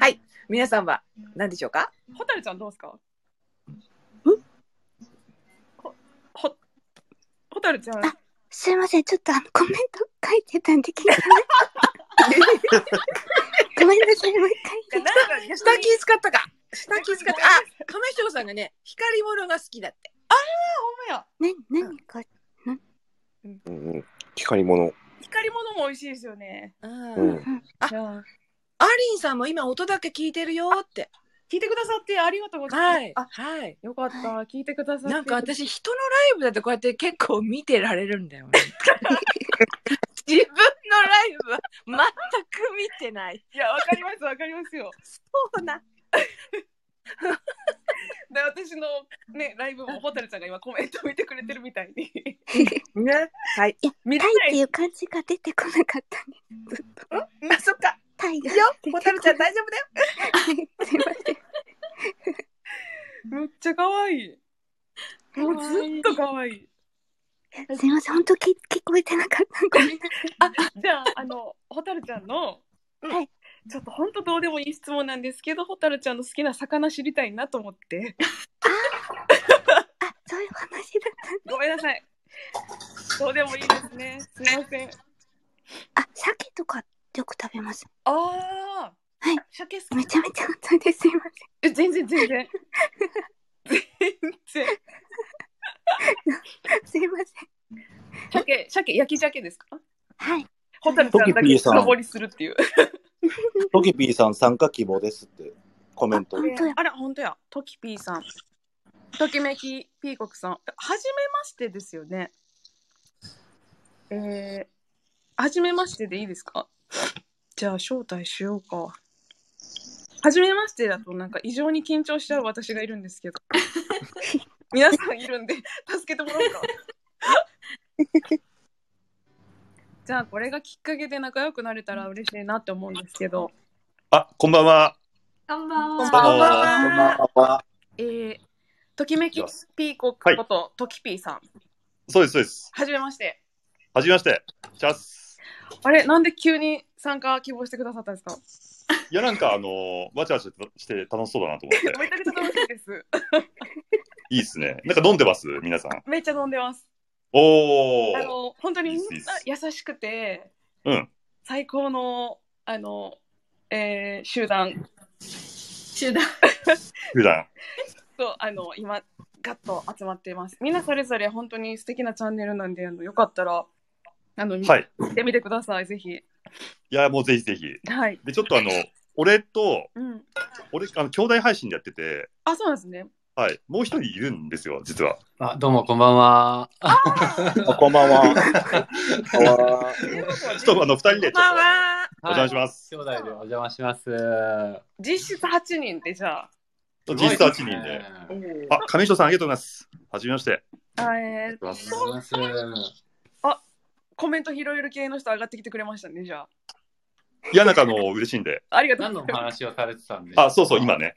S6: はい。皆さんは何でしょうか
S1: ホタルちゃんどうですかほ、ほ、ホタルちゃん、
S3: すいません、ちょっとあのコメント書いてたんで聞い
S6: (laughs)
S3: てない。ごめんなさい、もう一
S6: (laughs)
S3: 回言って。
S6: 下気使ったか。下気使った。あ、亀翔さんがね、光り物が好きだって。
S1: ほんまや。
S3: ね、何か、
S2: うんうん、光り物。
S1: 光り物も美味しいですよね。
S6: う。
S2: うんん。
S6: あ
S1: じゃあ
S6: アリンさんも今音だけ聞いてるよって。
S1: 聞いてくださってありがとうございます。
S6: はい。
S1: あ、
S6: はい。
S1: よかった。聞いてくださって。
S6: なんか私人のライブだとこうやって結構見てられるんだよね。自分のライブは全く見てない。
S1: いや、わかります、わかりますよ。
S6: そ
S1: (laughs)
S6: うな。
S1: で、私のね、ライブもホタルちゃんが今コメント見てくれてるみたいに。
S6: ね。はい。
S1: 見
S3: タ
S1: れ
S3: イ
S1: な
S3: って
S1: い。
S3: いう漢字が出てこなかったね。
S6: あ、そっか。
S3: タイ
S6: い
S3: が
S6: い
S3: 出てこな。
S6: よ
S3: い。
S6: ホタルちゃん大丈夫だよ。
S3: はいすいません。
S1: めっちゃ可愛い。もうずっと可愛い。
S3: すいません、本当聞聞こえてなかった。ごめんなさい。
S1: あ、じゃあ、あの、ホタルちゃんの、
S3: はい
S1: ちょっと本当どうでもいい質問なんですけど、ホタルちゃんの好きな魚知りたいなと思 (laughs) って。
S3: あ、そういう話だっ
S1: ごめんなさい。どうでもいいですね。すいません。
S3: た。あ、鮭とかよく食べます。
S1: ああ。
S3: はい。
S1: 鮭好
S3: め
S1: き。
S3: ちゃめちゃ熱いです。すいませ
S1: え、
S3: ん。
S1: 全然全然。 (laughs) 全然。
S3: すいません。
S1: 鮭、鮭、焼き鮭ですか
S3: はい。
S1: ホタルちゃんだけ登りするっていう。
S12: トキピーさん参加希望ですってコメント。
S3: 本当や。
S1: あら、本当や。トキピーさん。ときめきピーコクさん。はじめましてですよね。えー、はじめましてでいいですかじゃあ、招待しようか。はじめましてだと、なんか異常に緊張しちゃう私がいるんですけど。皆さんいるんで、助けてもらおうか。じゃあ、これがきっかけで仲良くなれたら嬉しいなって思うんですけど。
S9: あ、こんばんは。
S13: こんばん
S1: こん
S13: は。
S1: ばんは
S12: こんばんは。
S1: えー、ときめき
S9: いきま
S1: ピーコックこと、ときピーさん。
S9: そうです、そうです。
S1: はじめまして。
S9: はじめまして。チャス。
S1: あれ、なんで急に参加希望してくださったんですか
S9: いや、なんか、あのー、わちゃわちゃして楽しそうだなと思って。
S1: めちゃくちゃ楽しい
S9: (laughs)
S1: です。
S9: いいですね。なんか飲んでます皆さん。
S1: めっちゃ飲んでます。
S9: お
S1: あ
S9: ー。
S1: の、本当にみんない
S9: いっすい
S1: 優しくて、
S9: うん。
S1: 最高の、あの、えー集団
S13: 集団。
S9: 普段。
S1: と、あの、今、ガッと集まっています。みんなそれぞれ本当に素敵なチャンネルなんで、あのよかったら、あの、見
S9: はい。
S1: てみてください、ぜひ。
S9: いや、もうぜひぜひ。
S1: はい。
S9: で、ちょっとあの、俺と、
S1: うん。
S9: 俺、あの、兄弟配信でやってて、
S1: あ、そうなんですね。
S9: はい。もう一人いるんですよ、実は。
S4: あ、どうもこんばんは。
S12: あこんばんは。
S2: かわいい
S9: (laughs) ちょっとあの、二人でちょっと、
S6: こんばんは。
S9: お邪魔します。
S4: 兄弟でお邪魔します。
S1: 実質8人で、じゃ
S9: 実質8人で。
S1: あ。
S9: あ、上人さんありがとうございます。はじめまして。
S1: あえ
S4: ありがとうご
S1: ー、
S4: ざいます。
S1: コメント拾える系の人上がってきてくれましたね、じゃ
S9: いや、なんかあの、嬉しいんで。
S1: あ。ありがとう
S4: 何のお話をされてたんで
S9: あ、そうそう、今ね。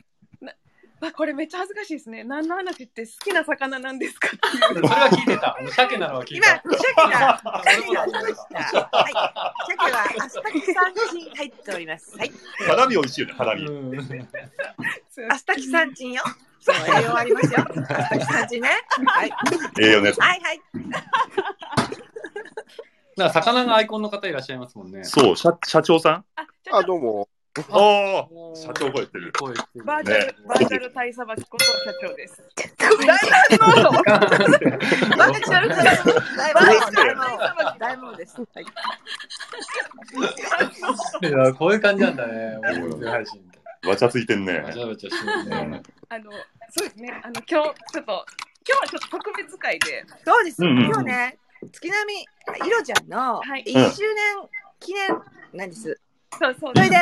S1: あこれめっちゃ恥ずかしいですね。何の話って好きな魚なんですかって
S4: そ
S1: いう。
S4: れは聞いてた。鮭なのは聞い
S6: 今、
S4: た。
S6: 鮭が、鮭が来ました。はい。鮭は、アスタキさんち入っております。はい。
S9: 花火美味しいよね、花火。
S4: うん
S6: アスタキさんちんよ。そう、栄養ありますよ。アスタキさんちんね。はい。
S9: ええよね。
S6: はいはい。
S4: なんか魚がアイコンの方いらっしゃいますもんね。
S9: そう、社社長さん
S1: あ、ちょ
S2: (laughs) あ、
S1: っと
S2: どうも。
S9: ああ、社長声ってる。
S4: 声してる
S1: バーチャル、
S9: ね
S1: バーチャル大さばきこと社長
S14: (laughs)
S1: です。
S3: ちょっと待って。
S6: 私やるから。大門、大門、大門です。はい。
S4: いやこういう感じなんだね。音声配信って。
S9: わちゃついてんね
S4: わ。ちゃわちゃしてるね。
S1: あの、そうですね。あの、今日、ちょっと、今日はちょっと特別会で、
S6: そうです。
S9: うんうん
S6: 今日ね、月並みいろちゃんの1
S2: うん
S6: 周年記念なんです。
S1: そうそう。
S6: それで、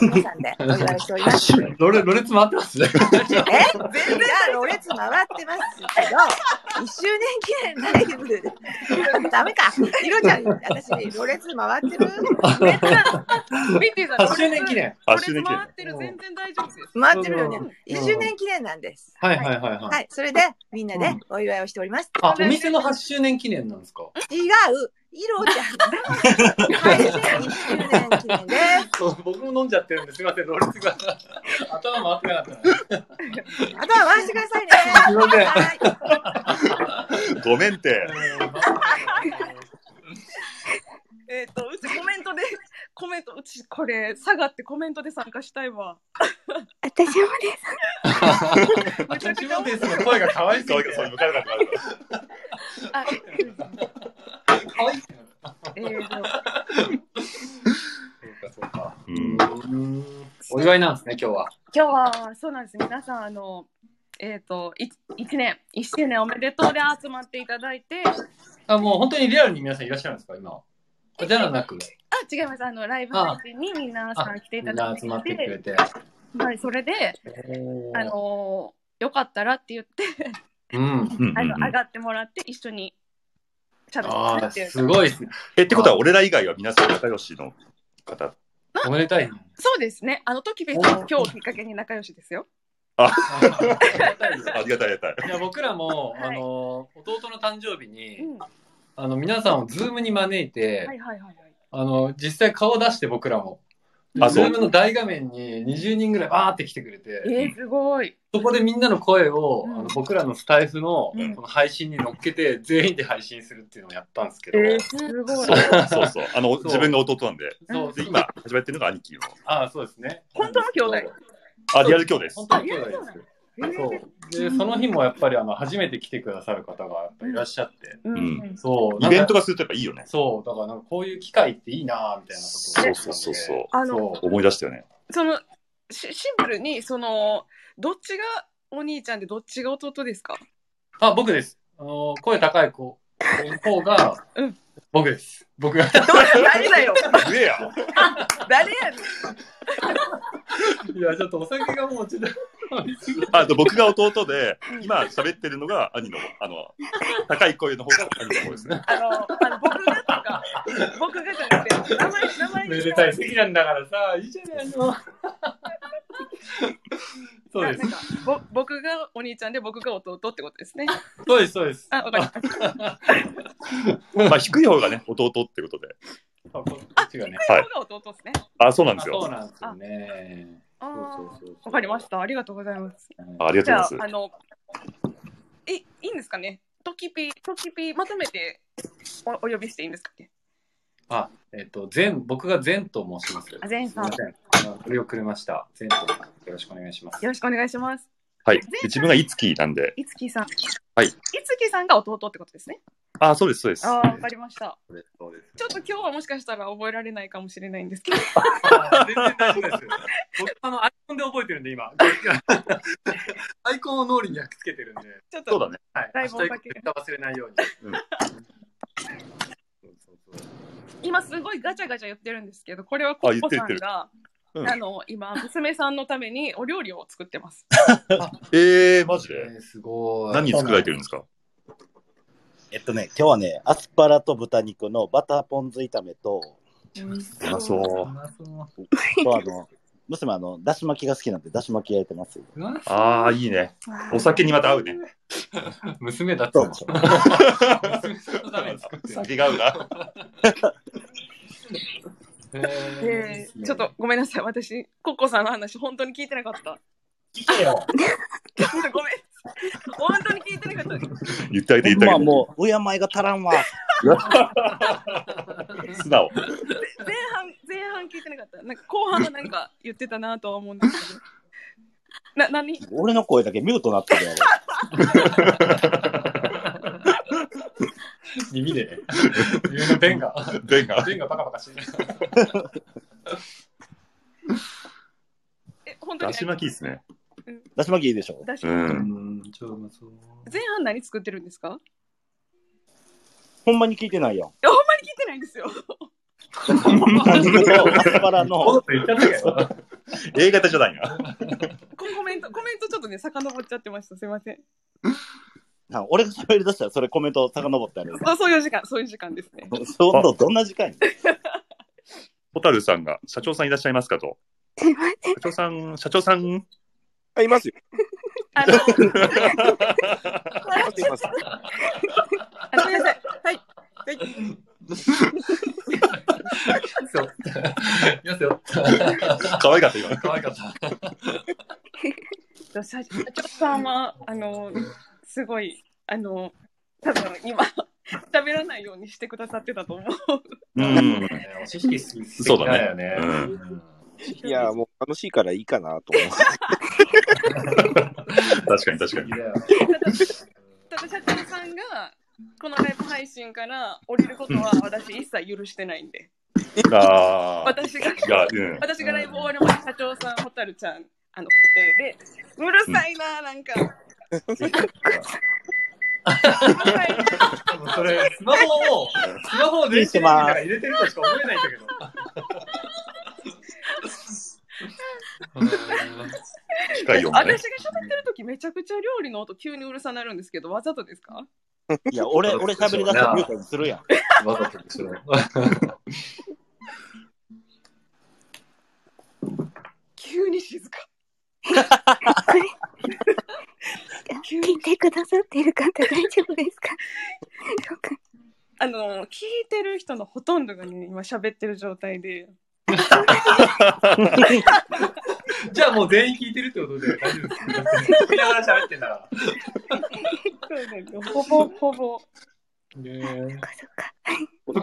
S6: 皆さんでお祝いしております。
S14: ロレ、ロレツ回ってますね。
S6: え全然ロレツ回ってますけど、1周年記念ライブ、ダメか、いろちゃん、私、ロレツ回ってる
S1: 見てた
S14: 8周年記念。
S2: 8周年記念
S1: 回ってる、全然大丈夫です。
S6: 回ってるよね
S14: うん。
S6: 1周年記念なんです。
S14: はいはいはいはい
S6: はい、それでみんなでお祝いをしております。
S14: あ、お店の8周年記念なんですか
S6: 違う、いろちゃんの配信1周年記念で
S14: そう僕も飲んじゃってるんです。すいません、ロレツが。頭回ってなかったな。
S6: す。あとは回してくださいね。
S14: すいません
S6: はい
S2: ごめんって。
S1: えっと、うちコメントで、コメント、うちこれ、下がってコメントで参加したいわ。
S3: 私もで
S14: 自分ですの声が可愛い
S2: そうそう、向かなかった。
S1: あ、
S14: 可愛い。
S1: えーと、
S14: そうかそうか。
S2: うん。
S14: お祝いなんですね、今日は。
S1: 今日は、そうなんです。皆さん、あの、えっ、と、い一年、一周年おめでとうで集まっていただいて、あ、
S14: あ、もう本当にリアルに皆さんいらっしゃるんですか、今。あじゃなく、
S1: (laughs) 違います。あの、ライブ配信に皆さん来てい
S14: み
S1: た
S14: ん
S1: だ
S14: ない集まってくれ
S1: て、
S14: て。
S1: はい、それで、あのよかったらって言って、
S14: うん。
S2: うんうん
S1: あの
S2: う
S1: 上
S2: ん
S1: がってもらって一緒に喋
S14: あ
S1: って
S14: あ、
S1: っていう
S14: すごいですね。
S2: え、ってことは、俺ら以外は皆さん仲良しの方。
S14: おめでたいね。
S1: そうですねあの時別に今日をきっかけに仲良しですよ
S2: ありがたい、ありがたい。
S14: いや僕らも、
S1: はい
S14: あの弟の誕生日に、
S1: うんは
S14: あの皆さんをズームに招いて、
S1: いはいはいはい
S14: あの実際顔出して僕らも
S2: あ
S14: ズ
S2: そう
S14: ームの大画面に20人ぐらいバーって来てくれて、
S1: えー、すごい
S14: そこでみんなの声を、
S1: うん
S14: あの僕らのスタイフの,、
S1: うん
S14: この配信に乗っけて全員で配信するっていうのをやったんですけ
S1: え
S14: ど、
S1: ー、すごい
S2: そうそうそう。あの、自分が弟なんで。
S14: そう
S2: で、今、始まってるのが兄貴の。
S14: ああそうですね
S1: 本当の兄弟
S2: あ、リアル兄弟です
S14: 本。当の兄弟です
S1: えー
S14: そうでその日もやっぱりあの初めて来てくださる方がやっぱいらっしゃって、
S1: うん
S2: うん
S1: うん
S14: そう
S2: イ
S14: なんか
S2: ベントがするとやっぱいいよね。
S14: そうだからなんかこういう機会っていいなぁみたいなこと
S2: そうそ
S14: を
S2: うそうそう。
S1: あの
S14: そう
S2: 思い出したよね。
S1: そのしシンプルにそのどっちがお兄ちゃんでどっちが弟ですか
S14: あ、僕です。あの声高い子の方が、
S1: うん
S14: 僕です。僕が。
S6: どう誰だよ。
S2: 上や。
S6: 誰やねん。
S14: いや、ちょっとお酒がもうちょっと。
S2: (laughs) あと僕が弟で、今喋ってるのが兄の、あの、高い声の方が兄の方ですね。
S1: あのあの僕がとか (laughs) 僕がじゃなくて名前名前
S14: めでたい席なんだからさ、いいじゃないの。そうです
S1: な。んかぼ僕がお兄ちゃんで僕が弟ってことですね
S14: (laughs) そうです、そうです。
S1: あわかりました
S2: まあ低い方がね、弟ってことで。
S14: あこっちがね。
S2: はい
S1: 僕が弟ですね
S2: あ、そうなん
S14: あ
S2: です
S14: そう
S2: よ。
S14: なんですよね。
S1: あ
S14: そう
S1: ー
S14: そうそうそう
S1: わかりまし。た。ありがとうございます。
S2: あありが
S1: じ
S2: とう
S1: ゃ
S2: ご
S1: あ
S2: ざい、ま
S1: あの、え、いいんですかねトキピ、トキピ、まとめておお呼びしていいんですかね
S14: あ、えっと、全、僕が全と申します。す
S1: あ、ゼン
S14: み
S1: さん、
S14: ま
S1: よ
S14: せん。あ振り遅れました。全と。よろしくお願いします。
S1: ろしくお願いします。
S2: す。はい。で自分がいつきなんで。
S1: いつきさん。
S2: はい
S1: いつきさんが弟ってことですね。
S2: あ、そうです、そうです。
S1: ああ、わかりました。
S14: そうですそうです
S1: ちょっと今日はもしかしたら覚えられないかもしれないん
S2: (laughs)
S1: ですけど。
S14: あ全然大丈夫ですよ。僕あのアイコンで覚えてるんで今。アイコンを脳裏に焼き付けてるんで。
S1: ちょっと
S2: そうだね。
S14: はい。
S1: だいぶお酒
S14: 明日忘れないように。
S2: うん
S14: そうそうそう
S1: 今すごいガチャガチャ言ってるんですけど、これはコッポさんが、あ,、
S2: 言ってる言ってるうん
S1: の、今、娘さんのためにお料理を作ってます。
S2: えー、マジで
S14: えーすごい。
S2: 何作られてるんですか
S9: えっとね、今日はね、アスパラと豚肉のバターポン酢炒め (laughs) と、
S2: うまそう。
S14: う。
S9: あとあの、娘あの、だし巻きが好きなんで、だし巻き焼いてます。
S2: ああ、いいね。
S3: すわ
S2: お酒にまた合うね。
S14: 娘だっ
S9: そ
S14: た
S9: う
S14: の
S9: でしょ。
S14: 娘さんのために作ってる。
S2: 酒が合うな。
S1: えーちょっとごめんなさい、私、コッコさんの話、本当に聞いてなかった。
S14: 聞けよ。
S1: (laughs) ごめん。本当に聞いてなかった。
S2: 言ってあげて、言って
S9: ま
S2: あ
S9: あ
S2: げて。
S9: もう、敬いが足らんわ。
S2: 素直。
S1: 前半、前半聞いてなかった。なんか後半はなんか言ってたなとは思うんですけど。な、何
S9: 俺の声だけミュートなってるやろ。
S14: 耳でね。耳の弁が。
S2: 弁が。
S14: 弁がバカバカしてる。
S1: え、本当
S2: だ
S1: に
S2: し巻きですね。
S9: だし巻きいいでしょ。
S1: だし
S2: う
S1: 前
S2: ん。
S14: ん。ちょうまそう。
S1: 半何作ってるんですか
S9: ほんまに聞いてないやん。
S1: いやほんまに聞いてないんですよ。
S9: アスパラの。
S4: A 型じゃないな。
S1: ココメント、コメントちょっとね、遡っちゃってました。すいません。
S9: な俺が喋り出したらそれコメント遡ったやろ。
S1: そうそういう時間、そういう時間ですね。
S9: そうどんな時間やねん
S4: ホタルさんが、社長さんいらっしゃいますかと。
S3: すいません。
S4: 社長さん、社長さん。
S2: あ、いますよ。
S6: あ
S1: (laughs)
S2: (laughs)
S6: の、あごめんなさい。はい。はい。
S14: いますよ。
S4: 可愛かった今。
S14: 可愛かった。
S1: 社社長さんは、あの、すごい、あの、多分今、喋らないようにしてくださってたと思う。
S4: うん。
S14: お知識す
S2: そうだね
S14: だよね。
S2: いや、もう楽しいからいいかなと思う。
S4: 確か
S6: (laughs)
S4: に確かに。
S1: (laughs) ただ社長さんが、このライブ配信から降りることは私一切許してないんで。
S4: あー
S1: 私が
S4: がうん、
S1: 私がライブ終わるまで社長さん、ホタルちゃん、あの、固定で、うるさいな、なんか。
S14: それ、スマホを、スマホを電子レンジから入れてるとしか思えないんだけど。
S4: 機械音
S1: 私が
S4: が
S1: 喋っ
S4: ね
S1: てる時めちゃくちゃ料理の音急にうるさなるんですけど、わざとですか
S9: いや、俺、俺喋り出したらミュートにするやん。
S14: わざとにする。
S1: 急に静か。
S3: 聞いてくださってる方大丈夫ですか
S1: あの、聞いてる人のほとんどがね、今喋ってる状態で。
S14: じゃあもう全員聞いてるってことで大丈夫です。聞きながら喋ってんだか
S1: そうだよほぼほぼ。
S14: ら。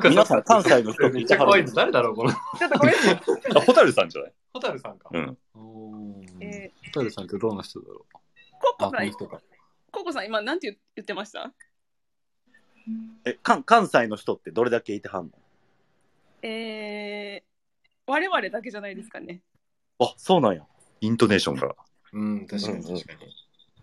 S9: 皆さん、関西の人聞いてはる。
S14: 誰だろう、この。
S1: ちょっとごめんなさい。
S4: あ、ホタルさんじゃない
S14: ホタルさんか。
S4: うん。
S1: え
S15: ホタルさんってどんな人だろう
S1: コ
S15: あ、こ
S1: コさ
S15: の
S1: ん、
S15: 人か。
S1: ココさん今なんて言言ってました
S9: え、関関西の人ってどれだけいてはんの
S1: えー、我々だけじゃないですかね。
S9: あ、そうなんや。
S4: イントネーションが。
S14: うん、確
S9: かに確か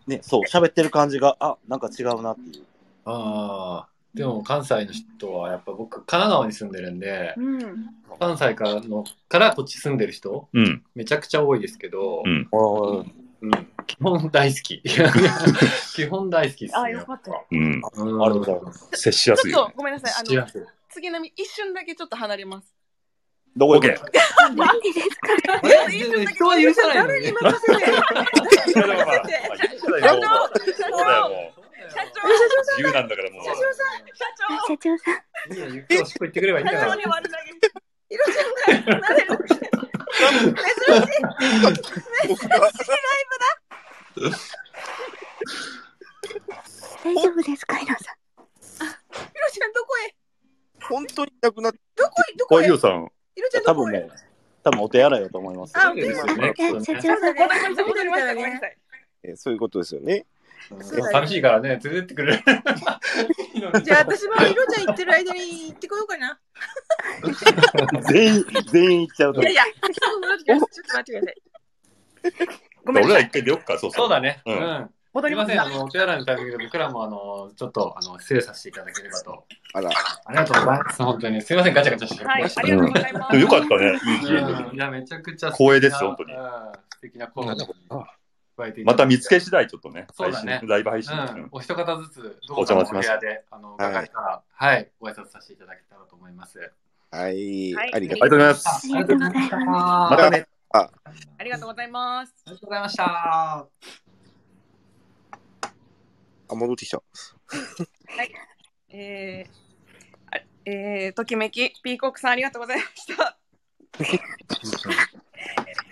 S9: に。ね、そう、喋ってる感じが、あ、なんか違うなっていう。
S14: ああ、でも関西の人はやっぱ僕、神奈川に住んでるんで、
S1: うん。
S14: 関西からの、からこっち住んでる人、
S4: うん。
S14: めちゃくちゃ多いですけど、
S4: うん。
S14: うん基本大好き。 (laughs) 基本大好きです
S1: あ、
S14: ね
S1: よ。かった。
S4: うん。
S9: ありがとうございます。
S4: 接し
S1: ちょ
S4: や
S1: っ
S4: すいよ
S1: と
S4: ね。
S1: ごめんなさい。
S4: し
S1: あ
S4: や
S1: の
S4: すい、
S1: 次並み一瞬だけちょっと離れます。
S9: どこ行く
S1: 何でですか人は許さない誰に任せて
S4: 社 (laughs) そうだよ、もう。
S1: 自
S4: 由なんだから、もう。
S3: 社長さん。
S14: いや、ゆっくりおしっこ行ってくればいいんだから。
S4: (laughs)
S3: 大丈夫ですか、イナさん。
S6: ひろちゃん、どこへ
S2: 本当になくなった。
S6: どこへど
S9: こ
S6: こ
S9: う
S6: へ
S9: いうさん。
S6: ひろちゃん、ど
S9: 多
S6: こ
S9: 分
S6: へ
S9: ね、多分お手洗いだと思います。
S6: あ、お手洗い。
S3: いや社長さん、
S6: ごめんなさい、戻りましたね。
S4: (laughs)
S2: えそういうことですよね。
S14: 寂しいからね、連れてってくれ。
S6: じゃあ私もひろちゃん行ってる間に行ってこようかな。
S9: 全員、全員行っちゃう
S6: い
S9: と
S6: やいや、ちょっと待ってください。ちょっと待ってください。ごめん
S4: 俺ら
S6: なさい。
S4: 一回出よっか、そう
S14: そうだね。
S4: う
S14: うんん。
S1: 戻
S14: す
S1: り
S14: い
S1: ま
S14: ますせん、あの、お手洗いのタイミングで僕らも、あの、ちょっと、あの、失礼させていただければと。
S2: あら。
S14: ありがとうございます、本当に。すいません、ガチャガチャして。
S1: はい、ありがとうございま
S4: でもよかったね。いい家
S14: うんいや、めちゃくちゃ素
S4: 光
S14: 敵な
S4: 栄ですよ本当に
S14: うん素敵なコーナーに加えてい
S4: に。
S14: ただ
S4: ま
S14: いて
S4: た見つけ次第、ちょっとね。
S14: そうだね
S4: 配信ライブ配信。
S14: う
S4: うん
S14: ん、お一方ずつ、
S4: お邪魔します
S14: どうぞお部屋で、あの、伺えたら、はい、ご挨拶させていただけたらと思います。
S2: はい
S1: はい。
S2: ありが
S4: ありがとうございます。
S1: ありが
S3: とうございます
S4: またね。あ、
S1: ありがとうございます。
S14: ありがとうございました。
S2: あ戻ってきた。
S1: はい。えー、あえー、ときめき、ピーコックさんありがとうございました。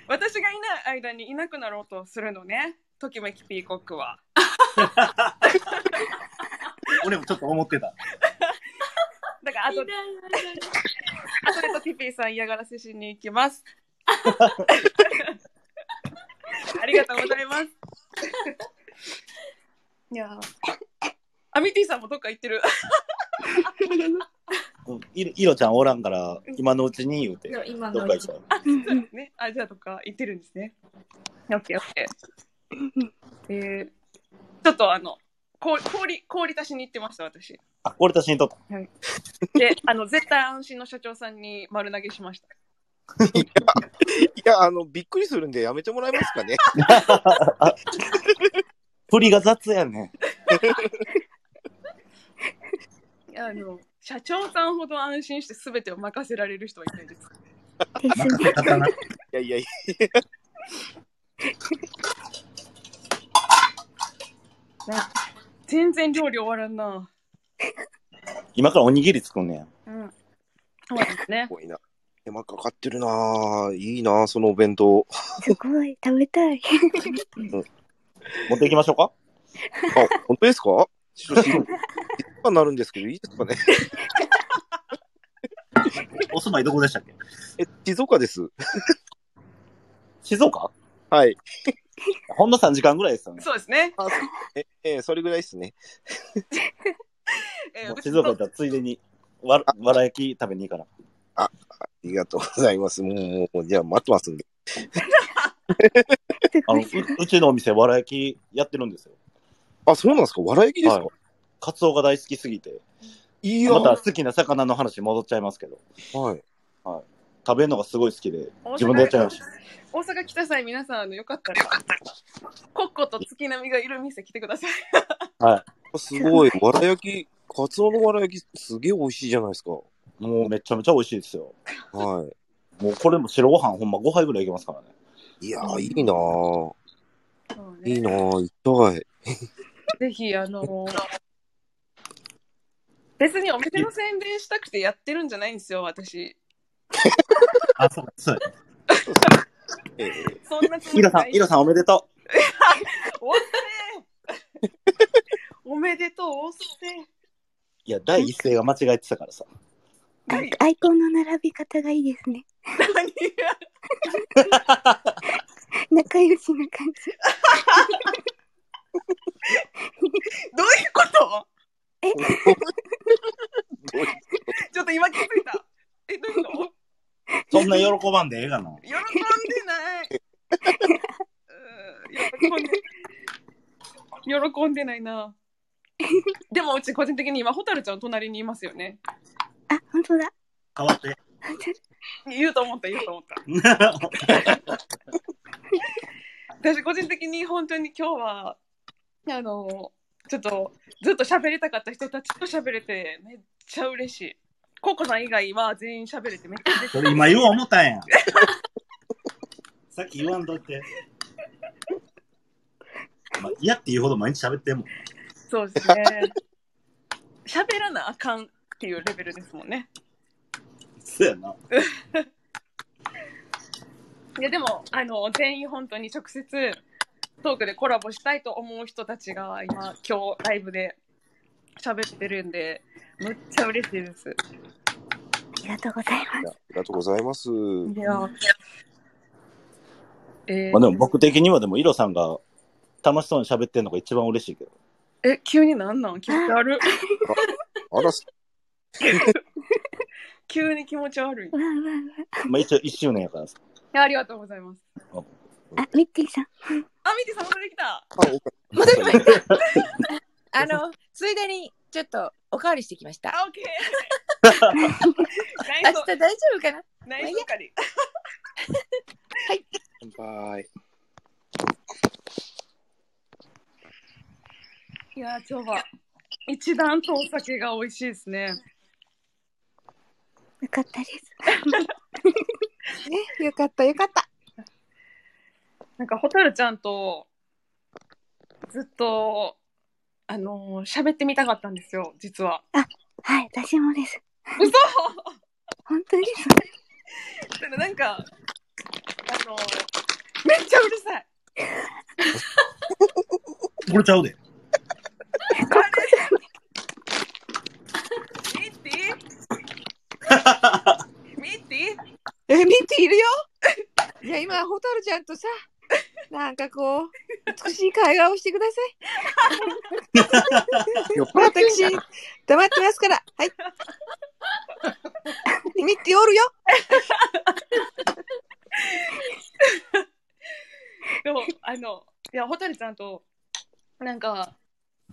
S1: 私がいない間にいなくなろうとするのね、ときめきピーコックは。
S9: 俺もちょっと思ってた。
S1: だから、あと、あとでときぴーさん嫌がらせしに行きます。ありがとうございます。いやー、アミティさんもどっか行ってる。
S9: うんいろいろちゃんおらんから、今のうちに言うて。
S1: 今
S9: どっか行っちゃう。
S1: あ、そうなんですね。あ、じゃあとか行ってるんですね。オッケーオッケー。えー、ちょっとあの、氷、氷、氷足しに行ってました、私。
S9: あ、俺たちにとった。
S1: はい、で、あの、絶対安心の社長さんに丸投げしました。
S2: いや、あの、びっくりするんでやめてもらえますかね。
S9: 振りが雑やね。
S1: いやあの、社長さんほど安心して全てを任せられる人はいないです。
S2: いやいやい
S1: な全然料理終わらんな。
S9: 今からおにぎり作んねや。
S1: うん。そうですね。
S2: ごいな。手間かかってるなぁ。いいなぁ、そのお弁当。
S3: すごい、食べたい。
S2: 持っていきましょうか。あ、本当ですかちょっと白い、今なるんですけど、いいですかね。
S9: お住まいどこでしたっけ
S2: え、静岡です。
S9: 静岡
S2: はい。
S9: (laughs) ほんの3時間ぐらいですよね。
S1: そうですね。
S2: え、えそれぐらいですね。
S1: えー
S9: 静岡だったらついでに、わら、わら焼き食べに行かな。
S2: あ、ありがとうございます。もう、もう、じゃあ待ってますんで。
S9: あのう (laughs) うちのお店、わら焼きやってるんですよ。
S2: あ、そうなんですかわら焼きですか、
S9: カツオが大好きすぎて。
S2: い
S9: また好きな魚の話戻っちゃいますけど。
S2: はい。
S9: はい。食べるのがすごい好きで、自分でやっちゃいました。
S1: 大阪来た際、皆さん、あの、よかったら、コッコと月並みがいる店来てください。
S2: はい。すごい。わら焼き、カツオのわら焼き、すげえ美味しいじゃないですか。も
S9: うめちゃめちゃ美味しいですよ。
S2: はい。
S9: もうこれも白ご飯ほんま5杯ぐらいいけますからね。
S2: いやー、いいなぁ。いいなぁ、行きたい。
S1: ぜひ、あの、別にお店の宣伝したくてやってるんじゃないんですよ、私。
S9: あ、そうそう。
S1: そんなつも
S9: イ
S1: り
S9: ラ
S1: な
S9: さ
S1: い
S9: ん、イラさんおめでと
S1: おっせーおめでとう、おっせー
S9: う。いや、第一声が間違えてたからさ。
S3: アイコンの並び方がいいですね。仲良しな感じ。
S1: どういうこと
S3: え
S1: (laughs) ちょっと今気づいた。え、どういうこと
S9: そんな喜ばんでええがな。
S1: 喜んでない。うん喜んで喜んでないな。でもうち個人的に今、蛍ちゃんの隣にいますよね。
S3: あ、本当だ。
S9: 変わって。 (laughs)
S1: 言うと思った、言うと思った。私個人的に本当に今日はあのちょっとずっと喋りたかった人たちと喋れてめっちゃ嬉しい。ココさん以外は全員喋れてめっちゃ
S9: (laughs)
S1: 嬉しい。
S9: それ今言おう思った (laughs) んや。さっき言わんとって。まあ、嫌っていうほど毎日喋ってんもん。
S1: そうですね。喋らなあかんっていうレベルですもんね。
S9: そうやな。
S1: いやでもあの全員本当に直接トークでコラボしたいと思う人たちが今今日ライブで喋ってるんでむっちゃ嬉しいです。
S3: ありがとうございます。
S2: ありがとうございます。
S1: いや。えー
S9: まあでも僕的にはでも、イロさんが楽しそうに喋ってんのが一番嬉しいけど。
S1: え、急になんなん気持ち悪い。 (laughs)
S2: あら、
S1: 急に気持ち悪い。
S9: まあ一応1周年やからさ。
S1: いやありがとうございます。
S3: あ、ミッティさん。
S1: あ、ミキさん戻ってきた。
S6: あの、ついでに、ちょっと、おかわりしてきました。
S1: オッケー。 (laughs)
S6: 明日大丈夫かな
S1: ナイスおかわり。
S2: 乾杯。
S1: いや、今日は一段とお酒が美味しいですね。
S3: よかったです。
S6: (laughs) ね、よかった、よかった。
S1: なんか、蛍ちゃんとずっと、あのー喋ってみたかったんですよ、実は。
S3: はい、私もです。
S1: 嘘
S3: 本当です。
S1: で
S6: (laughs)
S1: もなんか、あのーめっちゃうるさい。
S9: これちゃうで。
S1: ミッ (laughs) ティミッティ
S6: (laughs) え、ミッティい
S3: (laughs)
S6: るよ。いや、今、ホタルちゃんとさ、なんかこう、美しい会話をしてください。
S2: 酔っ
S6: 払ってんじゃん私、 (laughs) 黙ってますから。
S3: (laughs)
S6: はい。ミッティおるよ。
S1: でもあのいや蛍ちゃんとなんか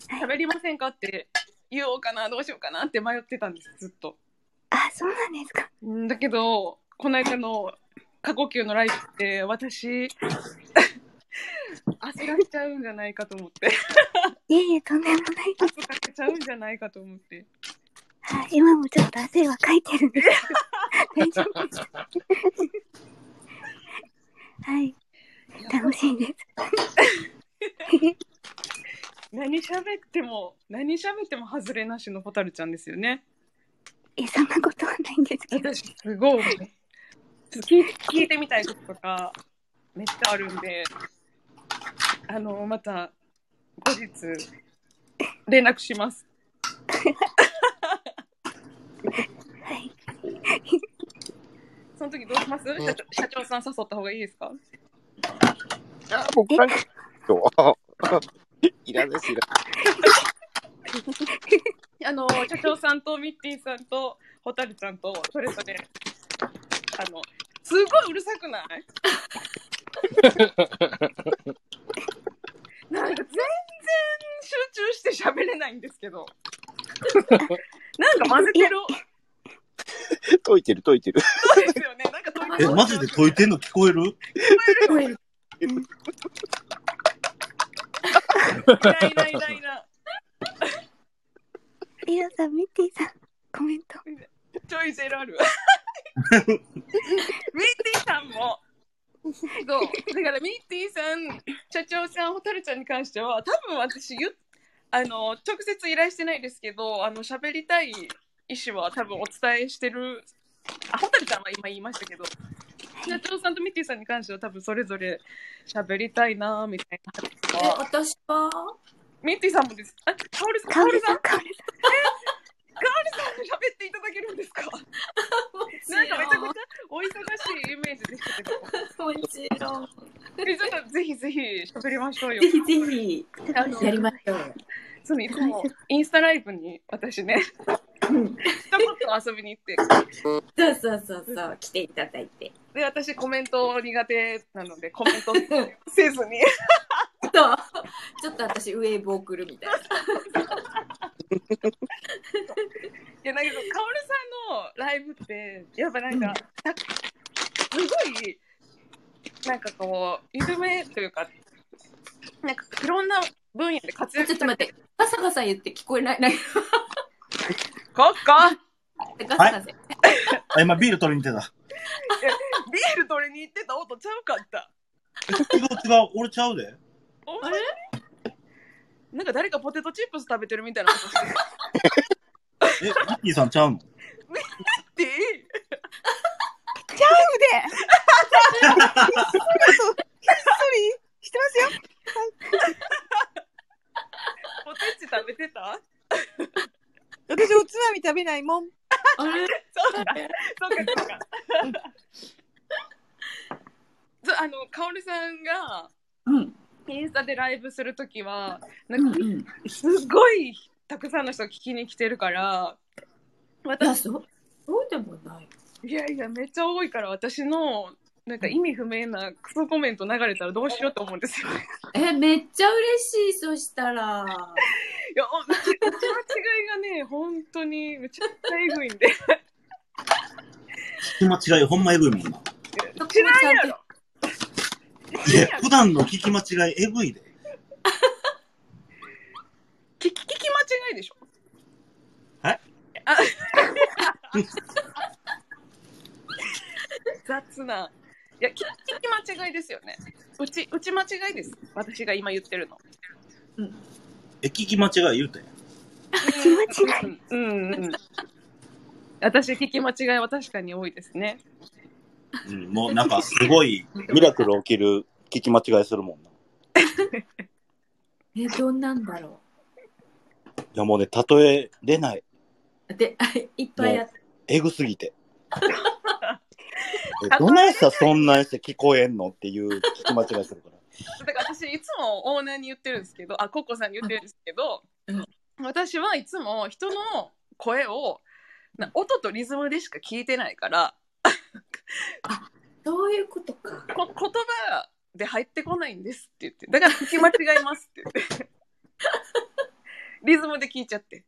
S1: 喋りませんかって言おうかなどうしようかなって迷ってたんですずっと
S3: あそうなんですか
S1: うんだけどこの間の過呼吸のライブって私 (laughs) 焦らしちゃうんじゃないかと思って
S3: いえいえ、とんでもないです。
S1: かけちゃうんじゃないかと思って
S3: はい今もちょっと汗はかいてる
S6: (laughs)
S3: んですけど大丈夫です。はい。楽しいです。
S1: 何喋っても何喋っても外れなしのホタルちゃんですよね
S3: えそんなことはないんですけ
S1: ど私すごい聞い聞いてみたいこととかめっちゃあるんであのまた後日連絡します
S6: (laughs)
S1: その時どうします社長社長さん誘った方がいいですか
S2: あ僕なんか今日いらないですいらない
S1: あの社長さんとミッティさんとホタルちゃんとそれぞれあのすごいうるさくないなんか全然集中して喋れないんですけどなんか混ぜてる
S2: 解いてる解いてる
S9: え、マジで解いてんの聞こえる
S1: いないいないいない
S3: リラさん、ミッティさん、コメント。
S1: ちょいゼロ (laughs) ある。ミッティさんも。そうだからミッティさん、社長さん、ホタルちゃんに関しては、多分私言っあの、直接依頼してないですけど、あの喋りたい意思は多分お伝えしてる、あホタルちゃんは今言いましたけど、社長さんとミッティさんに関しては、多分それぞれ喋りたいなみたいな。え、私はミッティさんもです。あ、カオルさん、カオルさん、カオルさん。えカオルさんも喋っていただけるんですかなんかめちゃくちゃお忙しいイメージでしたけど。もちろん。ちょっとぜひぜひ喋りましょうよ。
S6: ぜひぜひ
S1: あの
S6: やりましょう。
S1: そのいつもインスタライブに私ね、ちょこっと遊びに行って、
S6: そうそうそうそう、来ていただいて。
S1: で、私コメント苦手なので、コメントせずに。
S6: そうちょっと私、ウェーブ送るみたいな。
S1: いやなんかカオルさんのライブってやっぱなんか、すごいなんかこう有名というかなんかいろんな分野で活躍ちょっと待って
S6: ガサガサ言って聞こえない。なんか
S1: こっか
S6: ガサガサ。
S9: あ、今ビール取りに行ってた。
S1: いやビール取りに行ってた音ちゃうかった。
S9: 違う違う、俺ちゃうで。
S1: あれ (laughs) なんか誰かポテトチップス食べてるみたいな音して (laughs) る。
S9: え、ミッキーさんちゃうの
S1: って
S16: ちゃうでひっそりしてますよ。
S1: ポテチ食べてた
S16: 私、おつまみ食べないもん。
S1: あれそうか、そうか、そうか。そうあの、かおるさんが、インスタでライブするときは、なんか、すごいたくさんの人が聞きに来てるから、私、そうでもない。いやいや、めっちゃ多いから、私の、なんか意味不明なクソコメント流れたらどうしようと思うんですよ。 (laughs)
S6: え、めっちゃ嬉しい、そしたら。
S1: いや、お口の違いがね、本当にめちゃくちゃえぐいんで。 (laughs)
S9: 聞き間違い、ほんまえぐいもんな。
S1: 知らんやろ
S9: いや、普段の聞き間違い、えぐいで。
S1: 聞き聞き間違いでしょ
S9: え
S1: あ (laughs) 雑な。いや、聞き聞き間違いですよね。うち、うち間違いです。私が今言ってるの。
S9: え、聞き間違い言うて。
S1: 聞き間違いうんうん。 (laughs) 私、聞き間違いは確かに多いですね。
S9: うん、もうなんかすごい。
S8: ミラクル起きる、聞き間違いするもんな。
S6: え、どんなんだろ
S8: いやもうね、例えれない。
S6: う。で、 (laughs) あいっぱいやって。
S8: えぐすぎて。えどないしたらそんなんして聞こえんのっていう聞き間違いするから。
S1: だから私いつもオーナーに言ってるんですけどあコッコさんに言ってるんですけど、私はいつも人の声をな音とリズムでしか聞いてないから
S6: そういうことか
S1: こ言葉で入ってこないんですって言ってだから聞き間違いますって言ってリズムで聞いちゃって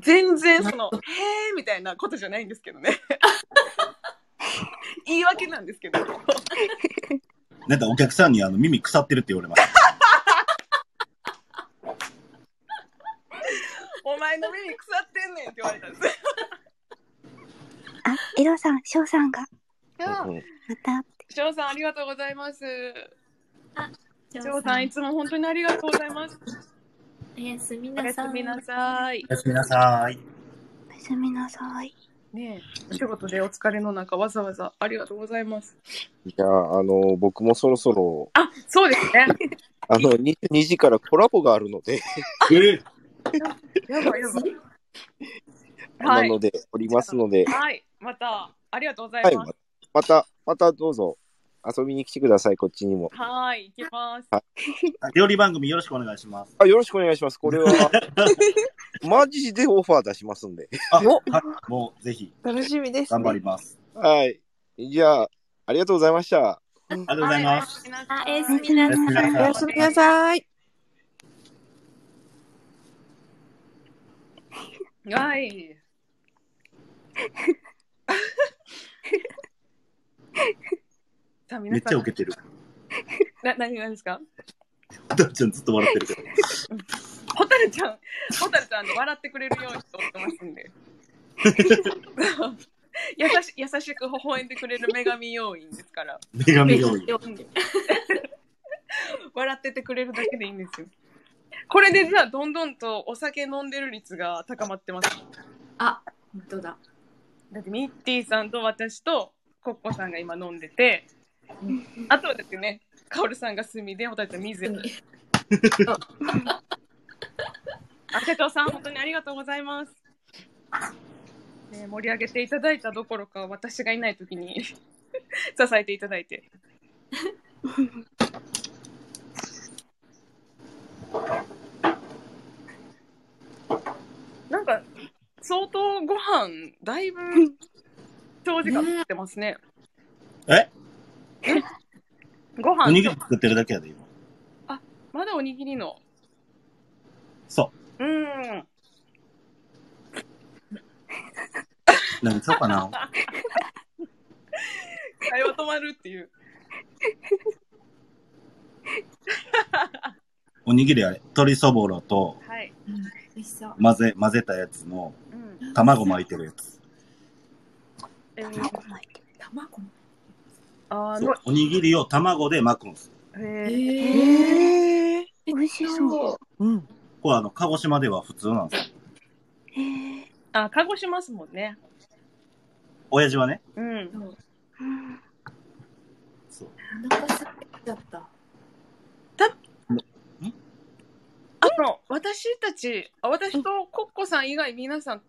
S1: 全然その、へえみたいなことじゃないんですけどね。 (laughs) 言い訳なんですけど。
S9: なんかお客さんにあの耳腐ってるって言われました。
S1: お前の耳腐ってんねんって言われたんです。
S3: あ、エロさん、ショウさんが。
S1: また。翔さん、ありがとうございます。翔さん、いつも本当にありがとうございます。おやすみなさい。おやすみなさい。
S9: おやすみなさい。
S1: おやすみなさい。ねえ、お仕事でお疲れの中、わざわざありがとうございます。
S2: じゃあ、あの、僕もそろそろ、
S1: あ、そうですね。
S2: あの、22時からコラボがあるので、
S1: (laughs) やばいやばい。は
S2: ないの。で、おりますので、
S1: はい、また、ありがとうござ
S2: はいい
S1: ま、す。
S2: また、またどうぞ遊びに来てください、こっちにも。
S1: はい、行きます。
S9: 料理番組よろしくお願いします。
S2: あよろしくお願いします。こ (laughs) れは、マジでオファー出しますんで。
S9: はい、もうぜひ、
S6: 楽しみです、
S9: 頑張ります。
S2: はい。じゃあ、ありがとうございました。
S9: ありがとうございます。
S6: あ、おやす
S9: みなさい
S6: おやすみなさい。
S1: (laughs) はい。さあ、
S9: め
S1: 皆
S9: っ
S1: さ
S9: ちゃ
S1: ん
S9: ウケてる。
S1: な、何がですか
S9: おたちゃんずっと笑ってるけど。
S1: ホタルちゃん、ホタルちゃん、笑ってくれるようにと思ってますんで。優し優しく微笑んでくれる女神要員ですから。
S9: 女神要員。
S1: 笑っててくれるだけでいいんですよ。これでじゃあ、どんどんとお酒飲んでる率が高まってます。あ、本当だ。だって、ミッティさんと私とコッコさんが今飲んでて、あとはですね、カオルさんが炭で、ホタルちゃん水。あ、瀬戸さん、本当にありがとうございます。ね、盛り上げていただいたどころか、私がいないときに (laughs) 支えていただいて。 (laughs) なんか、相当ご飯、だいぶ長時間食ってますね。
S9: え
S1: ご
S9: おにぎり
S1: 飯、
S9: 作ってるだけやで、今。
S1: まだおにぎりの。。
S9: そう
S1: うん。
S9: 何そうかな
S1: 会話止まるっていう。
S9: おにぎりあれ、鶏そぼろと
S1: はい。
S17: 美味しそう。
S9: 混ぜ、混ぜたやつの
S1: うん。
S9: 卵巻いてるやつ。
S1: 卵
S3: 巻い
S1: て。卵ああ、
S9: そうおにぎりを卵で巻くんです。
S1: へ
S3: え美味しそう。
S9: うん。これあの、鹿児島では普通なんですよ。
S1: あ、鹿児島ますもんね。
S9: 親父はね。
S1: うん。
S9: そう。
S1: お腹すいちゃった。たあの、私たち、あ私とコッコさん以外皆さん、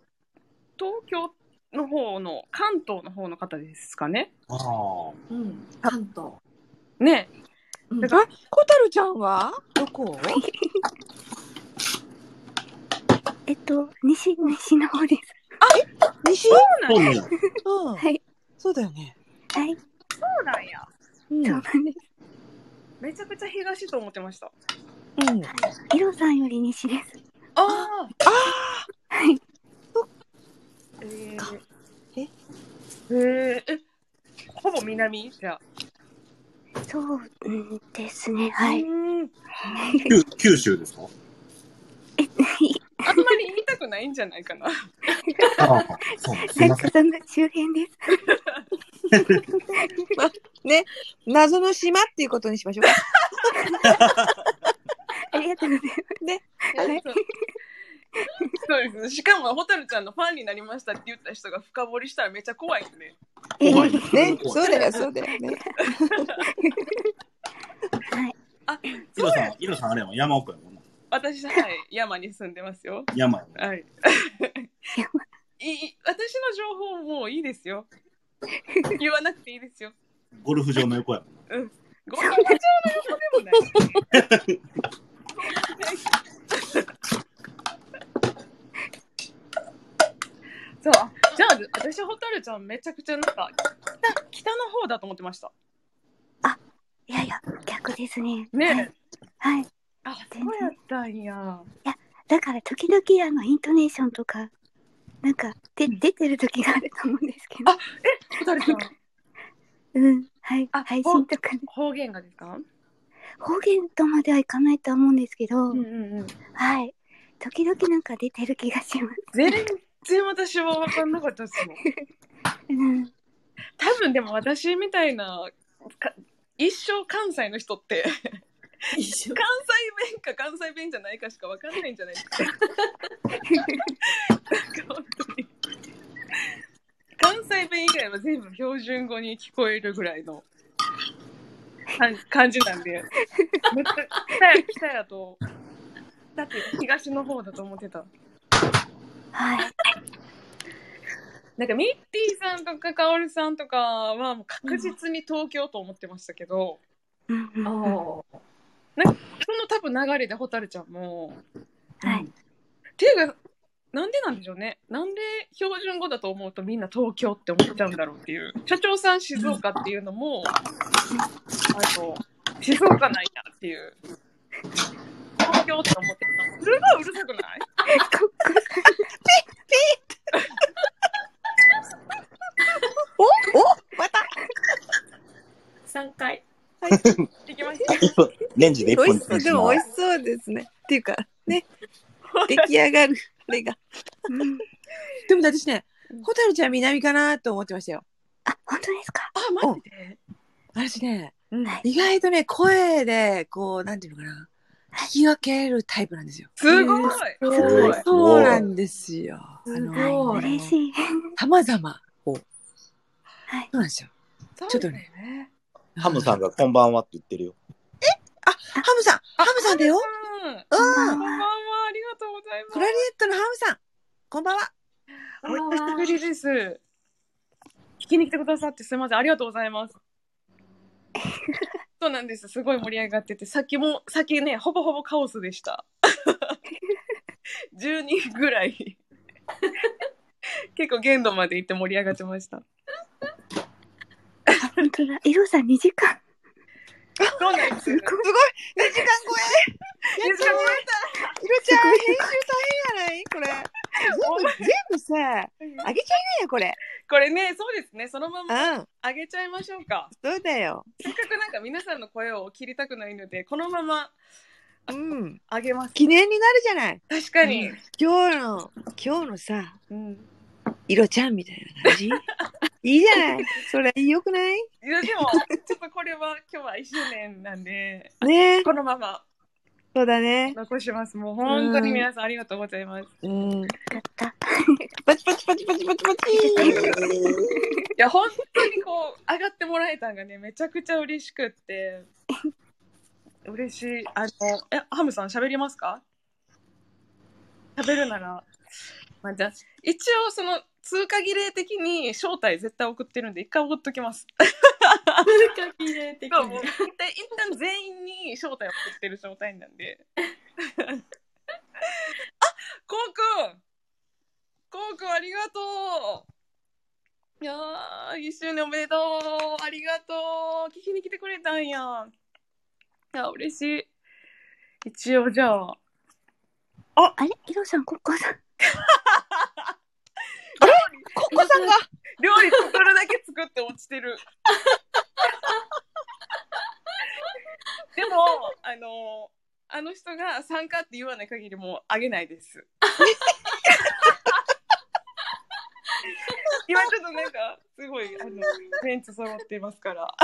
S1: 東京の方の、関東の方の方ですかね。
S9: ああ。
S1: うん、関東。ねえ。だから、
S6: コタルちゃんはどこ
S3: えっと、西、西の方です。
S6: あ、西
S3: そうなんや
S6: うん。
S3: はい。
S6: そうだよね。
S3: はい。
S1: そうなんや。
S6: うん。
S3: そうなんです。
S1: めちゃくちゃ東と思ってました。
S6: うん。
S3: イロさんより西です。
S1: ああ
S3: はい。
S1: えー、
S6: え
S1: えー、え、ほぼ南じゃあ。
S3: そううんですね。はい。
S9: 九九州ですか
S1: あんまり見たくないんじゃないかな。
S9: ああ、 (laughs) そうす
S3: サ
S9: い
S3: イ
S9: ま
S3: コ
S9: せん。
S3: さんが周辺です。
S6: (laughs) まね、謎の島っていうことにしましょうか。
S3: (laughs) ありがとうございます。
S6: ね。
S3: はい。
S1: そうです。しかも、ホタルちゃんのファンになりましたって言った人が深掘りしたらめっちゃ怖いですね。
S9: 怖い。
S6: ね、そうだよ、そうだよね。
S9: イロさん、イロさんあれやもん、山奥やもんな。
S1: 私、はい、山に住んでますよ。
S9: 山やもん。
S1: はい。 (laughs) いい私の情報もういいですよ。言わなくていいですよ。
S9: ゴルフ場の横やもん。
S1: うん。ごめん、貴重な情報でもない。 (laughs) そう、じゃあ、私、ホタルちゃんめちゃくちゃなんか、北、北の方だと思ってました。
S3: いやいや、逆ですね。
S1: ねえ。
S3: はい。
S1: あ、そうやったんや。
S3: だから時々あのイントネーションとかなんかで出てる時があると思うんですけど。あえ
S1: 蛍さん。
S3: うんはい配信とかね。
S1: 方言がですか
S3: 方言とまではいかないとは思うんですけど、
S1: うんうん、
S3: はい時々なんか出てる気がします。
S1: 全然私は分かんなかったですもん。
S3: うん
S1: 多分でも私みたいなか一生関西の人って関西弁か関西弁じゃないかしか分かんないんじゃないですかなんか本当に関西弁以外は全部標準語に聞こえるぐらいの感感じなんでめっちゃ北や北やとだって東の方だと思ってた
S3: はい
S1: なんかミッティさんとかカオルさんとかはもう確実に東京と思ってましたけど、
S3: うん
S1: あーなんかその多分流れで蛍ちゃんも。
S3: はい
S1: ていうかなんでなんでしょうねなんで標準語だと思うとみんな東京って思っちゃうんだろうっていう社長さん静岡っていうのもあと静岡なんやっていう東京って思ってたすごいうるさくない
S6: おおまた
S18: 3回。
S6: はい。
S1: できまし
S9: 一本レンジで一
S6: 美
S9: 本
S6: 味しそう、でも美味しそうですね。っていうか、 (laughs) ね。出来上がる、あれが。でも私ね、ホタルちゃん南かなと思ってましたよ。
S3: 本当ですか
S1: あ、
S6: マジで私ね、意外とね、声で、こう、なんていうのかな。聞き分けるタイプなんですよ。
S1: すごい
S6: そう
S1: す
S6: そ
S1: ご
S6: う
S1: い
S6: なんですよ。あの、嬉しい。
S3: (laughs)
S6: 様々を。そうなんですよ。ちょっとね。
S9: ハムさんがこんばんはって言ってるよ。
S6: ハムさん、ハムさんだよ。
S1: うん。
S6: こんば
S1: んは。ありがとうございます。
S6: クラリネットのハムさん、こんばんは。
S1: お久しぶりです。聞きに来てくださってすみません。ありがとうございます。そうなんです。すごい盛り上がってて、さっきも、さっきね、ほぼほぼカオスでした。10人ぐらい。結構限度まで行って盛り上がってました。
S3: 本当だ。イロさん2時間。
S1: そうなんです。すごい。
S6: 二時間超え。やっちゃった。ひろちゃん、編集大変やない、これ。全部、全部さ、あげちゃいなよ、これ。
S1: これね、そうですね。そのま
S6: うん
S1: ま上げちゃいましょうか。
S6: そうだよ。
S1: せっかくなんか皆さんの声を切りたくないので、このまま
S6: うん。
S1: 上げます。
S6: 記念になるじゃない。
S1: 確かに。
S6: 今日の、今日のさ、
S1: うん。
S6: いろちゃんみたいな感
S1: (laughs)
S6: じ。いいじゃない。それ、良くない。
S1: いやでも、ちょっとこれは今日は1周年なんで、
S6: ね
S1: このまま
S6: そうだね。
S1: 残します。もう本当に皆さんありがとうございます。
S6: うん。パチパチパチパチパチパチ。
S1: いや、本当にこう、上がってもらえたんがね、めちゃくちゃ嬉しくって、嬉しい。あの、え、ハムさん喋りますか喋るなら、まあ、じゃあ一応その通過儀礼的に招待絶対送ってるんで、一回送っときます。
S18: 通過儀礼的
S1: そうもう一旦一旦全員に招待を送ってる状態なんで。 (laughs) あ、こうくんこうくんありがとういやー、一周年おめでとうありがとう聞きに来てくれたんやん。いや、嬉しい。一応じゃあ。
S3: あ、あれイロさん、ここさん。
S6: コッコさんが
S1: 料理作るだけ作って落ち (laughs) てる。でも、あの、あの人が参加って言わない限りもうあげない (laughs) です。今ちょっとなんか、すごい、あの、ベンチ揃ってますから。わ
S6: か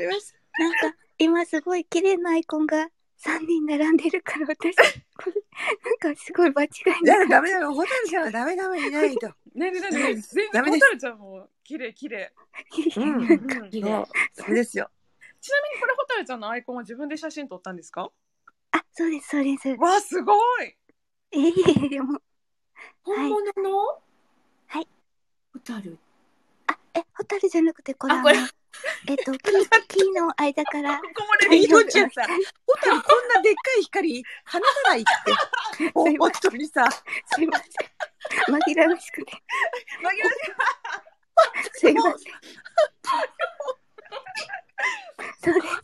S6: りまし
S3: なんか、今すごい綺麗なアイコンが3人並んでるから、私、これ、なんかすごい間違い
S6: じゃ
S3: な
S6: あ
S3: い。
S6: ダメだよ。ホタルちゃんはダメダメいないと。
S1: なんでなんで、全然、
S6: ダメで
S1: 蛍
S6: す
S1: ちゃんも、綺麗綺麗。
S3: (laughs)
S6: うん。そうそれですよ。
S1: ちなみにこれ、蛍ちゃんのアイコンは自分で写真撮ったんですか
S3: あ、そうです、そうです。
S1: わあ、すごい
S3: ええでも。
S18: 本物の
S3: はい。
S18: ホタル。
S3: あ、え、ホタルじゃなくて、これ、あのえっと、キー、キーの
S1: (laughs)
S3: 間から。こ
S1: こ
S6: までいろちゃんさ、ホタルこんなでっかい光放たないって。
S1: (laughs)
S6: 本当にさ。
S3: (laughs) すいません。紛らわしくて。
S6: せ
S3: す
S6: ん
S3: いません。そうです。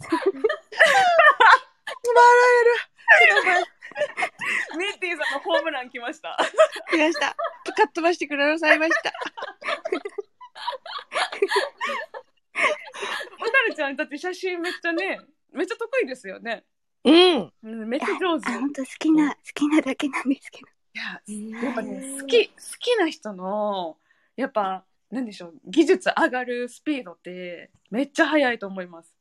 S6: 笑
S1: めっ
S19: くださいました。
S1: おたるちゃんだって写真めっちゃね、めっちゃ得意ですよね。
S19: うん。
S1: めっちゃ上手。
S3: 本当好きな、好きなだけなんですけど。
S1: いや、やっぱね、好き、好きな人の、やっぱ、なんでしょう、技術上がるスピードって、めっちゃ速いと思います。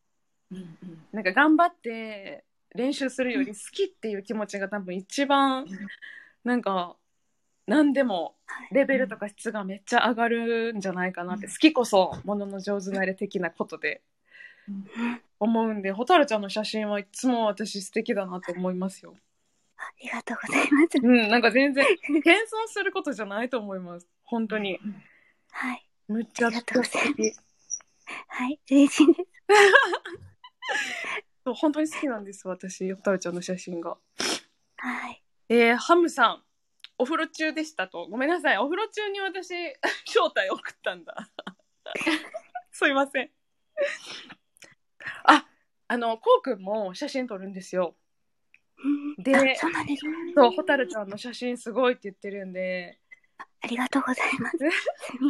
S1: なんか頑張って練習するより好きっていう気持ちが多分一番、なんか、何でもレベルとか質がめっちゃ上がるんじゃないかなって、好きこそものの上手なれ的なことで思うんで、蛍ちゃんの写真はいつも私素敵だなと思いますよ。
S3: ありがとうございます。
S1: うん、なんか全
S3: (laughs)
S1: 然、謙遜することじゃないと思います。本当に。
S3: はい。
S1: むっちゃ
S3: とうございますはい、嬉しいです。
S1: そう本当に好きなんです、私、ヨタルちゃんの写真が。
S3: はい。
S1: えーハムさん、お風呂中でしたと。ごめんなさい、お風呂中に私、 (laughs) 招待送ったんだ。 (laughs) すいません。あ、あの、こうくんも写真撮るんですよ。で、
S3: そうなんです。
S1: そう、ホタルちゃんの写真すごいって言ってるんで。
S3: ありがとうございます。
S1: すいま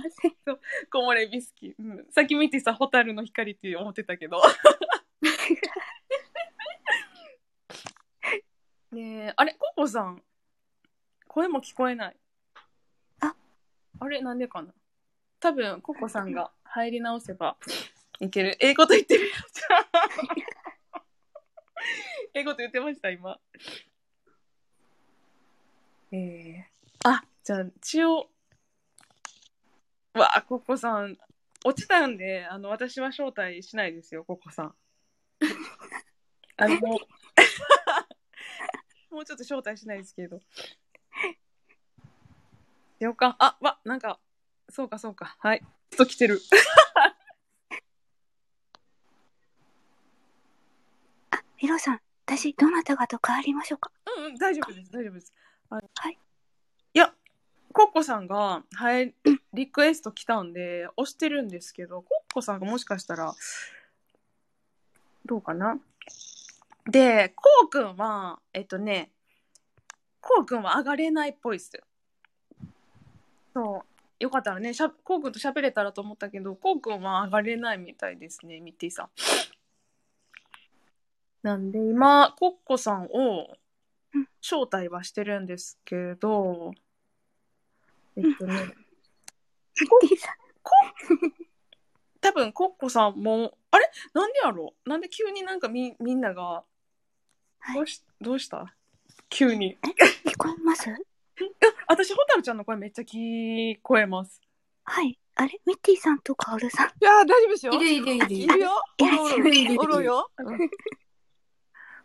S1: せん。そう、 (laughs) 木漏れ日好き。うん。さっき見てさ、ホタルの光って思ってたけど。 (laughs) ねえ、あれ、ココさん、声も聞こえない。あ、あれ、なんでかな。多分、ココさんが入り直せば (laughs) いける。ええこと言ってる。 (laughs) ええこと言ってました、今。ええあ、じゃあ、一応。うわあ、ココさん、落ちたんで、あの、私は招待しないですよ、ココさん。あの、もうもうちょっと招待しないですけど。了解。あ、わ、なんか、そうか、そうか。はい。ちょっと来てる。
S3: ヒロさん、私、どなたかと変わりましょうか。
S1: うんうん、大丈夫です、大丈夫です。はい。いや、コッコさんが、はい、リクエスト来たんで、押してるんですけど、コッコさんがもしかしたら、どうかなで、コウくんは、えっとね、コウくんは上がれないっぽいっす。そう。よかったらね、しゃコウくんと喋れたらと思ったけど、コウくんは上がれないみたいですね、ミッティさん。なんで今、コッコさんを招待はしてるんですけ
S19: (laughs)
S1: ど、えっとね、ココ多分コッコさんも、あれなんでやろうなんで急になんかみみんなが、どうしどうした急に。
S3: 聞こえます
S1: 私、ホタルちゃんの声めっちゃ聞こえます。
S3: はい。あれミッティさんとカオル
S19: (laughs)
S3: さん。い
S19: やー、大丈夫ですよ。
S3: いるいるいる
S19: いるよ。
S3: い
S19: お
S3: ら
S19: ろ
S3: っ
S19: お
S3: しゃ
S19: ろ
S3: る
S19: おろよ。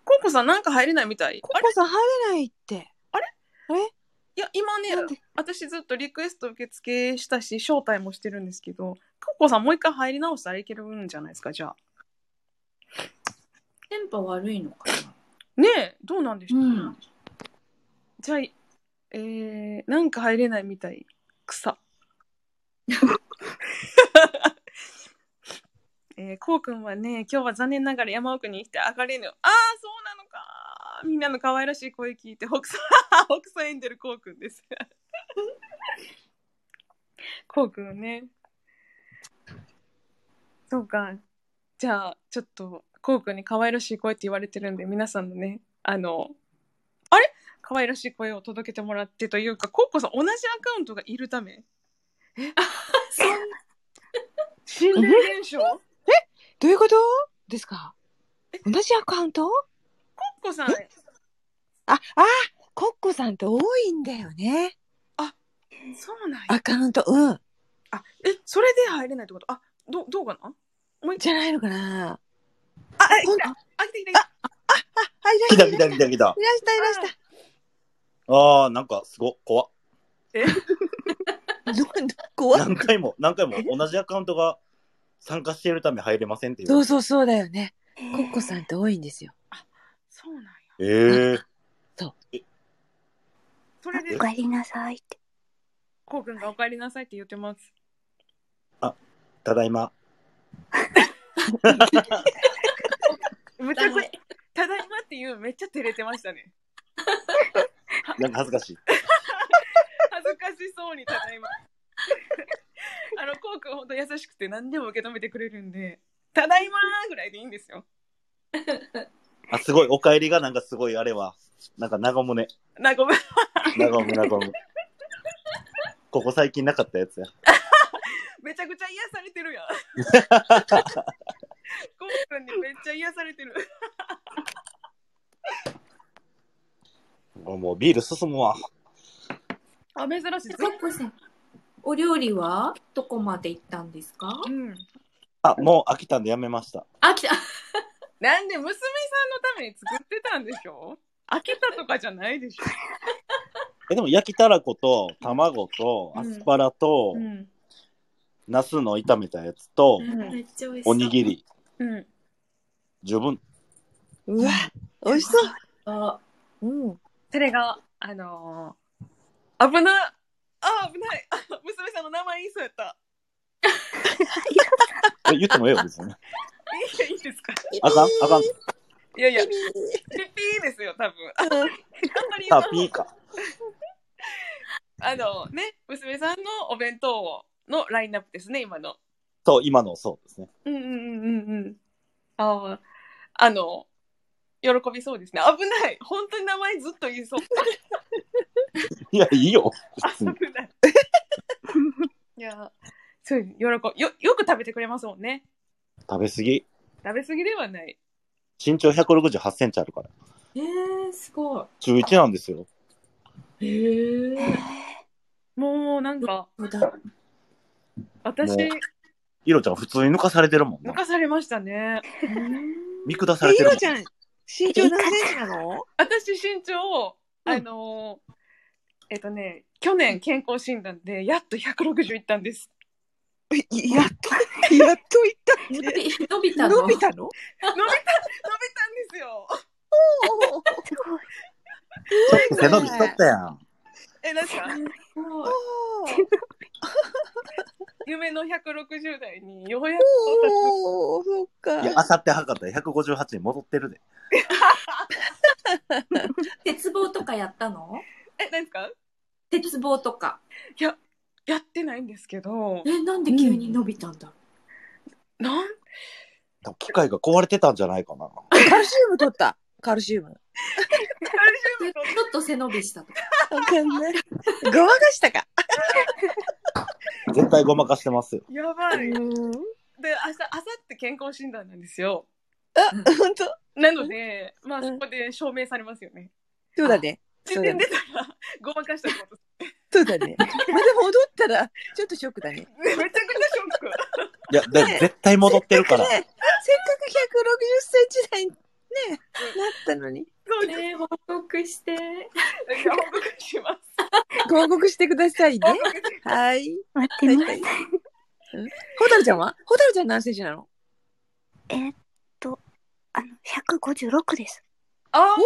S1: コッコさんなんか入れないみたい。コ
S19: ッコさん入れないって。
S1: えいや、今ね、私ずっとリクエスト受付したし、招待もしてるんですけど、ココさんもう一回入り直したらいけるんじゃないですか、じゃあ。
S6: 電波悪いのか
S1: ねえ、どうなんでしょう、じゃあ、えー、なんか入れないみたい。 (laughs) 草。えー、こうくんはね、今日は残念ながら山奥に来て上がれぬ。ああ、そうなのか。みんなの可愛らしい声聞いて、北斎、 (laughs) 北斎エンデルこうくんです。 (laughs) こうくんね。そうか。じゃあ、ちょっと、こうくんに可愛らしい声って言われてるんで、皆さんのね、あの、あれ可愛らしい声を届けてもらってというか、コッコさん同じアカウントがいるため。えそんな。心霊現象コ
S19: えどういうことですか同じアカウント
S1: ッコさん、え
S19: あ、あ、コッコさんって多いんだよね。
S1: そうなんや。
S19: アカウント、うん。
S1: え、それで入れないってことあ、どう、どうかな
S19: じゃないのかな
S1: あ、え、来た。あ、来た来た来た。
S19: あ、いら
S9: 来た来た来た来た。
S19: いらしたいらした。
S9: ああ、なんかすご、怖っ
S19: (laughs)
S1: え
S19: 怖っ
S9: 何回も、何回も同じアカウントが参加しているため入れませんっていう。
S19: そうそうそうだよね。コッコさんって多いんですよ。
S9: ええ
S1: それで、
S3: お帰りなさいって。
S1: コウくんがお帰りなさいって言ってます。
S9: ただいま。
S1: めちゃくちゃ、ただいまっていう、めっちゃ照れてましたね。
S9: なんか恥ずかしい。
S1: 恥ずかしそう方にただい (laughs) ま。あの、コウ君本当優しくて何でも受け止めてくれるんで、ただいまーぐらいでいいんですよ。
S9: あ、すごい。お帰りがなんかすごい、あれは。なんか、長むね。
S1: なごめん。
S9: 長む、長む。ここ最近なかったやつや。
S1: めちゃくちゃ癒されてる
S9: (laughs)
S1: やん。コウ君にめっちゃ癒されてる。
S9: もうビール進むわ。
S1: あ、珍しい。
S6: カッコさん、お料理はどこまで行ったんですか
S1: うん。
S9: あ、もう飽きたんでやめました。
S6: あ、来た。
S1: なんで娘さんのために作ってたんでしょ開けたとかじゃないでしょ
S9: え、でも焼きたらこと、卵と、アスパラと、
S1: ん。
S9: ナスの炒めたやつと、
S6: めっちゃ美味しい。
S9: おにぎり、
S1: うん。
S9: 十分。
S3: うわ、美味しそう。
S6: あ、
S3: うん。
S1: それが、あのー、危なあ、危ない。 (laughs) あ娘さんの名前言いそうやった。
S9: え、言ってもええよ、別に。
S1: いいいいですか
S9: あかん、あかん。
S1: いやいや、ピピーですよ、多分。あんまり言
S9: あ
S1: わ、ん
S9: ピーか。
S1: あのね、娘さんのお弁当のラインナップですね、今の。
S9: そう、今のそうですね。
S1: うんうんうんうんうん。ああ、あの、喜びそうですね。危ない。本当に名前ずっと言いそう。
S9: いや、いいよ。
S1: 危ない。いや、そう、喜び、よ、よく食べてくれますもんね。
S9: 食べ過ぎ。
S1: 食べ過ぎではない。
S9: 身長168センチあるから。
S1: えー、すごい。
S9: 中1なんですよ。
S1: へえ。もうなんか、私
S9: もう、イロちゃん普通に抜かされてるもん。
S1: 抜かされましたね。
S9: 見下されてるもん。
S3: ゃん、身長何センチなの
S1: 私身長、あのーえっとね、去年健康診断でやっと160いったんです。
S3: やっと、やっといった
S6: 伸び伸びたの
S3: 伸びた
S1: 伸びた、伸びた
S3: の
S1: んですよ。
S9: ちょっと背伸びしとったやん。
S1: え、なんか、夢の160代にようやく
S3: おお、そっか
S9: いや、あさって測ったら158に戻ってるで。
S6: 鉄棒とかやったの
S1: え、なんですか
S6: 鉄棒とか。
S1: いや、やってないんですけど。
S6: え、なんで急に伸びたんだろ
S1: なん
S9: 多分機械が壊れてたんじゃないかな。
S3: カルシウム取った。カルシウム。
S6: う、ちょっと背伸びしたとか。
S3: わかんない。ごまかしたか。
S9: 絶対ごまかしてますよ。
S3: (laughs)
S1: やばい。で、明日、明後日健康診断なんですよ。
S3: あ、本当。
S1: なので、まあそこで証明されますよね。
S3: そうだね。
S1: 自
S3: そうだ
S1: 然
S3: ね
S1: 出。たらごまかしたこと。
S3: そうだね。また戻ったら、ちょっとショッ
S1: (laughs)
S3: クだね。
S1: めちゃくちゃショック。
S9: いや、でも絶対戻ってるか
S3: ね。
S9: ら
S3: せっかく160センチ台にね、なったのに。
S1: そうです。 (laughs)
S6: ね、報告して。
S1: いや報告します。
S3: 報告してくださいね
S1: 報告し。
S3: はい。
S16: 待ってます。
S3: うん (laughs) ホタルちゃんはホタルちゃん何センチなの
S16: えーっと、あの、156です。
S1: あ
S3: おー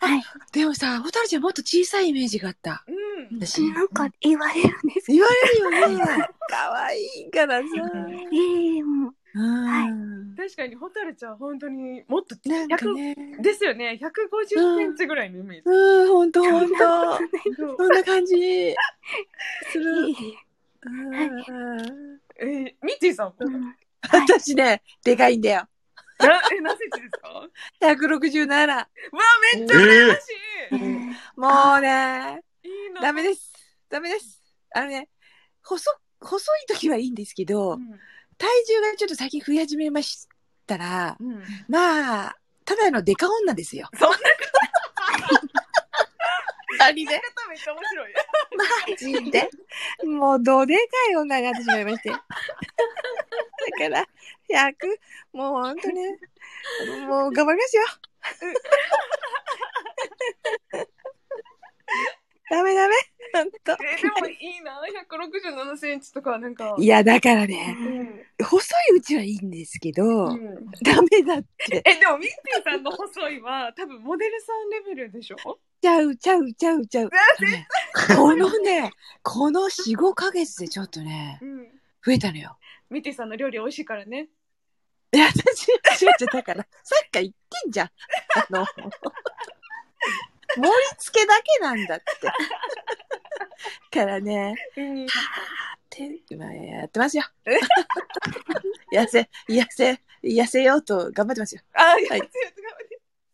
S3: あでもさ、ホタルちゃんもっと小さいイメージがあった。
S1: うん。
S3: 私。
S16: なんか言われるんです
S3: 言われるよ
S16: (laughs)
S3: ね。可愛いからさ。
S16: ええもう、
S3: うん。
S1: 確かにホタルちゃん本当にもっと
S3: なんか
S1: 100
S3: ね。
S1: ですよね。150センチぐらいのイメージ。
S3: うん、ほんとほんと。
S1: そう
S3: そんな感じ。す
S16: い
S3: る。
S16: い
S3: うん
S1: えー、ミッチーさんは、
S16: うん
S3: 私ね、でかいんだよ。
S1: なえ何センチですか？わ
S3: 167。
S1: あめっちゃ羨ましい。
S3: もうね、
S1: いいな。
S3: ダメ
S1: で
S3: です。ダメです。あのね、細、細い時はいいんですけど、体重がちょっと最近増え始めましたら、
S1: うん。
S3: まあ、ただのデカ女ですよ。
S1: そんな
S3: あ
S1: 言
S3: り
S1: い。方めっちゃ面白い。
S3: マジで。もう、どでかい女になってしまいまして。だから、100、もうほんとね、もう頑張りますよ。ダメダメ、ほんと。
S1: えでもいいな。167センチとかなんか。
S3: いや、だからね、
S1: うん。
S3: 細いうちはいいんですけど、
S1: うん
S3: ダメだって。
S1: えでもミッティさんの細いは (laughs) 多分モデルさんレベルでしょ？
S3: ちゃうちゃうちゃうちゃう。ねこのね、この4、5ヶ月でちょっとね、
S1: うん。
S3: 増えたのよ。
S1: ミッティさんの料理美味しいからね。
S3: いや、私、ちょっとだから、 (laughs) さっきから言ってんじゃん。あ
S1: (laughs)
S3: の、盛り付けだけなんだって。
S20: からね、はあって今やってますよ。痩せ、痩せ、痩せようと頑張ってますよ。あ、はい。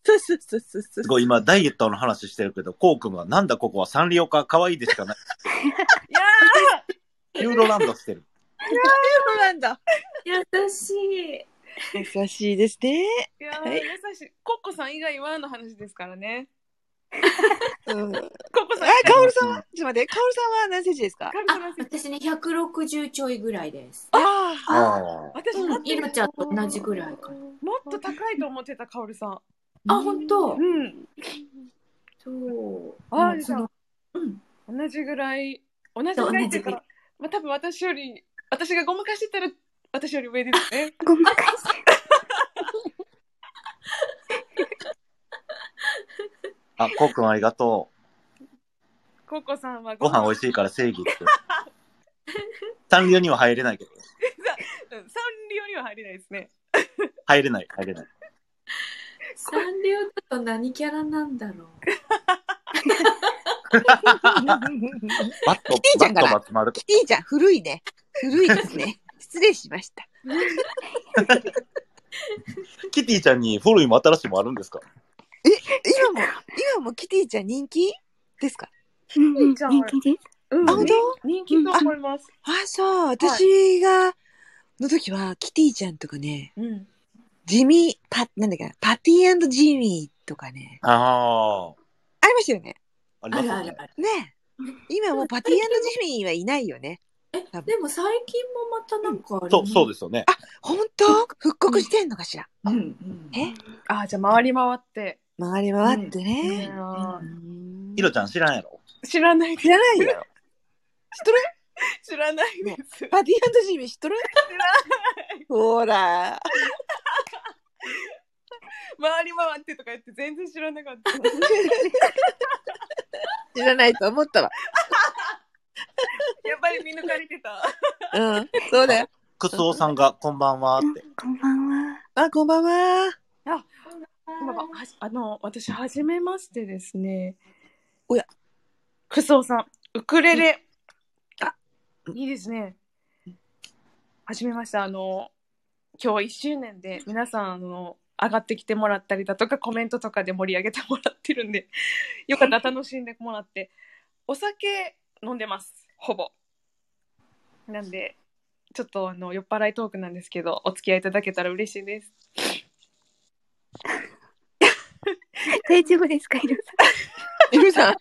S20: そうそうそうそうそう
S9: す。ごい今、ダイエットの話してるけど、こうくんは、なんだここはサンリオか、可愛いでしかない。いやユーロランドしてる。
S20: なんだ。
S6: 優しい。
S3: 優しいですね。
S1: いやー、
S3: はい
S1: 優しい。コッコさん以外はの話ですからね。
S20: (laughs)
S3: うん、あ、
S1: コッコさん。
S3: カオルさんは、ちょっと待って、カオルさんは何センチですか
S6: あ、私ね、160ちょいぐらいです。
S1: あ
S9: あ
S1: 私
S6: うん、イロちゃんと同じぐらいかな。
S1: もっと高いと思ってた、カオルさん。
S6: あ、本当。
S1: うん。
S6: そう。
S1: あ
S6: うん
S1: じ
S6: そ
S1: ゃ
S6: の
S1: あ、同じぐらい、同じぐらいっていうか、まあ、多分私より、私がごまかしてたら、私より上ですね。
S3: ごまかして
S9: あ、こうくんありがと
S1: コッコさんは
S9: う。ご飯美味しいから正義って。サンリオには入れないけど。
S1: サンリオには入れないですね。
S9: 入れない、入れない。
S6: サンリオだと何キャラなんだろう。
S9: バット
S3: キティ、ち
S9: バ
S3: ゃん
S9: ッ
S3: か
S9: ト
S3: な
S9: バツ丸。
S3: キティちゃん、古いね。古いですね。失礼しました。
S9: キティちゃんに古いも新しいもあるんですか
S3: え、今も、今もキティちゃん人気ですか
S1: 人気
S3: です。
S1: うん
S3: あ、本当
S1: 人気だと思います。
S3: あ、そう。私が、の時は、キティちゃんとかね、
S1: うん。
S3: ジミー、パ、なんだっけな、パティジミーとかね、
S9: あ
S3: ありましたよね。
S9: あ。ありますよね。
S3: ね (laughs) え今もうパティジミーはいないよね。
S6: でも最近もまたなんかあれ、
S9: そう、そうですよね。
S3: 本当復刻してんのかしら。
S6: うん、
S3: え
S1: あ、じゃあ回り回って。
S3: 回り回ってね。
S9: ヒロちゃん知らんやろ
S1: 知らない
S3: 知らないよ。知っとる
S1: (laughs) 知らないです。
S3: パティジミー知っとる
S1: 知らない。
S3: ほら。
S1: 回り回ってとか言って全然知らなかった。
S3: (laughs) 知らないと思ったわ。
S1: (laughs) やっぱり見抜かれてた。
S3: うん、そうだよ。
S9: クスオさんが、こんばんはって。
S3: こんばんは。あ、こんばんは。
S1: あ、まあまあはじあの、私、はじめましてですね。
S3: おや。
S1: クソさん、ウクレレ。あ、いいですね。はじめまして。あの、今日1周年で皆さん、あの、上がってきてもらったりだとか、コメントとかで盛り上げてもらってるん
S3: (laughs)
S1: で、よかったら楽しんでもらって。お酒飲んでます、ほぼ。なんで、ちょっとあの酔っ払いトークなんですけど、お付き合いいただけたら嬉しいです。
S3: 大丈夫ですか、イルさん。イルさん、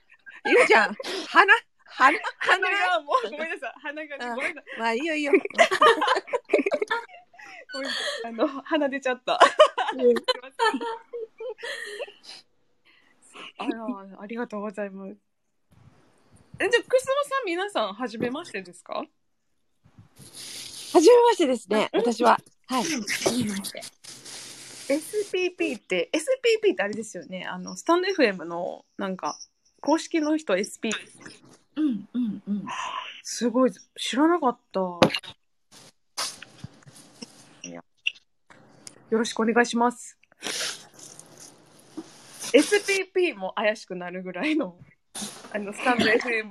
S3: イルちゃん、鼻、鼻、
S1: 鼻がもうごめんなさい鼻がねごめんなさい
S3: まあ、いいよいいよ。
S1: ごめんなさいあの鼻出ちゃった。あらありがとうございます。えじゃあクスオさん皆さん初めましてですか？
S3: はじめましてですね、私は。はい。
S1: SPP って SPP ってあれですよねあのスタンド FM のなんか公式の人 SP
S6: うんうんうん
S1: すごい知らなかったよろしくお願いします SPP も怪しくなるぐらいのあのスタンド FM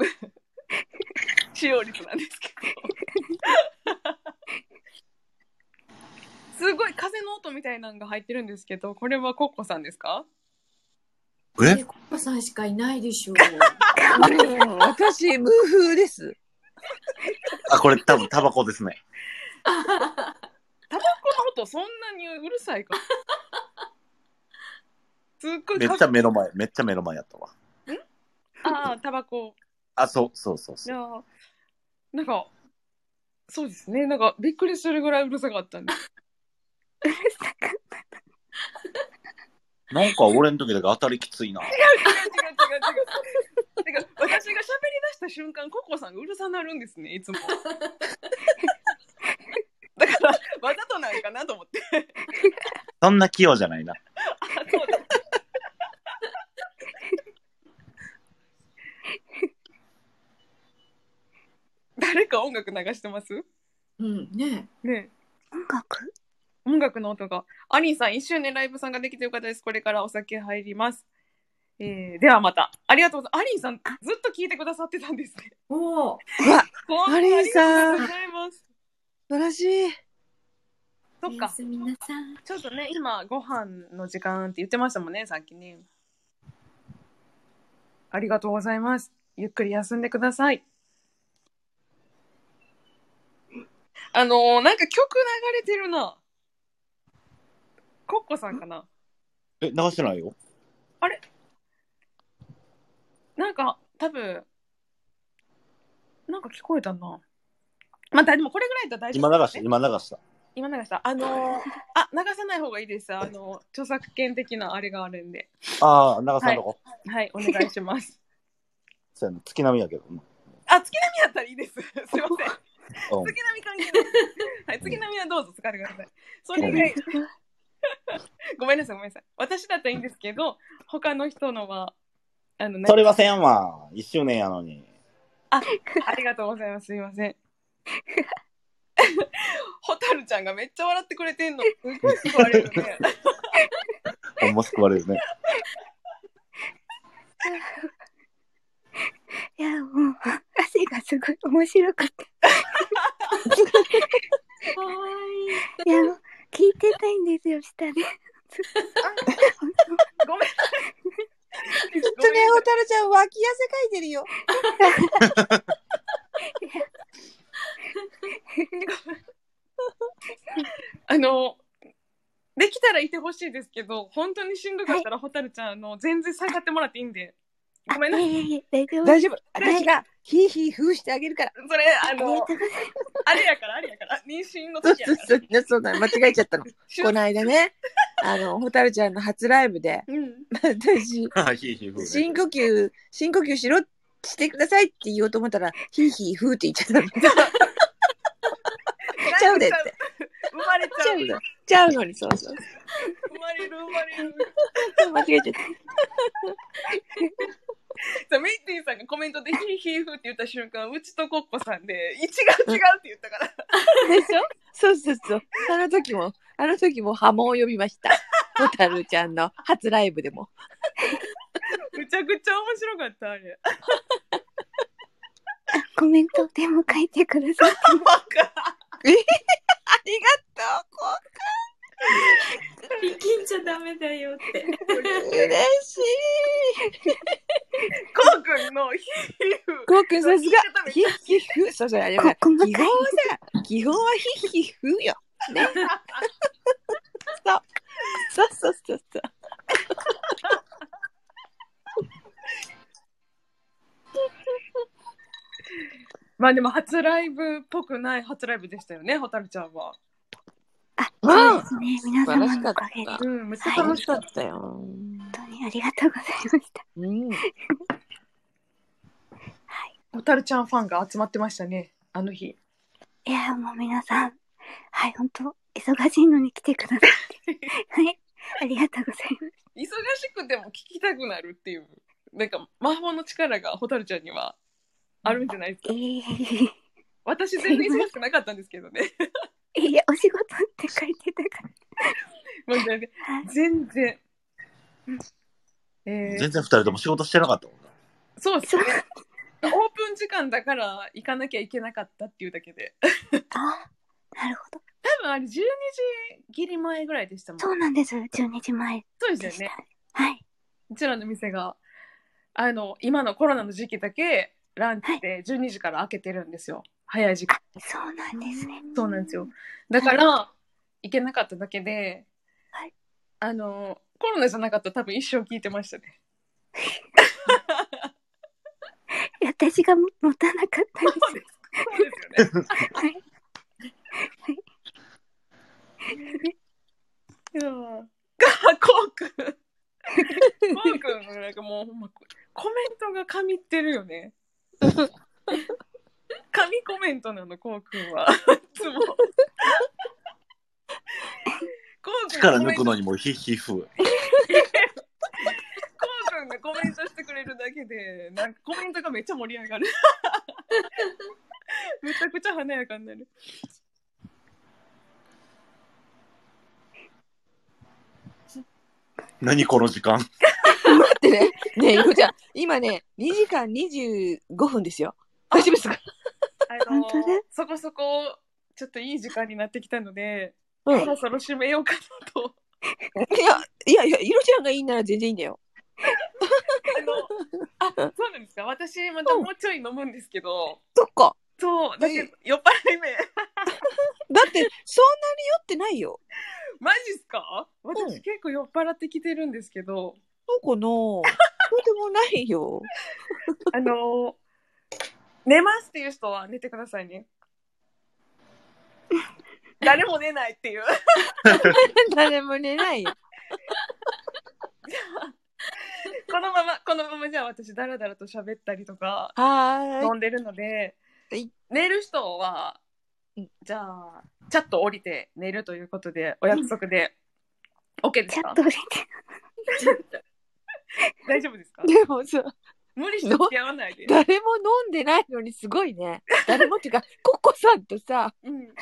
S1: 使用率なんですけどすごい風の音みたいなのが入ってるんですけどこれはコッコさんですか
S6: えコッコさんしかいないでしょう。
S3: うん私、無風です。
S9: あ、これ多分タバコですね。
S1: タバコの音そんなにうるさいかすっごい
S9: めっちゃ目の前、めっちゃ目の前やったわ。
S1: ああタバコ
S9: あ、そう、そうそう
S1: い
S9: そう。
S1: やーなんかそうですねなんかびっくりするぐらいうるさかったんで
S9: なんか俺の時だけ当たりきついな。
S1: 違う違う違う違う違うなんか私が喋り出した瞬間ココさんがうるさなるんですねいつもだからわざとなんかなと思って
S9: そんな器用じゃないな。
S1: あそうだ誰か音楽流してます
S6: うんね
S1: ね
S3: 音楽
S1: 音楽の音が。アリンさん、一周年ライブ参加できてよかったです。これからお酒入ります。えーではまた。ありがとうございます。アリンさん、ずっと聞いてくださってたんですね。
S21: おお。
S1: ア
S6: アリンさん
S1: ありがとうございます。
S6: 素晴らしい。
S1: そっか。ちょっとね、今、ご飯の時間って言ってましたもんね、さっきね。ありがとうございます。ゆっくり休んでください。あのー、なんか曲流れてるな。コッコさんかな。
S9: え、流してないよ。
S1: あれなんか、多分、なんか聞こえたな。まあ、でもこれぐらいだったら大丈
S9: 今
S1: 夫
S9: 流
S1: で
S9: し
S1: す
S9: た、
S1: ね、
S9: 今流した。
S1: 今流した。あのー、あ、流さない方がいいです。あのー、著作権的なあれがあるんで。
S9: ああ、流さんとこ。
S1: はい、お願いし
S9: (laughs)
S1: ます。
S9: そうやな月並みやけど。うん
S1: あ、月並みやったらいいです。すい (laughs) ません。月並
S9: うん
S1: み関係ない。はい、月並みはどうぞ使ってください。それぐらい。ごめんなさい、ごめんなさい。私だったらいいんですけど、他の人のは、あの、
S9: それはせんわ。一周年やのに。
S1: あ、ありがとうございます。すいません。 (laughs) ホタルちゃんがめっちゃ笑ってくれてんの。すごい救われるね。
S9: ほんま救われるね。
S3: いや、もう、汗がすごい面白かった。いや、もう聞いてたいんですよ、下 (laughs) で。
S1: ごめん。
S6: きっとね、ホタルちゃん、脇汗かいてるよ。
S1: あの、できたらいてほしいですけど、本当にしんどかったら、ホタルちゃん、あの、全然下がってもらっていいんで。ごめんなさい。
S3: 大丈夫。
S6: 大丈夫。私が、ヒーヒー封してあげるから。
S1: それ、あの、あれやから、あれやから、妊娠の
S6: そう
S1: 時や
S6: そ
S1: か
S6: う
S1: ら。
S6: そう、ね、そうなの間違えちゃったの。この間ね、あの、ホタルちゃんの初ライブで、私、
S22: あひいひいふうね
S6: 深呼吸、深呼吸しろ、してくださいって言おうと思ったら、ヒーヒーフーって言っちゃったの。ちゃうでって。
S1: 生まれち
S6: ち
S1: ゃ
S6: ゃ
S1: う
S6: う。の。ちゃうのに、 (laughs) そうそう。
S1: 生まれる、生まれる。
S6: 間違えちゃっ
S1: そうメイティさんがコメントで「ヒーヒーフー」って言った瞬間うちとコッコさんで「違う違う」って言ったから
S6: た。でしょそうそうそう。あの時も、あの時も波紋を呼びました。ホタルちゃんの初ライブでも。
S1: むちゃくちゃ面白かったあれ
S3: コメントでも書いてくださ (laughs) って。
S6: えありがとう、こ
S21: 力んじゃダメだよって。
S6: 嬉しい。
S1: コウ君のヒー
S6: コウ君さすが、ヒッヒッフ。そうそう、あれは、基本はさ、基本はヒッヒッフよ。ね。そう。そうそうそうそう。
S1: まあでも初ライブっぽくない初ライブでしたよねホタルちゃんは
S3: そうですね、皆
S6: 素晴ら
S3: 様
S6: し
S3: のお
S6: かった
S3: かげで。。
S1: うん、めっ
S6: ちゃ楽しかったよ。
S3: 本当にありがとうございました。
S6: うん。
S1: ホタルちゃんファンが集まってましたねあの日
S3: いや、もう皆さん、はい、本当忙しいのに来てくださって。 (laughs) はい、ありがとうございます。
S1: 忙しくても聞きたくなるっていうなんか魔法の力がホタルちゃんにはあるんじゃないですか、私全然忙しくなかったんですけどね (laughs)
S3: いや、お仕事って書いてたから。
S1: もうなんか全然。えー
S9: 全然二人とも仕事してなかったもんな。
S1: そうですね。オープン時間だから行かなきゃいけなかったっていうだけで。あなるほど。多分あれ12時ギリ前ぐらいでしたもん
S3: そうなんです、12時前。
S1: そうですよね。うちらの店が、あの、今のコロナの時期だけ、ランチで12時から開けてるんですよ。早い時間。
S3: そうなんですね。
S1: そうなんですよ。だから、行けなかっただけで、あの、コロナじゃなかったら多分一生聞いてましたね。
S3: いや私が持たなかったです。はい
S1: いやーかこうくん。こうくん、なんかもう、ほんま、コメントが神ってるよね。神コメントなの、こうくんは。いつも。こうくん
S9: 力
S1: がコメ
S9: 抜
S1: ント、
S9: く
S1: こ
S9: のにもヒッヒッフー。
S1: うくんがコメントしてくれるだけで、なんかコメントがめっちゃ盛り上がる。めちゃくちゃ華やかになる。
S9: 何この時間。
S23: 待ってね。ねえ、ゆうちゃん、今ね、2時間25分ですよ。大丈夫ですか
S1: あのそこそこちょっといい時間になってきたので、
S23: うん
S1: そろそろ締めようかなと
S23: いや、いやいや、ゆろちゃんがいいなら全然いいんだよ。
S1: あそうなんですか私またもうちょい飲むんですけど
S23: そっか。
S1: そうだけど酔っ払い目
S23: だって、そんなに酔ってないよ。
S1: マジっすか私結構酔っ払ってきてるんですけど、
S23: そうかなそうでもないよ。
S1: あの寝ますっていう人は寝てくださいね
S23: (laughs)
S1: 誰も寝ないっていう
S23: (laughs) 誰も寝ないよ。
S1: (laughs) このままこのままじゃあ私ダラダラと喋ったりとか
S23: はーい
S1: 飲んでるので寝る人はじゃあチャット降りて寝るということでお約束で OK ですかチャット降りて (laughs) 大丈夫ですか
S23: でもさ、
S1: 無理して付き合わないで
S23: 誰も飲んでないのにすごいね。誰もっていうか、 (laughs) ココさんとさ、
S1: うん、
S23: ゆろ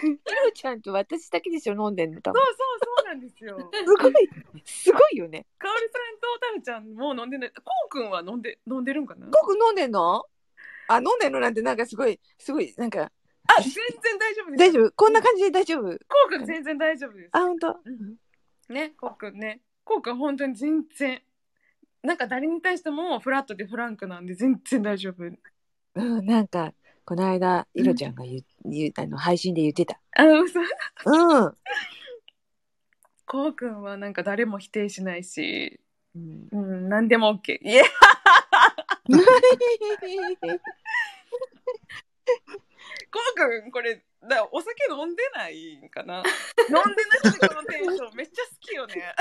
S23: ちゃんと私だけでしょ、飲んでんの多
S1: そう
S23: 分。
S1: そうそうなんですよ
S23: すごい、すごいよね。
S1: かおりさんとタルちゃんもう飲んでないこうくんは飲んで飲んでるんかな
S23: ココ飲んでんのあ、飲んでんのなんてなんかすごい、すごい、なんか、
S1: あ全然大丈夫です
S23: 大丈夫こんな感じで大丈夫
S1: こうくん全然大丈夫です
S23: あ、ほんと。
S1: ねこうくんねこうくん本当に全然なんか誰に対してもフラットでフランクなんで全然大丈夫
S23: うん、なんか、この間、いろちゃんが言う、言うあの配信で言ってた。
S1: あ嘘
S23: うん。
S1: こうくんはなんか誰も否定しないしうん、何でも OK (laughs) いやこうくんこれだお酒飲んでないんか (laughs) な飲んでなくてこのテンションめっちゃ好きよね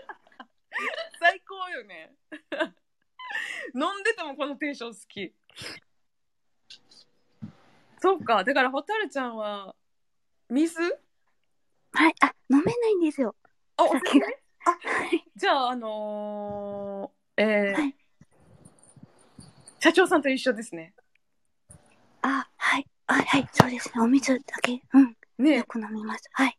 S1: (laughs) 最高よね (laughs) 飲んでてもこのテンション好きそうかだから蛍ちゃんは水
S3: はい、あ、飲めないんですよ。
S1: あ、お酒ね (laughs) あじゃああのー、えー社長さんと一緒ですね
S3: あ、はい、はい、はい、そうですね。お水だけ、うん。
S1: ね
S3: よく飲みます。はい。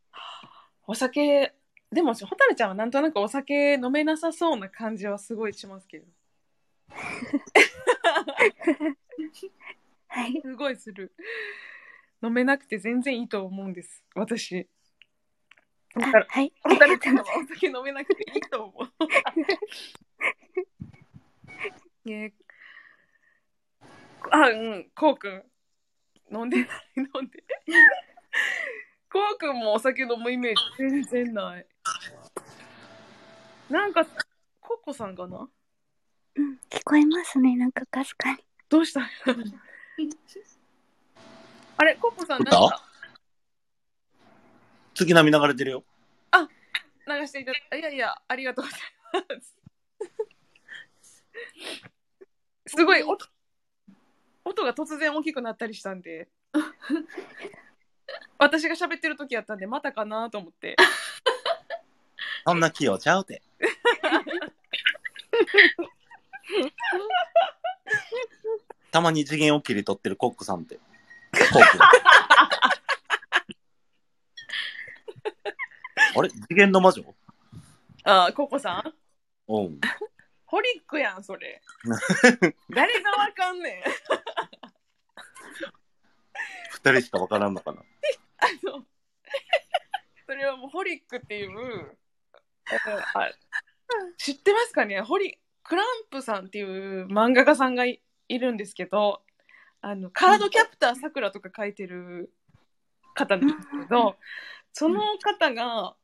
S1: お酒でも蛍ちゃんはなんとなくお酒飲めなさそうな感じはすごいしますけどすごいする飲めなくて全然いいと思うんです私だから
S3: はい
S1: 蛍ちゃんはお酒飲めなくていいと思うねあうんこうくん飲んでない飲んでこうくんもお酒飲むイメージ全然ない。なんか、ココさんかな
S3: 聞こえますね。なんかかすかに。
S1: どうしたあれ、ココさんなんか
S9: 月並み流れてるよ。
S1: 流していただいやいや、ありがとうございます。すごい音、音が突然大きくなったりしたんで。私が喋ってる時やったんで、またかなと思って。
S9: そんな器用ちゃうて。たまに次元を切り取ってるコックさんって。コック。あれ次元の魔女
S1: あ、ココさん
S9: うん。
S1: ホリックやん、それ。誰がわかんねん。
S9: 二人しかわからんのかな。
S1: あの、 (laughs) それはもうホリックっていう、あ知ってますかねホリ、クランプさんっていう漫画家さんがいいるんですけど、あの、カードキャプターさくらとか書いてる方なんですけど、その方が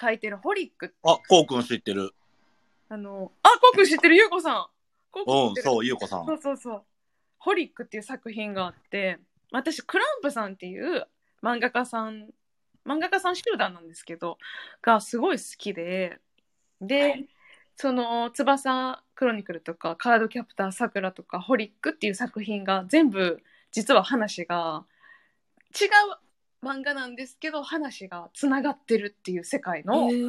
S1: 書いてるホリック、
S9: あ、コウ君知ってる。
S1: あの、あ、コク知ってるゆうこさん。コ
S9: う
S1: 知
S9: ん、
S1: ってる
S9: そう、ゆうこさん。
S1: そうそうそう。ホリックっていう作品があって、私、クランプさんっていう漫画家さん、漫画家さん集団なんですけど、がすごい好きで、で、その、翼クロニクルとか、カードキャプターさくらとか、ホリックっていう作品が全部、実は話が違う漫画なんですけど、話がつながってるっていう世界の。す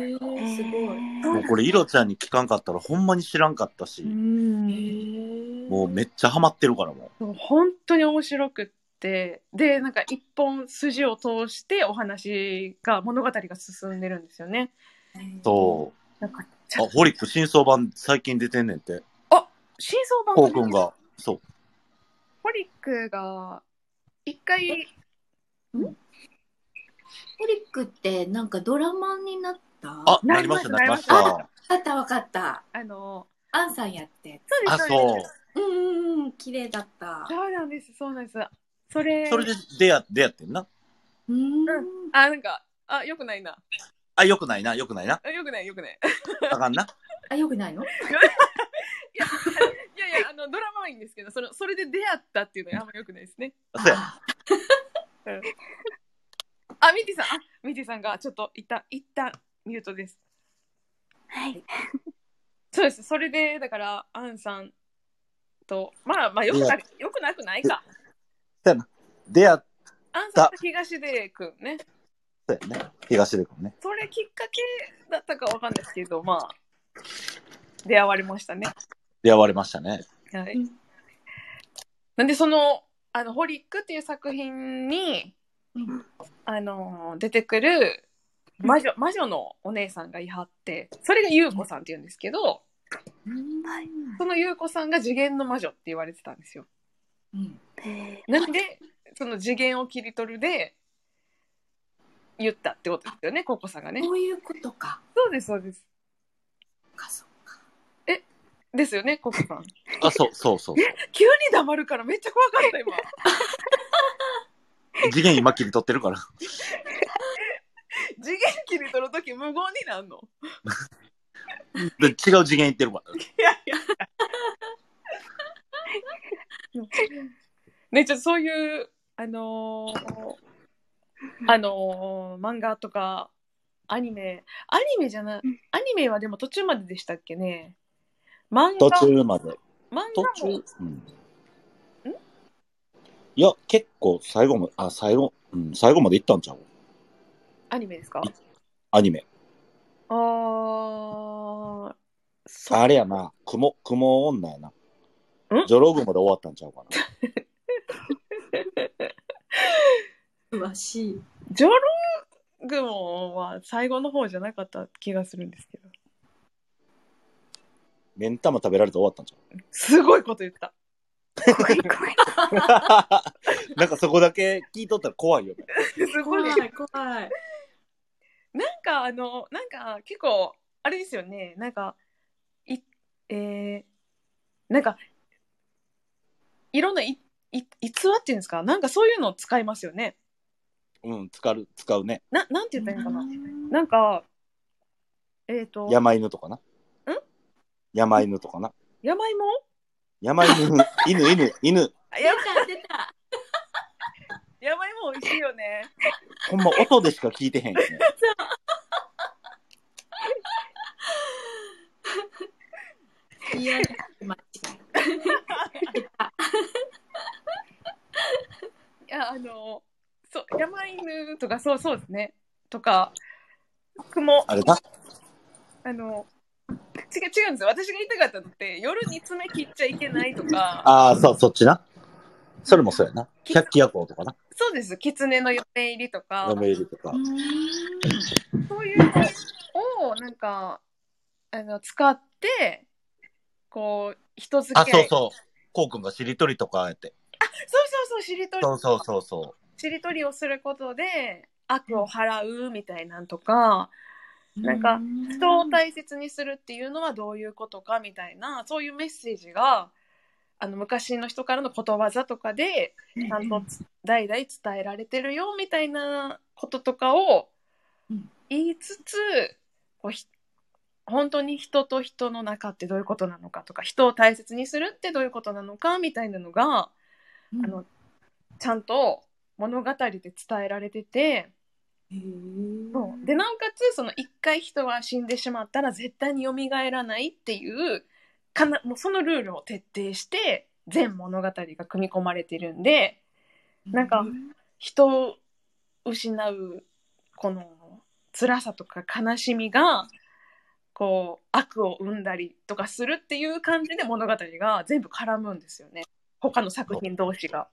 S1: ごい。
S9: もうこれ、いろちゃんに聞かんかったらほんまに知らんかったし、もうめっちゃハマってるからも
S1: そう本当に面白くってでなんか一本筋を通してお話が物語が進んでるんですよね
S9: う。そあ、ホリック真相版最近出てんねんって。
S1: 真相版
S9: こうくんが。そう。
S1: ホリックが一回
S6: ホリックってなんかドラマになった
S9: あなりましたなりました
S6: あわかったわかった。
S1: あの、
S6: アンさんやって。
S9: あ、そう。
S6: う。うんうんうん、綺麗だった。
S1: そうなんです、そうなんです。それ、
S9: それで出会出会ってんな。
S6: うん。
S1: あ、なんか、あ、よくないな。
S9: あ、よくないな、よくないな。
S1: あよくない、よくない。 (laughs)
S9: あかんな。
S6: あ、よくないの
S1: いやいや、あの、ドラマはいいんですけど、そのそれで出会ったっていうのがあんまよくないですね。
S9: そうや。
S1: うんあ、ミティさん、あ、ミティさんがちょっと一旦、一旦ミュートです。
S3: はい。
S1: そうです。それで、だから、アンさんと、まあまあ、よくな、よくなくないか。
S9: そうやな。出会っ
S1: アンさんと東出君ね。
S9: たよね。東出君ね。
S1: それきっかけだったかわかんないですけど、まあ、出会われましたね。
S9: 出会われましたね。
S1: はい。なんで、その、あの、ホリックっていう作品に、あの、出てくる魔女、魔女のお姉さんがいはって、それが優子さんって言うんですけど、その優子さんが次元の魔女って言われてたんですよ。 (laughs) なんで、その次元を切り取るで、言ったってことですよね、ココさんがね。
S6: こういうことか。
S1: そうです、そうです。え、ですよね、ココさん。
S9: あ、そうそうそうそう。
S1: (laughs) 急に黙るからめっちゃ怖かった、今。
S9: 次元今切り取ってるから。
S1: (laughs) 次元切り取るとき無言になんの。 (laughs)
S9: で違う次元行ってるから。
S1: ね、ちょっとそういう、あのーあのー漫画とか、アニメ、アニメじゃない、アニメはでも途中まででしたっけね。漫
S9: 途
S1: 画、
S9: 中まで。
S1: 漫
S9: 途
S1: 画も
S9: 中、うん。いや、結構最後も、あ、最後、うん、最後まで行ったんちゃう
S1: アニメですか
S9: アニメ。
S1: あー、
S9: あれやな、雲、雲女やな。ジョログまで終わったんちゃう (laughs) かな。
S6: 詳しい。
S1: ジョログモは最後の方じゃなかった気がするんですけど。
S9: 目ん玉食べられて終わったんちゃ (laughs)
S1: すごいこと言った。
S9: うなんかそこだけ聞いとったら怖いよね。
S1: (laughs) すごい。
S6: 怖い、怖い。
S1: なんかあの、なんか結構、あれですよね、なんか、い、えー、なんか、いろんない、い、逸話っていうんですか、なんかそういうのを使いますよね。
S9: うん、使う、使うね。
S1: な、なんて言ったらいいのかな。なんか、えっ、と、
S9: 山犬とかな。ん山犬とかな。
S1: 山芋
S9: 山犬、犬、犬、犬。
S1: 出た、出た。山芋美味しいよね。
S9: ほんま音でしか聞いてへんよね。
S6: いや、間違
S1: いや、あの、そう、山犬とか、そうそうですね。とか、雲、
S9: あれな。
S1: あの、違う、違うんですよ。私が言いたかったのって、夜に爪切っちゃいけないとか、
S9: ああ、そう、そっちな。それもそうやな。百鬼夜行とかな。
S1: そうです、狐の嫁入りとか、
S9: 嫁入りとか。
S1: そういうのを、なんか、あの、使って、こう、人付き合
S9: あ、
S1: い。
S9: そう
S1: そう
S9: そう。こうくんがしりとりとかやって。
S1: そうそう、しりとり
S9: そうそうそうそ
S1: しりとりをすることで悪を払うみたいなんとか、なんか人を大切にするっていうのはどういうことかみたいなそういうメッセージがあの昔の人からのことわざとかでちゃんとつ代々伝えられてるよみたいなこととかを言いつつこうひ本当に人と人の中ってどういうことなのかとか人を大切にするってどういうことなのかみたいなのが、あのちゃんと物語で伝えられててそうでなおかつその一回人は死んでしまったら絶対に蘇らないっていうかなもうそのルールを徹底して全物語が組み込まれてるんでなんか人を失うこの辛さとか悲しみがこう悪を生んだりとかするっていう感じで物語が全部絡むんですよね他の作品同士が。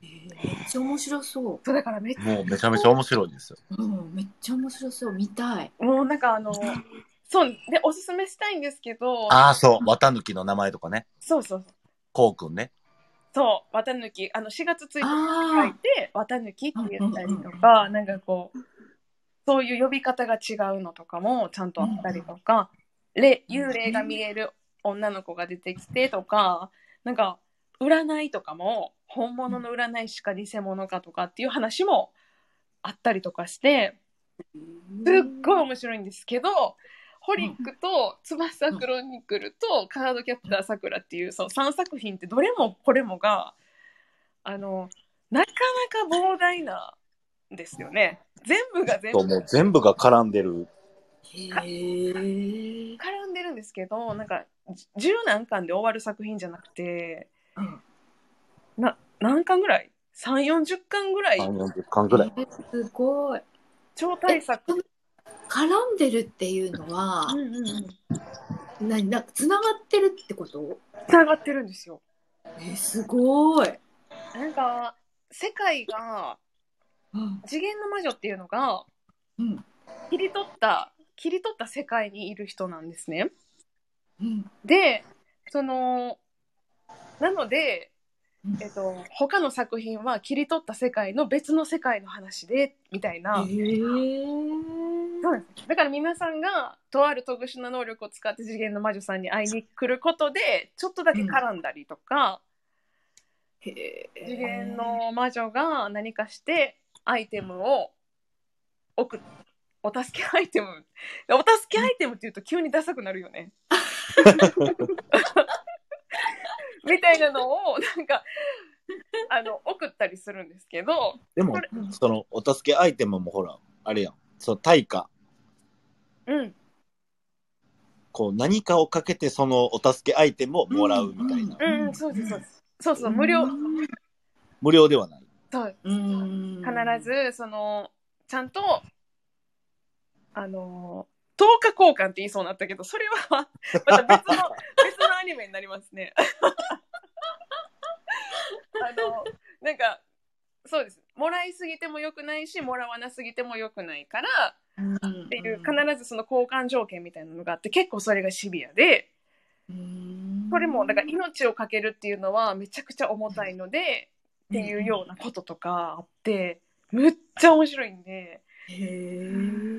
S6: めっちゃ面白そう。
S1: そうだからめっち
S9: う。
S1: ゃ
S9: もうめちゃめちゃ面白いですよ。
S6: うん、めっちゃ面白そう。見たい。 (laughs)
S1: もうなんかあのそう、で、おすすめしたいんですけど、
S9: ああ、そう。綿抜きの名前とかね。
S1: そうそう
S9: こうくんね。
S1: そう、綿抜き、あの、4月1日に書いて、綿抜きって言ったりとか、なんかこう、そういう呼び方が違うのとかもちゃんとあったりとか、霊幽霊が見える女の子が出てきてとか、なんか、占いとかも、本物の占い師か偽物かとかっていう話もあったりとかして、すっごい面白いんですけど、ホリックと翼クロニクルとカードキャプターさくらっていうそう3作品ってどれもこれもがあのなかなか膨大なんですよね全部が全
S9: そ
S1: 部
S9: う、もう全部が絡んでる。
S1: か絡んでるんですけどなんかじ十何巻で終わる作品じゃなくて、な何巻ぐらい ?3、40巻ぐらい
S9: 3、40巻ぐらい。
S6: えすごい。
S1: 超大作。
S6: 絡んでるっていうのは、ななつながってるってこと
S1: つながってるんですよ。
S6: えすごい。
S1: なんか世界が「次元の魔女」っていうのが、切り取った切り取った世界にいる人なんですね。でそのなので、えっと、他の作品は切り取った世界の別の世界の話でみたいな。そうなんですだから皆さんがとある特殊な能力を使って次元の魔女さんに会いに来ることでちょっとだけ絡んだりとか、次元の魔女が何かしてアイテムを送っお助けアイテムお助けアイテムって言うと急にダサくなるよね。みたいなのをなんかあの送ったりするんですけど
S9: でも、その、お助けアイテムもほら、あれやん。その、対価。
S1: うん
S9: こう、何かをかけて、その、お助けアイテムをもらうみたいな。
S1: うん、そうですそうですそうそう無料
S9: 無料ではない。
S1: そう必ずそのちゃんとあの10日交換って言いそうになったけどそれはまた (laughs) 別の別のアニメになります (laughs) ね。あのなんかそうですもらいすぎても良くないしもらわなすぎても良くないからっていう必ずその交換条件みたいなのがあって結構それがシビアでこれもだから命を懸けるっていうのはめちゃくちゃ重たいのでっていうようなこととかあってむっちゃ面白いんで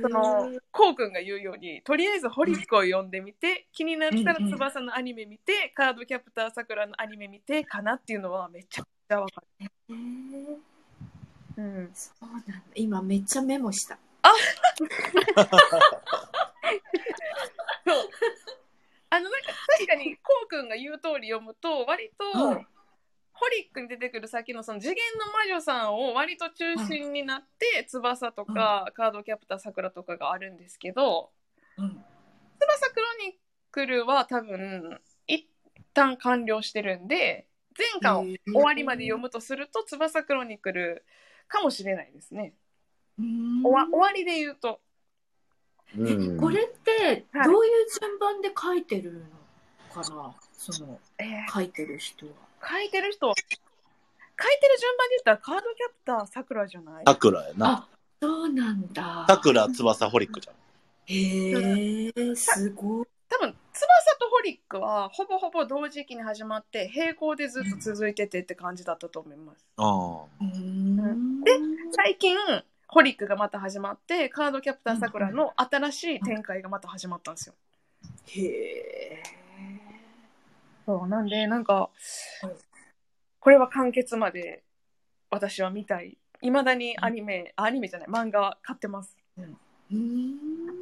S1: そのこうくんが言うようにとりあえずホリックを読んでみて気になったら翼のアニメ見てカードキャプターさくらのアニメ見てかなっていうのはめちゃくちゃわかる。うん、
S6: そうなんだ今めっちゃメモした。
S1: そうあのなんか確かにこうくんが言う通り読むと割と、ホリックに出てくる先のその次元の魔女さんを割と中心になって、翼とか、カードキャプターさくらとかがあるんですけど、翼クロニクルは多分一旦完了してるんで前巻を終わりまで読むとすると、翼クロニクルかもしれないですね。おわ終わりで言うと
S9: うん
S6: これってどういう順番で書いてるのかな、その書いてる人は。
S1: 書いてる人書いてる順番で言ったらカードキャプターさくらじゃない
S9: さくらやな。
S6: そうなんだ。
S9: さくら翼ホリックじゃん。
S6: へえ、すごい。
S1: 多分翼とホリックはほぼほぼ同時期に始まって並行でずっと続いててって感じだったと思います。
S9: あ
S6: あ。
S1: で最近ホリックがまた始まってカードキャプターさくらの新しい展開がまた始まったんですよ。
S6: へえ。
S1: そうなんでなんかこれは完結まで私は見たい。いまだにアニメ、あアニメじゃない漫画買ってます。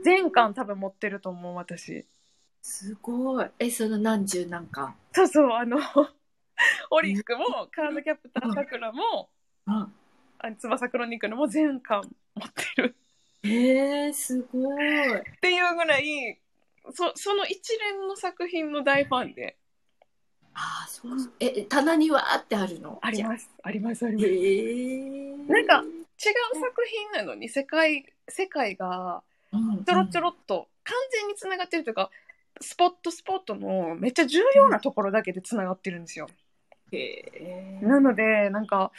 S1: 全巻多分持ってると思う私。
S6: すごい。え、その何十何巻
S1: そうそう、あの、 (laughs) オリックも、カードキャプターさくらも、
S6: あ
S1: 翼クロニクルも全巻持ってる。 (laughs)
S6: へえ、すごい。
S1: っていうぐらい、そその一連の作品の大ファンで。
S6: ああ、そうそう。え、棚にわーってあるの。
S1: ありますあります、あります。なんか、違う作品なのに、世界、世界が、ちょろちょろっと、完全につながってるというか、スポットスポットのめっちゃ重要なところだけでつながってるんですよ。なので、なんか、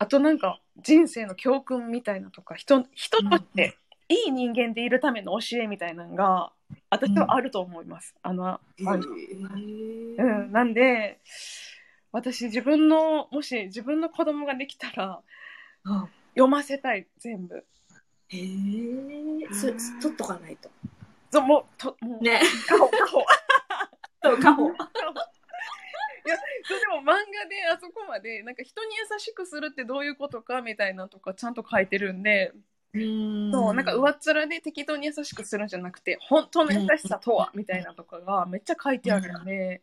S1: あとなんか、人生の教訓みたいなとか、人、人としていい人間でいるための教えみたいなのが私はあると思います。あのあのうん、なんで私自分のもし自分の子供ができたら読ませたい全部。
S6: へえ、そ取っとかないと。
S1: そうもうともう (laughs)
S6: ね
S1: 過保過保
S6: そう過保
S1: いやそうでも漫画であそこまでなんか人に優しくするってどういうことかみたいなのとかちゃんと書いてるんでそうなんか上っ面で適当に優しくするんじゃなくて本当の優しさとはみたいなのとかがめっちゃ書いてあるんで、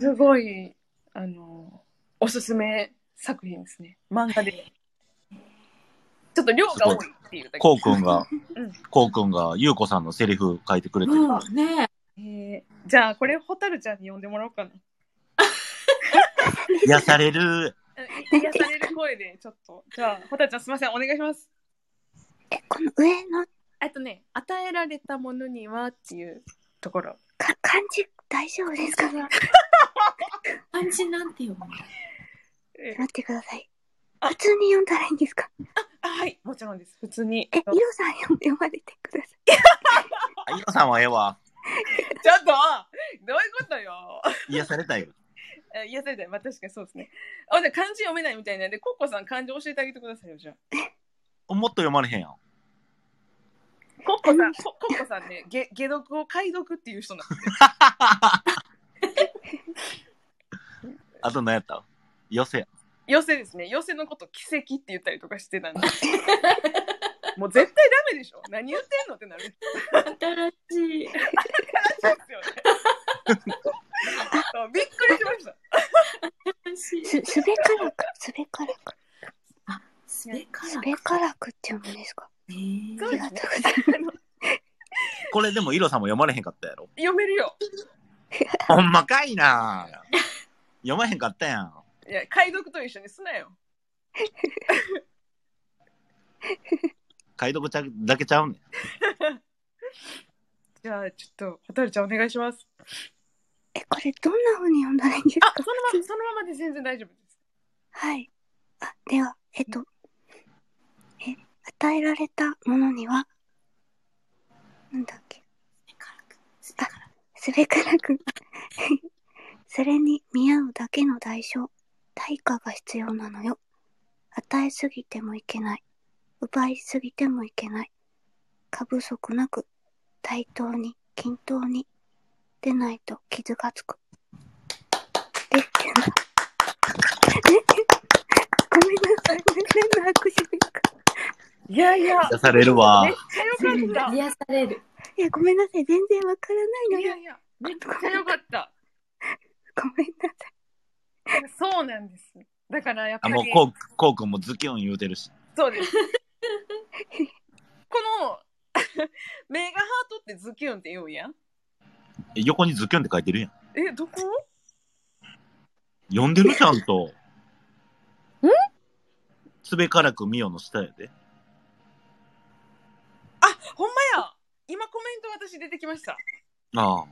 S1: すごいあのおすすめ作品ですね漫画でちょっと量が多いっていうだけ
S9: こうくんが
S1: うん、
S9: こうくんが、ゆうこさんのセリフ書いてくれてる。
S1: うん、ねえーじゃあこれホタルちゃんに呼んでもらおうかな
S9: 癒される。
S1: うんい癒される声でちょっとじゃあホタルちゃんすみませんお願いします
S3: この上の
S1: えっとね与えられたものにはっていうところ
S3: か漢字大丈夫ですかね
S6: 漢字なんて読む
S3: 待ってください。普通に読んだらいいんですか
S1: あはいも (laughs) ちろんです普通に
S3: え、イロさん読読まれてください。
S1: (laughs)
S9: あ、ゆうこさんはええわ。
S1: ちょっとどういうことよ
S9: 癒されたよ。
S1: え癒されたいまあ確かにそうですねあじゃあ漢字読めないみたいなんでコッコさん漢字教えてあげてくださいよじゃあ
S9: もっと読まれへんやん。
S1: コッコさん、ココッコさんね、げ解毒を解読っていう人なんですよ。
S9: あと何やった寄せや。
S1: 寄せですね、寄せのこと奇跡って言ったりとかして (laughs) たんで。もう絶対ダメでしょ。何言ってんのってなる。
S6: 新し
S1: 新しい
S6: い。
S1: ですよ (laughs) ね。そうびっくりしました。 (laughs)
S3: す、すべからく、すべからく。
S6: すべから
S3: く。すべからくって読むんですか
S6: あ
S3: りがとうございます。
S9: これでも、いろさんも読まれへんかったやろ。
S1: 読めるよ。
S9: ほんまかいな。読まへんかったやん。
S1: いや、解読と一緒にすなよ。
S9: 解読ちゃだけちゃうねん。
S1: じゃあ、ちょっと、ホタルちゃんお願いします。
S3: え、これどんな風に読んだらいいんですか
S1: そのま (laughs) ま、そのままで全然大丈夫です。
S3: はい。あ、では、えっと、え、与えられたものには、なんだっけ。あ、すべからく。 (laughs) それに見合うだけの代償、対価が必要なのよ。与えすぎてもいけない。奪いすぎてもいけない。過不足なく、対等に、均等に、でないと傷がつく。ごめんなさい。何の拍手ですか
S1: いやいや
S9: 癒されるわめっ
S1: ちゃよかった。
S6: 癒される。
S3: いや、ごめんなさい。全然わからないの
S1: いやいや、めっちゃよかった。
S3: ごめんな
S1: さい。そうなんです。だから、やっぱ
S9: あ、
S1: り。
S9: もう、こう、こうくんもズキュン言うてるし。
S1: そうです。こ (laughs) のメガハートってズキュンって言うんやん。
S9: え横にズキュンって書いてるやん。
S1: え、どこ
S9: 読んでるちゃんと。
S1: ん
S9: すべからくみよの下やで。
S1: ほんまや今コメント私出てきました。
S9: ああ。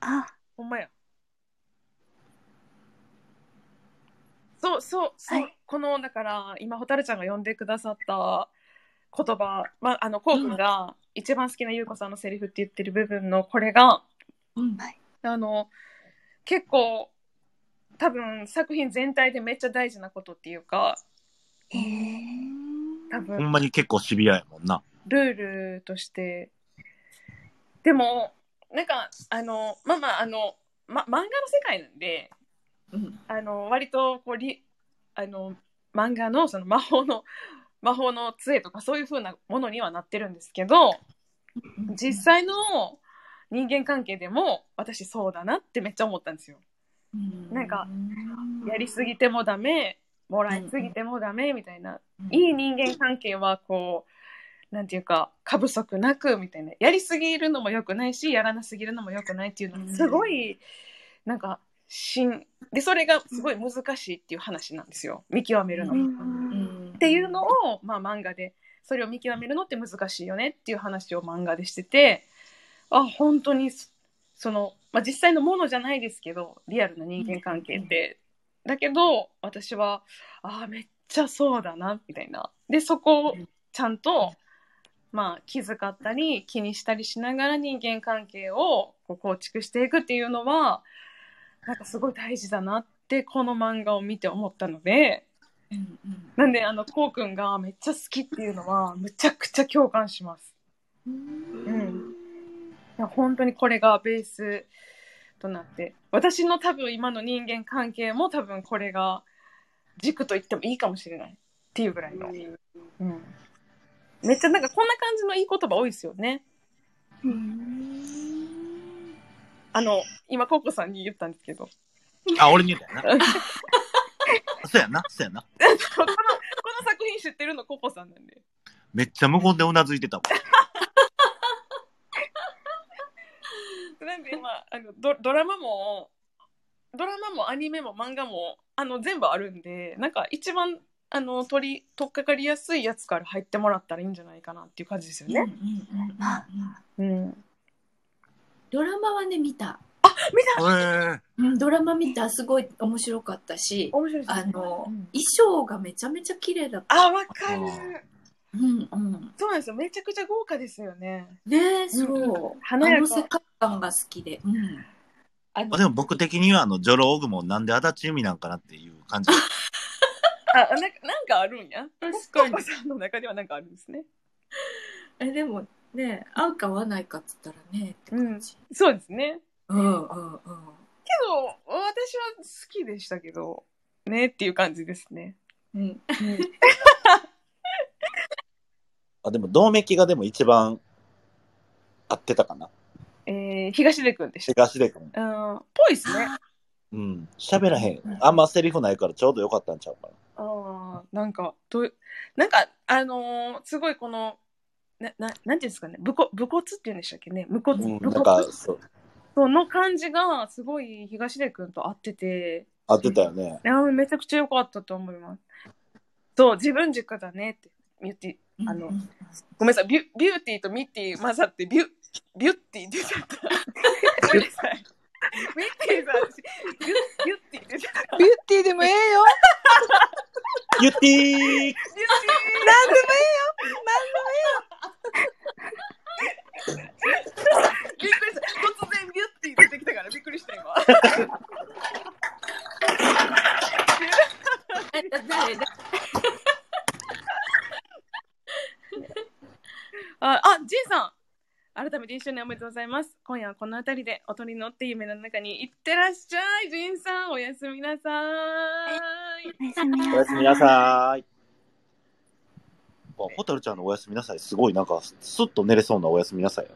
S3: あ
S1: ほんまや。そうそうそう、このだから今蛍ちゃんが呼んでくださった言葉、まあ、あのこうくんが一番好きな優子さんのセリフって言ってる部分のこれが、あの結構多分作品全体でめっちゃ大事なことっていうか多分
S9: ほんまに結構シビアやもんな。
S1: ルールとしてでもなんかあのまあまああの、ま、漫画の世界なんで、あの割とこうりあの漫画のその魔法の (laughs) 魔法の杖とかそういう風なものにはなってるんですけど実際の人間関係でも私そうだなってめっちゃ思ったんですよ。なんかやりすぎてもダメもらいすぎてもダメみたいな、いい人間関係はこうなんていうか過不足なくみたいなやりすぎるのも良くないしやらなすぎるのも良くないっていうのがすごい、なんかしんでそれがすごい難しいっていう話なんですよ見極めるの。っていうのを、まあ、漫画でそれを見極めるのって難しいよねっていう話を漫画でしててあ本当にそその、まあ、実際のものじゃないですけどリアルな人間関係って、だけど私はあーめっちゃそうだなみたいなでそこをちゃんとまあ、気遣ったり気にしたりしながら人間関係をこう構築していくっていうのはなんかすごい大事だなってこの漫画を見て思ったので、なんであのこうくんがめっちゃ好きっていうのはむちゃくちゃ共感します。うん、いや本当にこれがベースとなって私の多分今の人間関係も多分これが軸と言ってもいいかもしれないっていうぐらいの、うん、めっちゃなんかこんな感じのいい言葉多いですよねあの今ココさんに言ったんですけど
S9: あ、俺に言うた
S1: (laughs)
S9: よな。そうやな、そうやな。
S1: このこの作品知ってるのココさんなんで
S9: めっちゃ無言でうなずいてたもん。
S1: なんで今あのドドラマもドラマもアニメも漫画もあの全部あるんでなんか一番あの取り取っかかりやすいやつから入ってもらったらいいんじゃないかなっていう感じですよね。うん
S6: ドラマはね見た
S9: へ
S6: うんドラマ見たすごい面白かったしあの、衣装がめちゃめちゃ綺麗だった
S1: あわかる
S6: うんうん
S1: そうなんですよめちゃくちゃ豪華ですよね
S6: ねえそう、
S1: 華やか
S6: あの世界観が好きで、うん、
S1: あ
S9: まあでも僕的には、あの、ジョロオグもなんで足立由美なんかなっていう感じ。
S1: あなんかなんかあるんや確かにさんの中ではなんかあるんですね
S6: えでもね合うか合わないかっつったらね
S1: うんそうですね
S6: うんうんうん
S1: けど私は好きでしたけどねっていう感じですね
S6: うん
S9: あ、でも、同盟がでも一番合ってたかな。
S1: えー、東出君でした
S9: 東出君。
S1: うんぽいですね
S9: うん。喋らへん。あんまセリフないからちょうどよかったんちゃうかな。
S1: あーなんかどうなんかあのーすごいこのなななんていうんですかね武骨武骨っていうんでしたっけね武骨,、
S9: うん、
S1: 武
S9: なん
S1: 骨
S9: か、そう、
S1: その感じがすごい東出君と合ってて
S9: 合ってたよね。
S1: あーめちゃくちゃ良かったと思いますそう自分軸だねって言ってあの、ごめんなさいビュビューティーとミッティ混ざってビュビュッティー出ちゃ
S9: (laughs)
S1: ったごめんなさいミッティさん私ビュビュッティー出ちゃった
S23: ビューティーでもええよ。
S9: ゆってぃー
S23: なんでもええよ。
S1: びっくりした突然ビュッティー出てきたからびっくりした今
S6: 誰誰
S1: あ、あ、ジンさん。改めて一緒におめでとうございます。今夜はこの辺りで、音に乗って夢の中に行ってらっしゃい、ジンさん。おやすみなさい。
S9: おやすみなさーい。あ、ホタルちゃんのおやすみなさい、すごい、なんか、すっと寝れそうなおやすみなさいや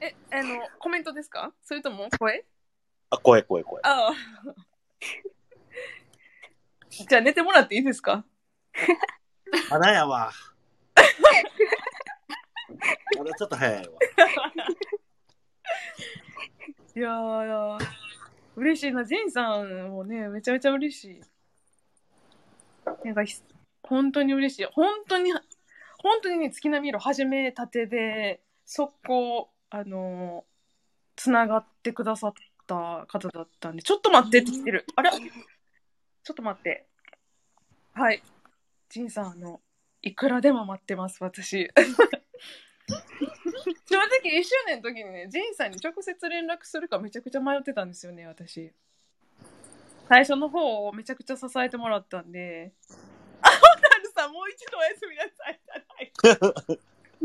S9: な。
S1: え、あの、コメントですかそれとも声
S9: あ、怖い怖い怖い。
S1: ああ。じゃあ寝てもらっていいですか
S9: まだやわ。 (laughs) まだちょっと早いわ。
S1: いやー、嬉しいな。ジンさんもね、めちゃめちゃ嬉しい。なんかひ、本当に嬉しい。本当に、本当にね、月並み色始めたてで、速攻、あのー、つながってくださった方だったんで、ちょっと待ってって来てる。あれちょっと待って。はい。ジンさん、あの、いくらでも待ってます、私。正直1周年の時にねジンさんに直接連絡するかめちゃくちゃ迷ってたんですよね私最初の方をめちゃくちゃ支えてもらったんであホタルさんもう一度おやすみなさい (laughs)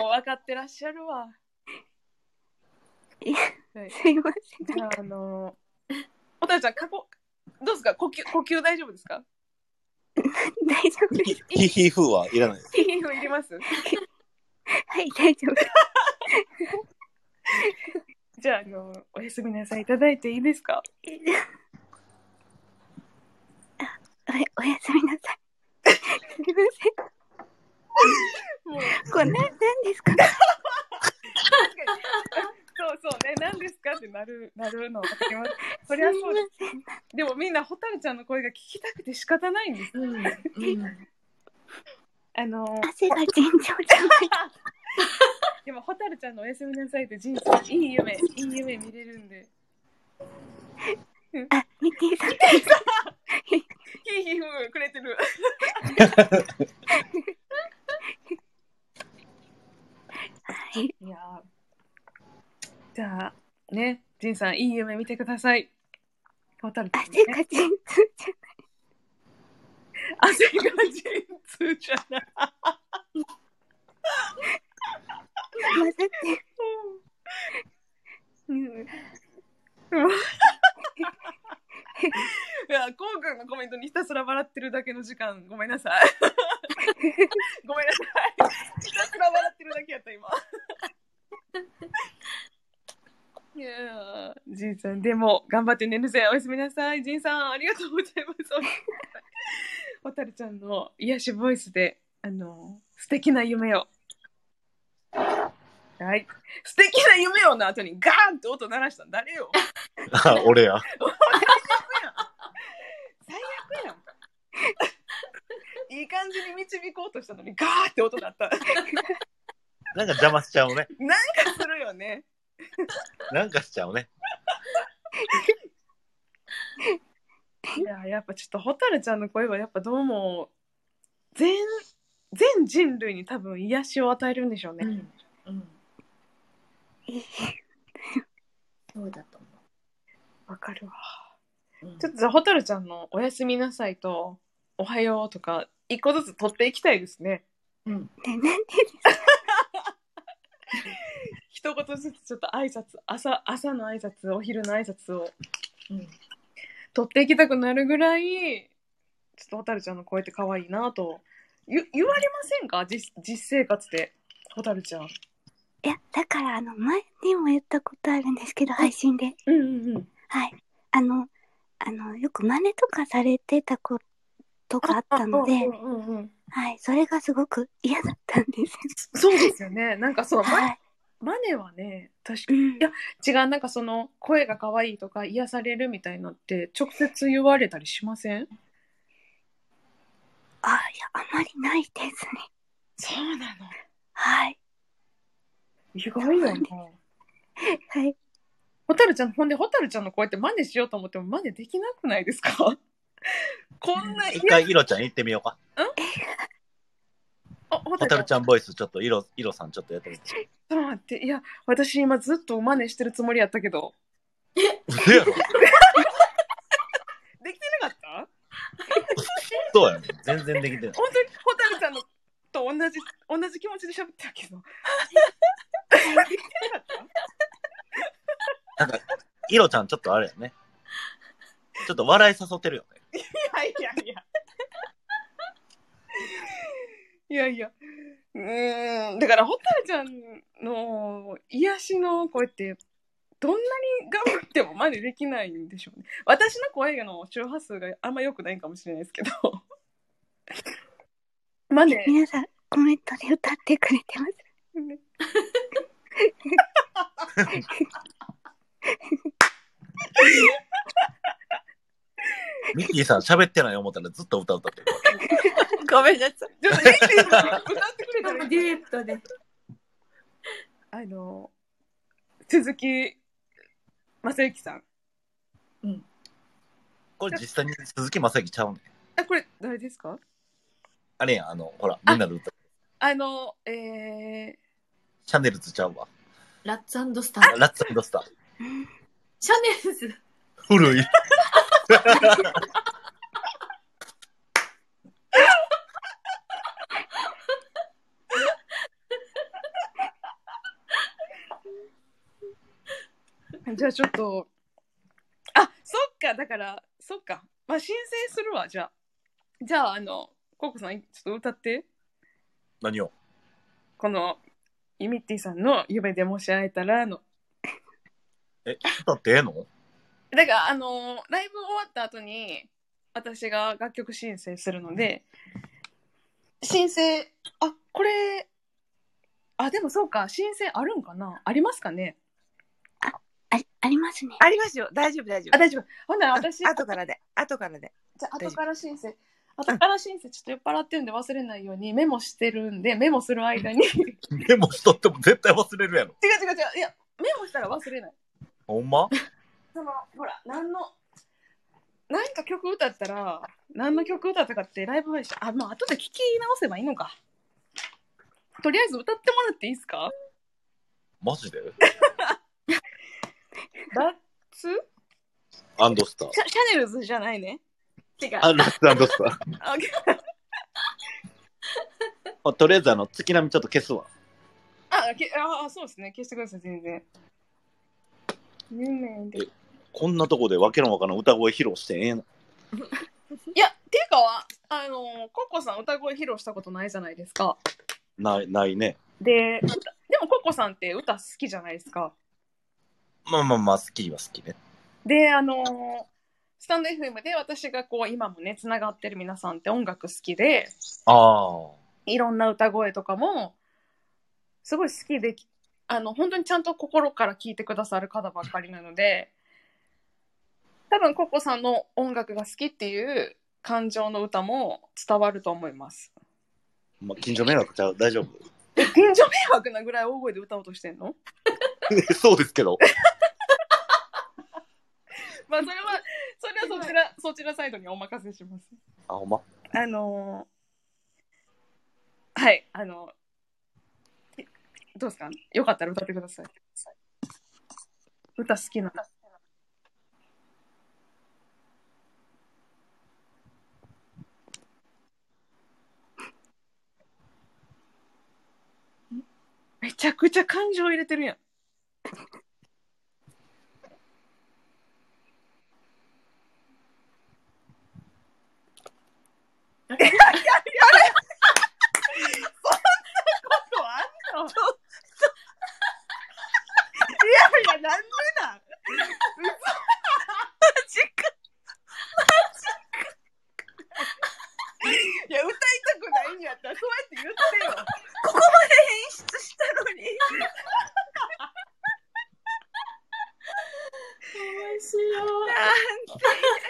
S1: もう分かってらっしゃるわ
S3: いや、
S1: はい
S3: すいません。
S1: じゃああのホタルちゃん過去どうですか呼吸呼吸大丈夫ですか
S3: 大丈夫です。
S9: ヒーヒーフーはいらないです。
S1: いいのいります
S3: はい、大丈夫です。
S1: じゃああのおやすみなさいいただいていいですか
S3: おおやすみなさい。すみま
S1: せん。もう
S3: これななんですか。
S1: 確かにそうそうね、何ですかってなるなるのわかります。そりゃそうです。でもみんな、ホタルちゃんの声が聞きたくて仕方ないんです。あの
S3: 汗が尋常じゃない。
S1: でも、ホタルちゃんのおやすみなさいって人生、いい夢、いい夢見れるんで。
S3: あ、ミッキーさん。
S1: ヒーヒーフーくれてる。ジンさん、いい夢見てください。ホタルちゃん、
S3: 汗が陣痛じ
S1: 汗が陣痛じゃない。
S3: ゃない混ざって。うん。
S1: いや、こうくんのコメントにひたすら笑ってるだけの時間、ごめんなさい。 (laughs) ごめんなさい。ひたすら笑ってるだけやった、今。 (laughs) いやーじいちゃん、でも、頑張って寝るぜ。おやすみなさい。じいさん、ありがとうございます。 (laughs) おたるちゃんの癒しボイスで、あのー素敵な夢を。はい。素敵な夢をの後にガーンって音鳴らしたの誰よ。
S9: あ俺や。
S1: 最悪やんか。いい感じに導こうとしたのにガーって音鳴った。
S9: なんか邪魔しちゃうね。
S1: なんかするよね。
S9: なんかしちゃうね。
S1: いややっぱちょっと蛍ちゃんの声はやっぱどうも全全人類に多分癒しを与えるんでしょうね。
S6: そうだと思
S1: う。わかるわ。ちょっとじゃあ蛍ちゃんのおやすみなさいとおはようとか一個ずつ取っていきたいですね。
S6: うん。
S3: で、なんで
S1: 一言ずつちょっと挨拶朝朝の挨拶お昼の挨拶を
S6: うん
S1: 取っていきたくなるぐらいちょっと蛍ちゃんの声って可愛いなとゆ言われませんか実実生活で蛍ちゃん
S3: いや、だから、あの、前にも言ったことあるんですけど、配信で。
S1: うんうんうん。
S3: はい。あの、あの、よく真似とかされてたことがあったので、はい、それがすごく嫌だったんです。
S1: そうですよねなんかその、ま
S3: はい
S1: マネはね確かに、いや違うなんかその声が可愛いとか癒されるみたいなって直接言われたりしません
S3: あ、いや、あまりないですね。
S1: そうなの
S3: はい。
S1: 意外よね
S3: はい
S1: 蛍ちゃんほんで蛍ちゃんの声って真似しようと思っても真似できなくないですかこんな
S9: 一回、イロちゃん行ってみようか。
S1: あホ
S9: ホ
S1: タ
S9: タ
S1: ル
S9: ルちゃんボイス、ちょっとイロ、イロさん、ちょっとやってみて。
S1: ちょっと待って、いや、私今ずっと真似してるつもりやったけど。できてなかった
S9: そうやね。全然できてない。
S1: 本当にホタルちゃんのと同じ、同じ気持ちで喋ってたけど。できてなかった
S9: なんか、イロちゃん、ちょっとあれやね。ちょっと笑い誘ってるよね。
S1: いやいやいや。いやいや。うーん、だから、ホタルちゃんの癒しの声って、どんなに頑張っても真似できないんでしょうね。私の声の周波数があんま良くないかもしれないです (laughs) けど。マネ
S3: 皆さん、コメントで歌ってくれてます。
S9: ミッキーさん、喋ってない思ったらずっと歌歌ってる。
S24: ごめんなさい。
S1: ちょっとミッキーさん歌ってくれたらいい
S6: デュエットで。
S1: あの、鈴木正幸さん。
S9: これ実際に鈴木正樹ちゃうね。
S1: あ、これ、誰ですか
S9: あれやん、あの、ほら、みんなで歌う。
S1: あの、えー、
S9: シャネルズちゃうわ。
S6: ラッツスタ
S9: ラ
S6: ー。
S9: ッツスター。
S6: シャネルズ。
S9: 古い。
S1: じゃあちょっと、あそっか、だから、そっか、まあ、申請するわ、じゃあ。じゃあ、あの、ココさん、ちょっと歌って、
S9: 何を
S1: この、イミッティさんの夢でもし会えたらの。
S9: え、歌ってええの
S1: だから、あの、ライブ終わった後に、私が楽曲申請するので、申請、あ、これ、あ、でもそうか、申請あるんかなありますかね
S3: あり、ありますね。
S25: ありますよ。大丈夫、大丈夫。
S1: あ、大丈夫。ほんなら私、
S25: 後からで。後からで。
S1: じゃあ後から申請後から申請ちょっと酔っ払ってるんで忘れないようにメモしてるんでメモする間に (laughs) 違う違う違
S9: メモしとっても絶対忘れるやろ。
S1: ういやメモしたら忘れない
S9: ほんま
S1: そのほら何の何か曲歌ったら何の曲歌ったかってライブ配信あまあ後で聞き直せばいいのかとりあえず歌ってもらっていいですか
S9: マジで
S1: ダッツ
S9: アンド (laughs) スター。
S1: シャシャネルズじゃないね。違う。
S9: アンドスター、アンドスター。
S1: あ OK
S9: まあ (laughs) とりあえず、あの、月並みちょっと消すわ。
S1: あけあ、そうですね。消してください、全然。有名で。
S9: こんなとこでわけのわからん歌声披露してええな。
S1: いや、っていうか、あの、コッコさん歌声披露したことないじゃないですか。
S9: ない、ないね。
S1: で、でもコッコさんって歌好きじゃないですか。
S9: まあまあまあ、好きは好きね。
S1: で、あのスタンド FM で私がこう今もねつながってる皆さんって音楽好きで
S9: あ
S1: いろんな歌声とかもすごい好きであの本当にちゃんと心から聴いてくださる方ばっかりなので多分ココさんの音楽が好きっていう感情の歌も伝わると思います。
S9: あ。まあ、近所迷惑ちゃう。大丈夫。
S1: え近所迷惑なぐらい大声で歌おうとしてんの
S9: (laughs) そうですけど。
S1: (laughs) まあそれはそれはそちらそちらサイドにお任せします。
S9: あ、ほんま。
S1: あのーはい、あのえどうですかよかったら歌ってください。歌好きな。めちゃくちゃ感情入れてるやん。
S6: とはあんの
S1: いやいや、なんでなんマ
S6: 嘘
S1: ジか。マジか。いや、歌いたくないんやったら、そうやって言ってよ。ここまで演出したのに。 (laughs)
S3: (laughs)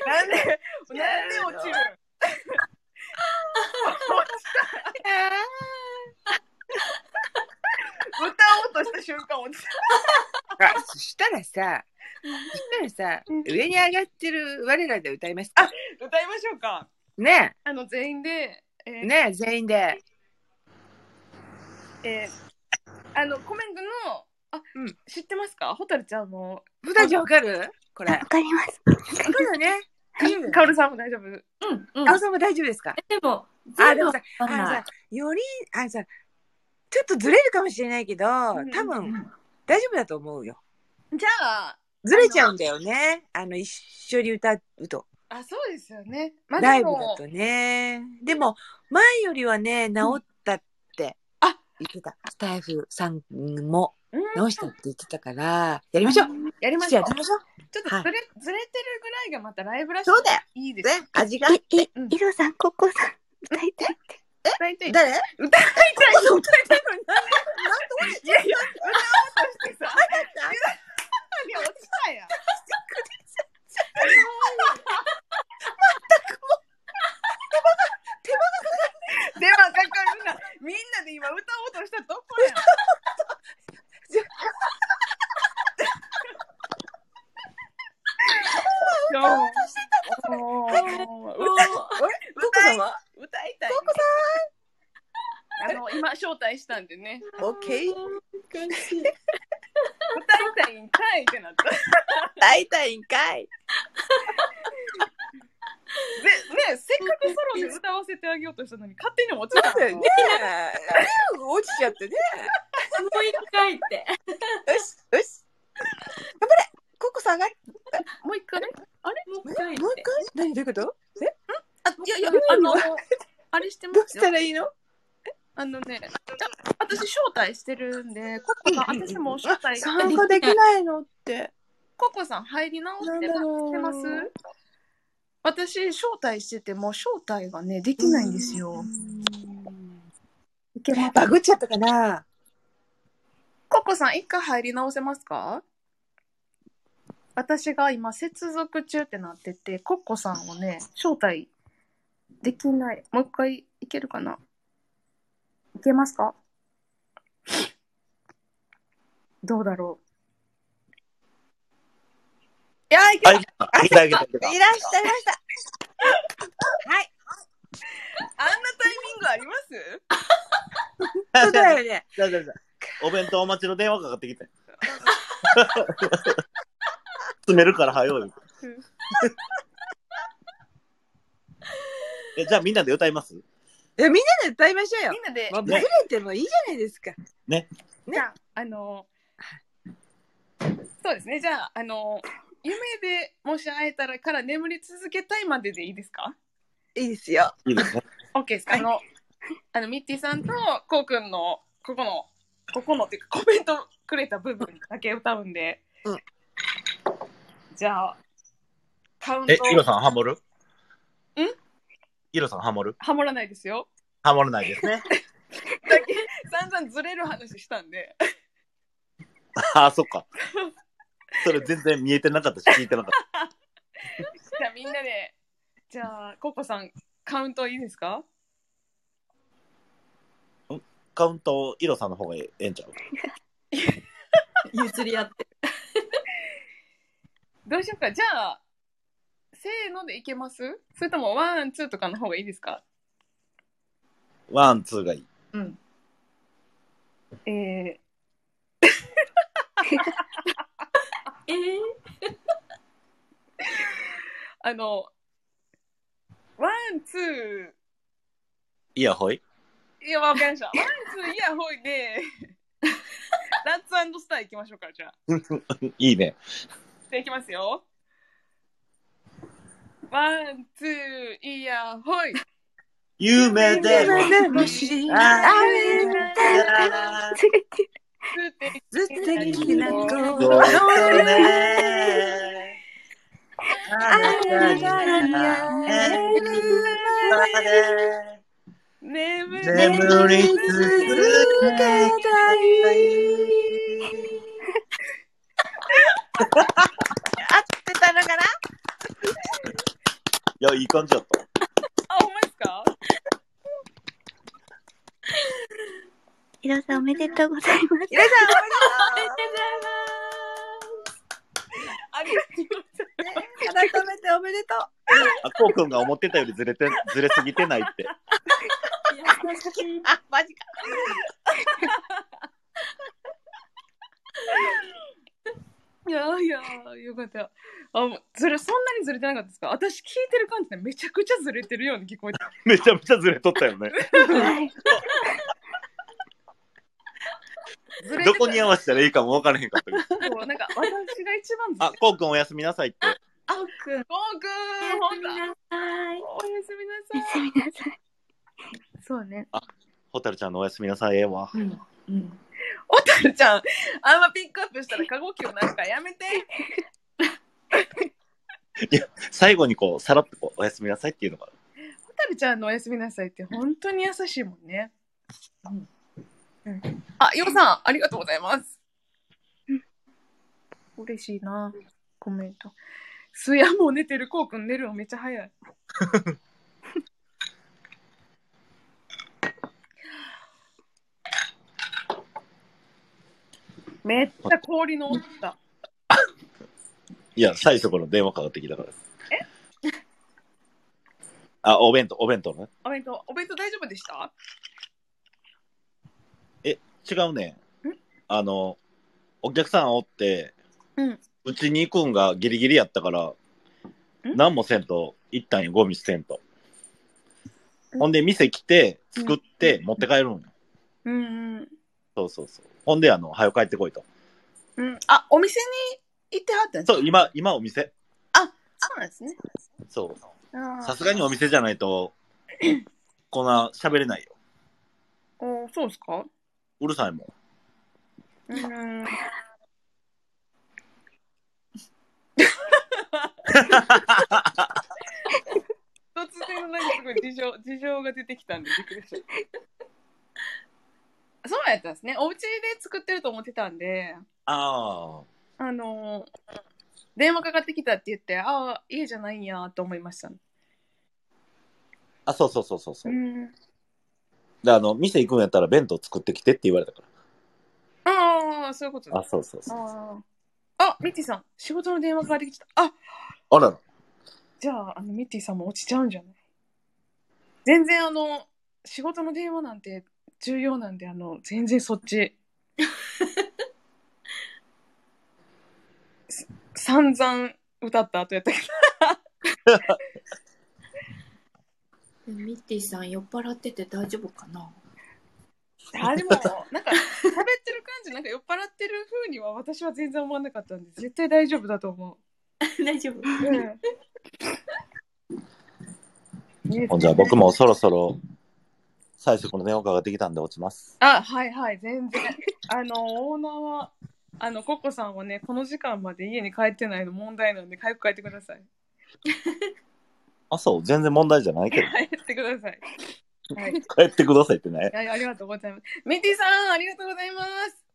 S1: なんで、なんで落ちるん落ちた。歌おうとした瞬間落ちた。
S3: あそしたらさ、そしたらさ、上に上がってる我らで歌いますか。
S1: 歌いましょうか。
S3: ね
S1: あの、全員で、え
S3: え、ねえ、全員で。
S1: えーあのコメントのあ、知ってますかホタルちゃんも
S3: ホタルちゃんわかるこれ。わ
S26: かります。
S3: そうだね。
S1: カオルさんも大丈夫。うん
S3: カオルさんも大丈夫ですか
S6: でも、
S3: あ、でもさ、あ
S6: わ
S3: の
S6: かんない
S3: さ、4人、あのさ、ちょっとずれるかもしれないけど、多分、大丈夫だと思うよ。
S1: じゃあ
S3: ずれちゃうんだよね。あの、一緒に歌うと。
S1: あそうですよね。まあ
S3: ライ
S1: で
S3: ブ
S1: も
S3: だとね。でも、前よりはね、治ったって言ってた。スタイフさんも
S1: うん
S3: 治したって言ってたから、やりましょう。
S1: やりましょう
S3: やりましょう。
S1: ちょっとずれ,、
S3: はい
S1: ずれてるぐらいがまたライブらしい
S3: そうだよ
S1: いいですね。
S3: 味が。
S26: え、え、イロさん、ココさん、歌いたいって。
S1: 歌いたい
S3: 誰歌い
S1: たい歌いたいのになんい
S3: で
S1: やいや歌おうとしてさ。いや落ちたやん。
S3: 手間がかかる。
S1: ではかかるな。みんなで今歌おうとしたとこやん。
S3: 歌おうとしてたの
S1: お
S3: それ
S1: ー
S3: うわココさんは
S1: 歌いたい。
S3: ココ
S1: あの今招待したんでね。
S3: オッケー。
S1: 歌いたいんかいってなった。ぜ
S3: 歌いたいんかい。
S1: ねせっかくソロで歌わせてあげようとしたのに勝手に落ちたの。
S3: ねえ、落ちちゃってね。
S6: もう一回って。
S3: よし、よし。ココさんが
S1: もう一回あれ
S6: もう一回って
S3: もう一回何どういうことえ
S1: あいやいや
S3: ル
S1: あ
S3: ール
S1: の
S3: は
S1: あれしてます
S3: ど
S1: よ
S3: うしたらいいの
S1: あのね私招待してるんでココさん私も招待
S3: 参加できないのって。
S1: ココさん入り直して
S3: なんだろう
S1: してます私招待してても招待がねできないんですよ
S3: バグっちゃったかな
S1: ココさん一回入り直せますか私が今接続中ってなっててココさんをね招待できないもう一回いけるかないけますかどうだろういやいけ
S9: (laughs) あ、いけた。いけた、いけたいけた。
S3: らっしゃ (laughs) いました。はい。
S1: あんなタイミングあります
S3: そうだよ
S9: (laughs)
S3: ね。 (laughs)
S9: じゃあじゃあじゃあお弁当お待ちの電話かかってきて。詰めるから早
S3: (laughs)
S9: い。え、じゃあみんなで歌います
S4: いやみんなで歌いましょうよ。
S1: みんなで
S4: まあ、
S9: ね
S4: ずれてもいいじゃないですか。
S9: ね。
S4: ね。
S1: あのそうですねじゃああの夢でもし会えたらから眠り続けたいまででいいですか
S4: いいですよ。
S9: いいですね。
S1: OK ですかあのあのミッティさんとこうくんのここのここのっていうかコメントくれた部分だけ歌うんで、じゃあカウント
S9: え、イロさんハモる
S1: ん
S9: イロさんハモる
S1: ハモらないですよ
S9: ハモらないですね。
S1: だけ散々ずれる話したんで
S9: ああ、そっか。それ全然見えてなかったし、聞いてなかっ
S1: じゃあみんなで、じゃあココさんカウントいいですか？
S9: た。カウント、イロさんの方がええんちゃう
S1: 譲り合って。どうしようか。じゃあせーのでいけます？それともワンツーとかの方がいいですか？
S9: ワン、ツーがいい。
S1: うん。えー、えー、あのワンツー
S9: いや、ほい。
S1: いや、わかりました。ワン、ツー、イヤホイで、ラッツスター行きましょうか、じゃあ。
S9: いいね。
S1: じゃあ行きますよ。ワン、ツー、イヤホイ。
S9: 夢で
S4: でもし会えたら素
S1: 敵
S4: 素敵な子
S9: そう
S4: ねあなたに会えるまで
S1: 眠り
S9: 眠り
S4: 続けたい合ってたのかない
S9: や、いい感じだった。
S1: あ、ほんまですか
S3: ひろさんおめでとうございます。
S4: 皆さんおめでとう
S1: ありがとうござい
S4: ます。改めておめでとう。
S9: あ、こうくんが思ってたよりずれて、ずれすぎてないって。
S4: あ、マジか。
S1: いやいや、よかった。あ、もうそれ、そんなにずれてなかったですか私聞いてる感じでめちゃくちゃずれてるように聞こえた。
S9: めちゃめちゃずれとったよね。
S1: ずれて
S9: ど
S1: た
S9: こに合わせたらいいかも分からへんかったけど。
S1: もうなんか、私が一番ず
S9: あ、こうくんおやすみなさいって。
S1: あおくん。おくん、ほんと。おやすみなさい。おやすみなさい。そうね。
S9: ほたるちゃんのおやすみなさい、ええわ。
S1: おたるちゃん、あんまピックアップしたら過呼吸なんかやめて。
S9: 最後にこう、さらっとこう、おやすみなさいっていうのが。
S1: おたるちゃんのおやすみなさいって本当に優しいもんね。あ、ようさん、ありがとうございます。嬉しいな、コメント。すやもう寝てる、こうくん寝るのめっちゃ早い。めっちゃ氷の音だ。
S9: いや、最初から電話かかってきたから。あ、お弁当、お弁当ね。
S1: お弁当、お弁当大丈夫でした
S9: え、違うね。あの、お客さんおって、
S1: うん。
S9: うちに行くんがギリギリやったから、何もせんと、一旦よ、ゴミ捨てんと。ほんで、店来て、作って、持って帰るんよ。
S1: うんうん。
S9: そうそうそう。ほんで、あの、早く帰ってこいと。
S1: うん、あ、お店に行ってはったんですか
S9: そう、今、今お店。
S1: そうなんですね。
S9: そう。
S1: あー
S9: さすがにお店じゃない
S1: (clears throat)
S9: と、こんな喋れないよ。
S1: おーそうですか
S9: うるさいもん。
S1: うーん。突然の何かすごい事情事情が出てきたんでびっくりした。そうやったんですね。お家で作ってると思ってたんで、
S9: ああ。
S1: あのー電話かかってきたって言って、ああ、家じゃないんやと思いました、ね。
S9: あ、そうそうそうそうそうう。
S1: ん。
S9: で、あの、店行くんやったら弁当作ってきてって言われたか
S1: ああ、そういうこと
S9: ら。あ、そうそうそう。
S1: あーあ、ミッティさん、仕事の電話かかってきた。あ
S9: あらら。
S1: じゃあ、あの、ミッティさんも落ちちゃうんじゃない全然、あの、仕事の電話なんて重要なんで、あの、全 (laughs) 然そっち。す散々歌った後やったけど。
S6: でもミッティさん酔っ払ってて大丈夫かな
S1: あでも、なんか、喋ってる感じ、なんか酔っ払ってる風には私は全然思わなかったんで、絶対大丈夫だと思
S6: う。 (laughs) 大丈夫。
S9: ほん (laughs) じゃ、僕もそろそろ、最初この電話かかってきたんで落ちます。
S1: あ、はいはい、全然。あの、オーナーは、あの、ココさんはね、この時間まで家に帰ってないの問題なんで、早く帰ってください。
S9: あ、そう、全然問題じゃない
S1: 帰
S9: けど。 (laughs)
S1: ってください。はい。
S9: 帰ってくださいってね。
S1: はい、ありがとうございます。ミッティさん、ありがとうございます。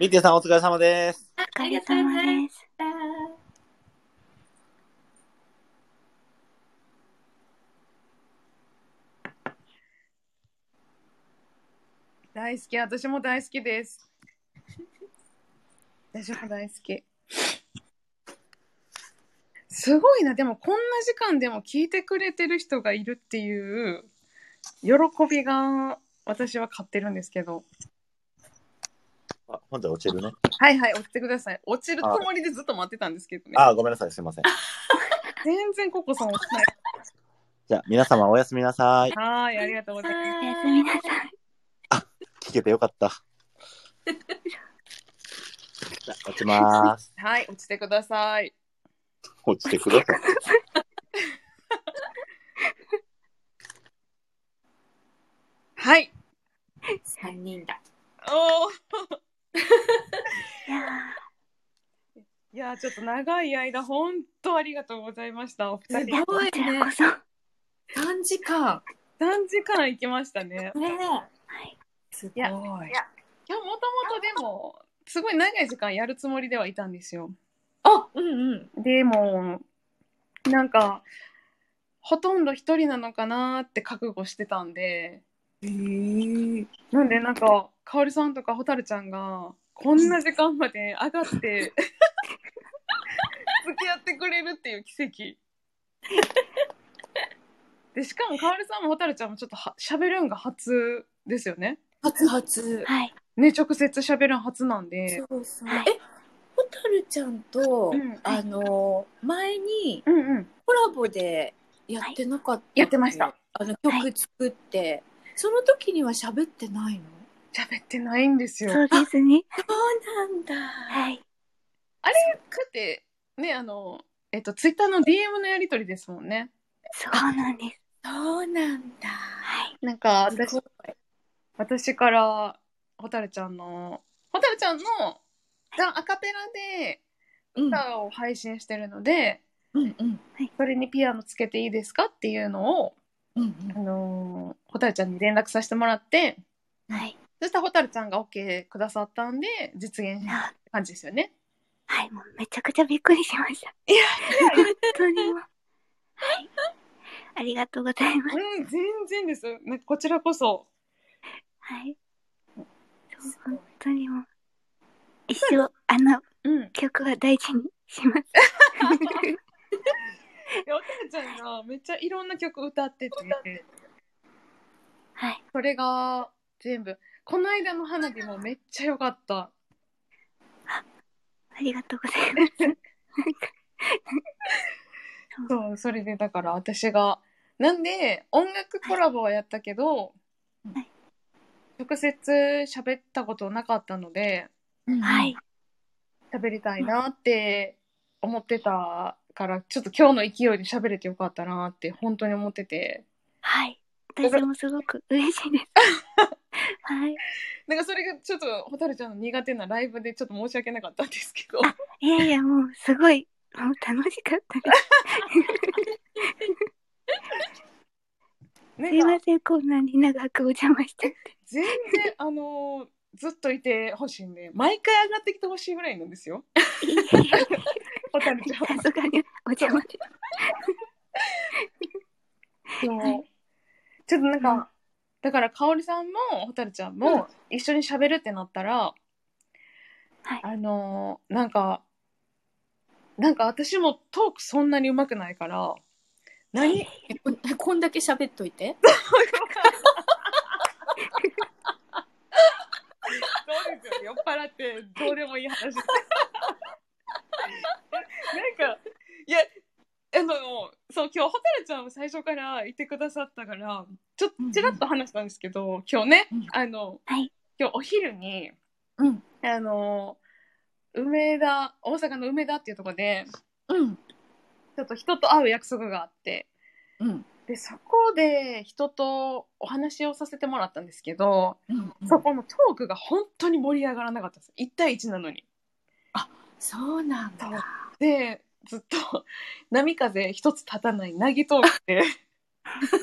S9: ミッティさん、お疲れ様です。
S1: ありがとうございます。大好き、私も大好きです。私も大好き。すごいな、でもこんな時間でも聞いてくれてる人がいるっていう喜びが私は買ってるんですけど。
S9: あ、ほんじゃ、落ちるね。
S1: はいはい、落ちてください。落ちるつもりでずっと待ってたんですけどね。
S9: あ、ごめんなさい、すいません。
S1: 全然ココさん落ちない。
S9: じゃあ、皆様、おやすみなさい。
S1: はい、ありがとうございます。
S9: 聞けてよかった。じゃあ、落ちまーす。
S1: はい、落ちてください。
S9: 落ちてください。
S1: はい。
S6: 3人だ。
S1: おお。いやーちょっと長い間本当ありがとうございましたお二人。
S6: すごいねこちらこ三時間。
S1: 三時間行きましたね。
S6: ね
S1: すごい。いやいや今日もともとでもすごい長い時間やるつもりではいたんですよ。あうんうん。でもなんかほとんど一人なのかなーって覚悟してたんで。なんでなんかかおりさんとかほたるちゃんがこんな時間まで上が
S6: (laughs)
S1: って付き合ってくれるっていう奇跡でしかもかおりさんもほたるちゃんもちょっとはしゃべるんが初ですよね初初
S6: はい
S1: ね直接しゃべるん初なんで
S6: そうそう。え、ほたるちゃんと、あの、前に、コラボでやってなかった、やってました。あの、曲作って、その時には喋ってないの
S1: 喋ってないんですよ
S6: そうで
S3: ね。
S6: すそうなんだ。はい。
S1: あれだってねあのえっとツイッターの DM のやり取りですもんね
S3: そうなんです
S6: そうなんだ。
S1: なんか私私から蛍ちゃんの蛍ちゃんのがアカペラで歌を配信してるので、それにピアノつけていいですかっていうのを、あのー蛍ちゃんに連絡させてもらって、そしたら蛍ちゃんが OK くださったんで実現した感じですよね。
S3: はい、もうめちゃくちゃびっくりしました。
S1: いや、
S3: 本当にもう。はい。ありがとうございます。
S1: うん、全然です。なんかこちらこそ。
S3: はい。そう、本当にもう。一生、あの、曲は大事にしま
S1: い
S3: す。
S1: や、おたるちゃんがめっちゃいろんな曲歌ってて、
S3: はい、
S1: それが全部、この間の花火もめっちゃ良かった。
S3: ありがとうございます。
S1: そう、それでだから私が、なんで音楽コラボはやったけど、直接喋ったことなかったので、
S3: はい。
S1: 喋りたいなって思ってたから、ちょっと今日の勢いで喋れてよかったなって本当に思ってて。
S3: はい。私もすごく嬉しいです。はい。
S1: なんかそれがちょっと、蛍ちゃんの苦手なライブでちょっと申し訳なかったんですけど。
S3: いやいや、もう、すごい、もう楽しかったです。
S1: す
S3: いません、こんなに長くお邪魔してて。
S1: 全然、あのーずっといてほしいんで、毎回上がってきてほしいぐらいなんですよ。蛍ちゃんは。
S3: さすがにお邪魔で。
S1: そうちょっとなんか、だから香織さんも蛍ちゃんも一緒に喋るってなったら、あのーなんかなんか私もトークそんなにうまくないから何
S6: ここんだけ喋っといて。
S1: (laughs) そうですよ酔っ払ってどうでもいい話そう、今日、ホタルちゃんも最初からいてくださったから、ちょっとちらっと話したんですけど、今日ね、あの、今日お昼に、あの、梅田、大阪の梅田っていうところで、ちょっと人と会う約束があって、で、そこで人とお話をさせてもらったんですけど、そこのトークが本当に盛り上がらなかったです。1対1なのに。あ、そうなんだ。で、ずっと (laughs) 波風一つ立たないなぎトーク (laughs) で、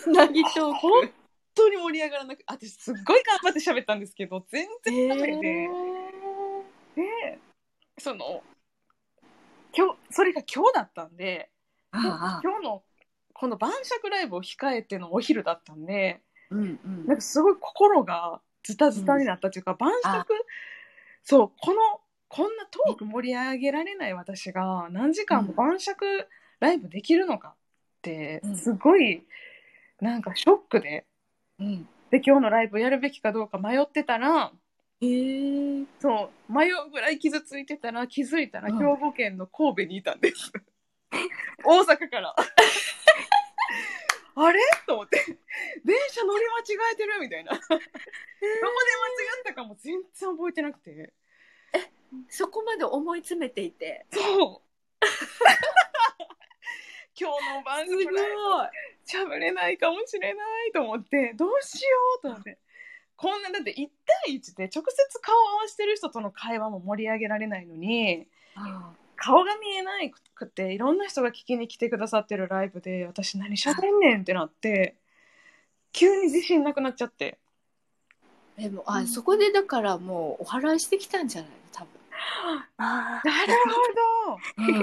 S1: なぎトーク。本当に盛り上がらなく、私すっごい頑張って喋ったんですけど、全然ダメで、で、その、今日、それが今日だったんで、今日のこの晩酌ライブを控えてのお昼だったんで、なんかすごい心がズタズタになったというか、晩酌そうこのこんなトーク盛り上げられない私が何時間も晩酌ライブできるのかってすごいなんかショックで、で今日のライブやるべきかどうか迷ってたら、そう迷うぐらい傷ついてたら気づいたら
S27: うん
S1: 兵庫県の神戸にいたんです、 (laughs) 大阪 (laughs) からあれと思って電車乗り間違えてるみたいなどこで間違ったかも全然覚えてなくて
S6: そこまで思い詰めていて
S1: そう (laughs) 今日の晩酌ライブ喋れないかもしれないと思ってどうしようと思ってこんなだって1対1で直接顔を合わせてる人との会話も盛り上げられないのに顔が見えなくていろんな人が聞きに来てくださってるライブで私何喋んねんってなって急に自信なくなっちゃって
S6: でもあそこでだからもうお祓いしてきたんじゃない多分
S1: なるほど、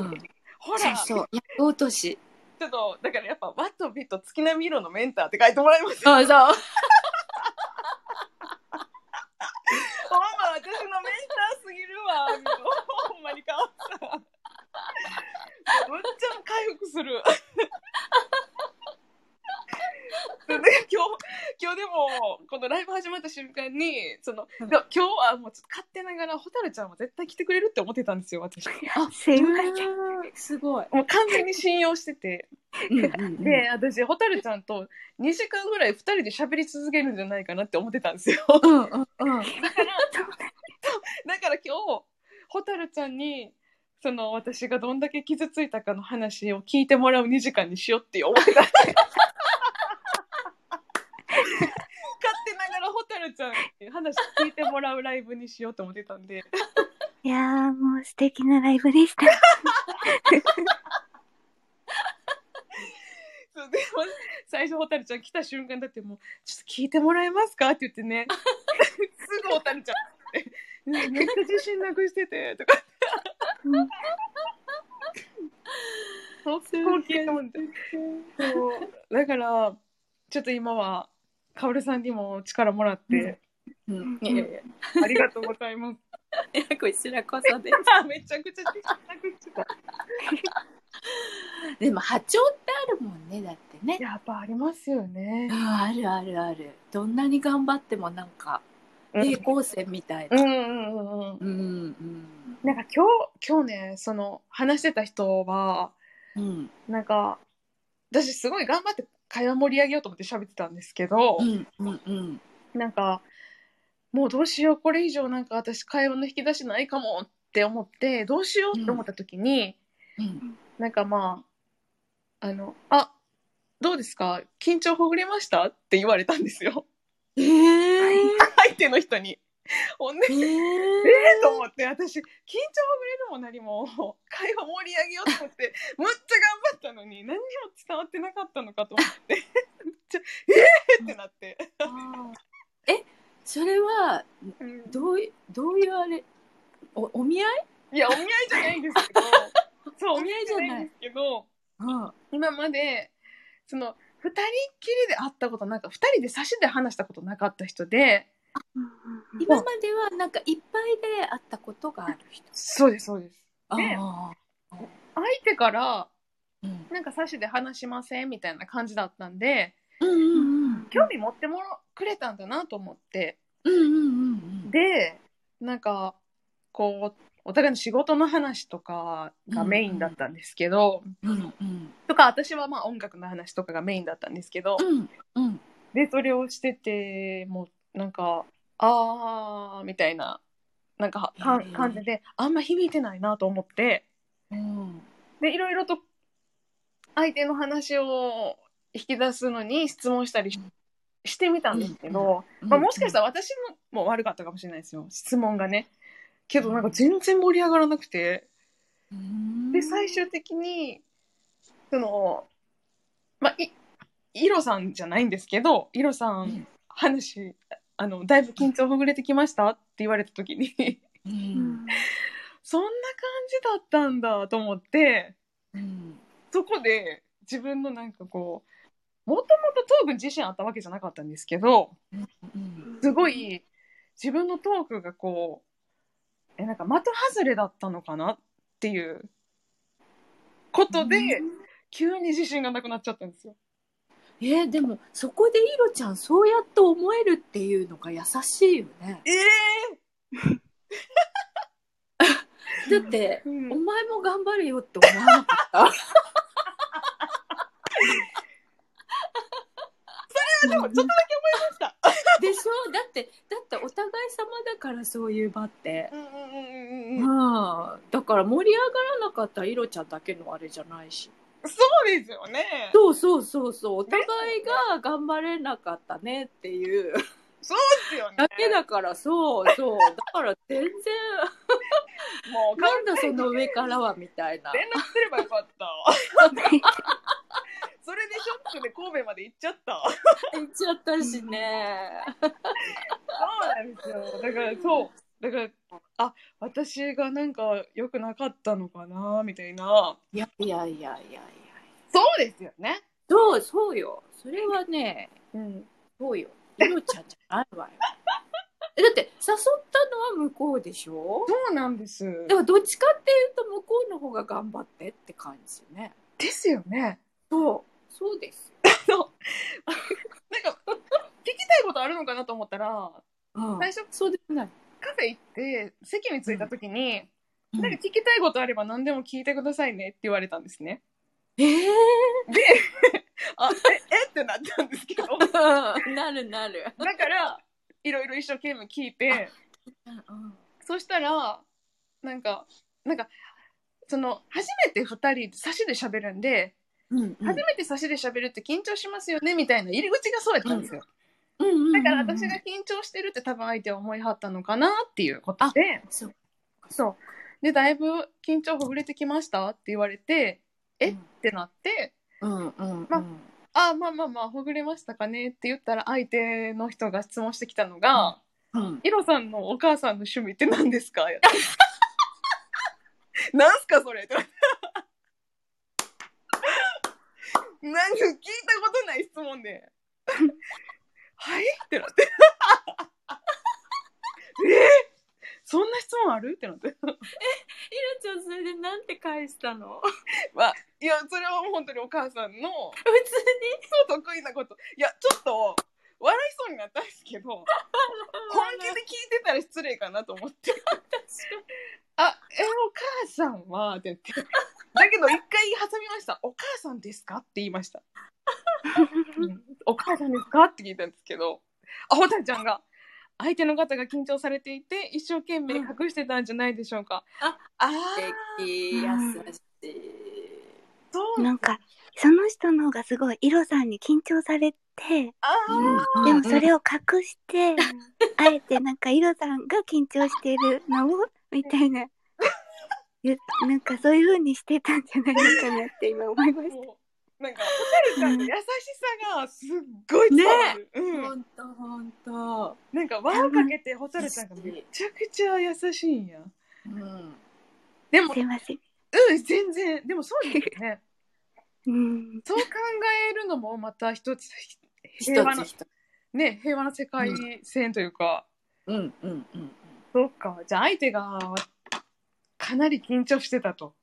S1: ほら
S6: そうそう厄落とし
S1: ちょっとだからやっぱ「ワットビット月並み色のメンター」って書いてもらいます
S6: そうそう
S1: ほんま私のメンターすぎるわほんまに顔さむっちゃ回復するで今日今日でもこのライブ始まった瞬間にその、でも今日はもうちょっと勝手ながら蛍ちゃんは絶対来てくれるって思ってたんですよ私あ
S3: すいま (laughs)
S6: すごい
S1: もう完全に信用してて
S6: うんうんうん
S1: で私蛍ちゃんと2時間ぐらい2人で喋り続けるんじゃないかなって思ってたんですよ (laughs) だから今日蛍ちゃんにその私がどんだけ傷ついたかの話を聞いてもらう2時間にしようって思ってた勝
S6: (laughs)
S1: 手ながら蛍ちゃんに話聞いてもらうライブにしようと思ってたんで
S3: いやー、もう素敵なライブ (laughs) でした。
S1: そうでも最初蛍ちゃん来た瞬間だってもう「ちょっと聞いてもらえますか?」って言ってねすぐ蛍 (laughs) ちゃんってめっちゃ自信なくしててとかそう聞いてもらってそうだからちょっと今はカオルさんにも力もらって、
S6: いやいやいや
S1: ありがとうございます
S6: いやこちらこそで
S1: (laughs)
S6: す
S1: めちゃくちゃ自信なくしてた
S6: でも波長ってあるもんねだってね
S1: (laughs) やっぱありますよね
S6: あるあるあるどんなに頑張ってもなんか
S1: うん
S6: 平行線みたい
S1: うん
S6: な、
S1: うんうんうん
S6: うんうん
S1: なんか今日今日ねその話してた人は、なんか私すごい頑張って会話盛り上げようと思って喋ってたんですけど、なんかもうどうしようこれ以上なんか私会話の引き出しないかもって思ってどうしようって思った時に、なんかまああの「あどうですか緊張ほぐれました?」って言われたんですよ。 (laughs) え相手の人に。ほんで、えー、 (laughs) と思って私緊張ほぐれるも何も会話盛り上げようと思って (laughs) むっちゃ頑張ったのに何にも伝わってなかったのかと思って (laughs) めっちゃ「えー!」ってなって。
S6: えそれはどういどういうあれおお見合い
S1: いやお見合いじゃないんですけ (laughs) どそうお見合いじゃないんですけど、今までその2人っきりで会ったことなんか2人で差しで話したことなかった人で
S6: 今まではなんかいっぱいで会ったことがある人
S1: そうですそうです
S6: あ
S1: で
S6: あ
S1: 相手から、なんか差しで話しませんみたいな感じだったんで、興味持ってもらくれたんだなと思って、でなんかこうお互いの仕事の話とかがメインだったんですけど、
S6: うんうん
S1: とか私はまあ音楽の話とかがメインだったんですけど、
S6: うん
S1: でそれをしててもうなんかあーみたいななんかか
S6: うん
S1: 感じであんま響いてないなと思って、でいろいろと相手の話を引き出すのに質問したりししてみたんですけど、まあ、もしかしたら私もも悪かったかもしれないですよ質問がね。けどなんか全然盛り上がらなくて、で最終的にそのまあいイロさんじゃないんですけどイロさん、話あのだいぶ緊張ほぐれてきましたって言われた時に、 (laughs) そんな感じだったんだと思って、そこで自分のなんかこうもともとトークに自信あったわけじゃなかったんですけど、すごい自分のトークがこうえなんか的外れだったのかなっていうことで、急に自信がなくなっちゃったんですよ。
S6: えーでもそこでイロちゃんそうやって思えるっていうのが優しいよね。
S1: え
S6: えだって、お前も頑張るよって思わなかった。
S1: それはでもちょっとだけ
S6: 思いました。 (laughs) でしょだってだってお互い様だからそういう場って。まあだから盛り上がらなかったらイロちゃんだけのあれじゃないし。
S1: そうですよね。
S6: そうそうそうそう。お互いが頑張れなかったねっていう。
S1: そうですよね。
S6: だけだから、そうそう。だから全
S1: (laughs)
S6: 然、
S1: もう
S6: なんだその上からはみたいな。
S1: 連絡すればよかった。
S6: (laughs)
S1: それでショックで神戸まで行っちゃった。
S6: 行っちゃったしね。
S1: そうなんですよ。だからそう。だからあ私がなんか良くなかったのかなみたいな。
S6: いやいやいやいや。
S1: そうですよね。
S6: そうそうよ。それはね、
S1: うん、
S6: そうよ。イロちゃんじゃないわよ。 (laughs) えだって誘ったのは向こうでしょ
S1: そうなんです。
S6: だからどっちかっていうと向こうの方が頑張ってって感じよね。
S1: ですよね。
S6: そう。そうです。
S1: 聞きたいことあるのかなと思ったら、最初
S6: そうでない
S1: カフェ行って席に着いた時に、なんか聞きたいことあれば何でも聞いてくださいねって言われたんですね。
S6: えー、
S1: であええってなったんですけど
S6: (laughs) なるなる
S1: だからいろいろ一生懸命聞いてそしたらなんかなんかその初めて2人差しで喋るんで、初めて差しで喋るって緊張しますよねみたいな入り口がそうやったんですよ、だから私が緊張してるって多分相手は思いはったのかなっていうことで
S6: そう
S1: でだいぶ緊張ほぐれてきましたって言われてえってなって、
S6: うんうん
S1: まああまあまあまあほぐれましたかねって言ったら相手の人が質問してきたのが
S6: うん
S1: 「イロさんのお母さんの趣味って何ですか?」やって「 (laughs) なんすかそれ」ってなんか聞いたことない質問で「はい?」ってなって「 (laughs) えそんな質問ある?」ってなって。
S6: イラちゃんそれでなんて返した (laughs) の
S1: まあ、いや、それは本当にお母さんの、普
S6: 通に
S1: そう得意なこと。いや、ちょっと、笑いそうになったんですけど、本気で聞いてたら失礼かなと思って。 (laughs) あ、え、お母さんは、って言って。 (laughs) だけど、一回挟みました。お母さんですかって言いました。うんお母さんですかって聞いたんですけど、あほたちゃんが、相手の方が緊張されていて、一生懸命隠してたんじゃないでしょうか。
S6: あ、
S1: あ
S6: 素敵優しい
S3: なんか、その人の方がすごい、イロさんに緊張されて、でもそれを隠して、あえてなんかイロさんが緊張してるのを、みた (laughs) いな。ゆなんかそういう風にしてたんじゃないのかなって今思いました。
S1: なんか、ホタルちゃんの優しさがすっごい伝わる。うん。ほ
S6: んとほんと。
S1: なんか輪をかけてホタルちゃんがめちゃくちゃ優しいんや。
S6: うん。
S1: でも、
S3: すいません。
S1: うん、全然。でもそうですよ (laughs) ね。
S3: うん。
S1: そう考えるのもまた一つ、
S6: つ
S1: 平和の
S6: 一つ、
S1: ね、平和な世界線というか。
S6: うんうんうん。
S1: そうか。じゃあ相手がかなり緊張してたと。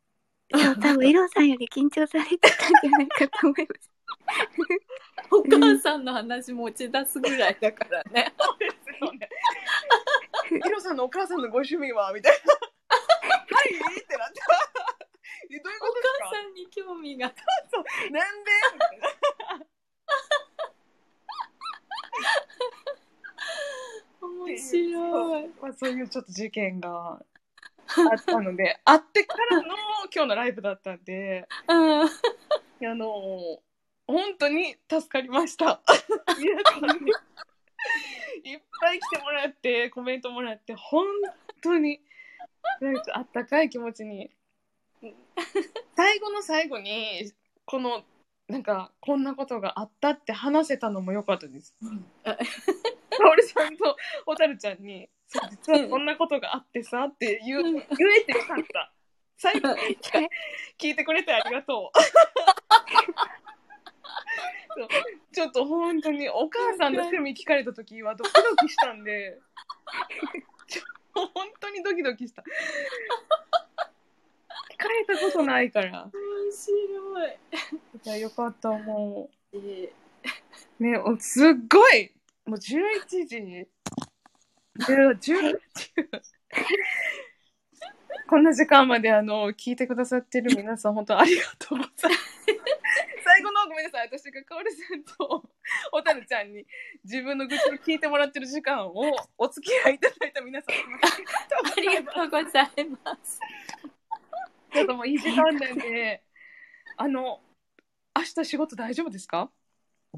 S3: そう、多分イロさんより緊張されてたんじゃないかと思います。
S6: お母さんの話持ち出すぐらいだから (laughs) ね。
S1: ヒロさんのお母さんのご趣味はみたいな。
S6: さんに興味が。
S27: なんで
S6: 面白い。
S1: まあ、そういうちょっと事件があったのであってからの今日のライブだったんで、
S6: うん、
S1: あの本当に助かりました。皆さんにいっぱい来てもらってコメントもらって本当になんかあったかい気持ちに最後の最後にこのなんかこんなことがあったって話せたのも良かったです。沙織さんと蛍ちゃんに「そう実はこんなことがあってさ」って言う言えてよかった最後に聞いてくれてありがとうそうちょっと本当にお母さんの趣味聞かれた時はドキドキしたんでちょ本当にドキドキした聞かれたことないから
S6: 面
S1: いやよかったもう。
S6: 白い。
S1: ね、おすっごいもう11時に10 10こんな時間まであの聞いてくださってる皆さん本当ありがとうございます最後のごめんなさい私がかおりさんと小樽ちゃんに自分の愚痴を聞いてもらってる時間をお付き合いいただいた皆さん
S6: (laughs) ありがとうございます。
S1: ちょっともういい時間なんであの明日仕事大丈夫ですか
S6: う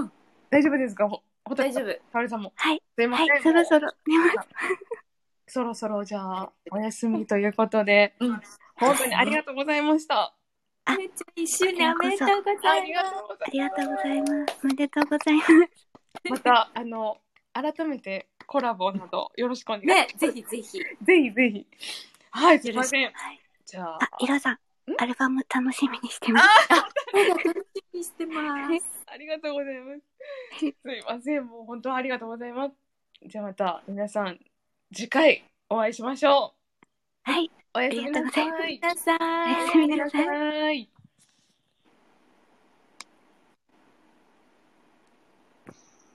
S6: ん
S1: 大丈夫ですかほほたる
S6: 大丈夫
S1: かおりさんも
S3: はい
S1: すいません、
S3: はいそろそろ寝ます
S1: そろそろじゃあお休みということで、本当にありがとうございました。
S6: めっちゃ一周年おめでとうご
S1: あ
S6: ざい
S1: り
S6: ま
S1: が
S6: す
S1: とうございます
S3: ありがとうございます。おめでとうございます。
S1: またあの改めてコラボなどよろしくお願いし
S6: ね、ぜひぜひ。
S1: ます。ぜひぜひ。はい、す
S6: よ
S1: い
S6: ろ
S1: ま
S6: しく
S1: せん。じゃあ、
S3: あ、いろさん、アルバム楽しみにしてます。
S6: 楽しみにしてます。
S1: ありがとうございます。すいません、もう本当ありがとうございます。じゃあまた皆さん次回お会いしましょう。
S3: はい、
S1: おやすみなさ
S3: あ
S1: い。
S6: なさ
S3: おや
S6: い。
S3: すみなさい。
S1: い。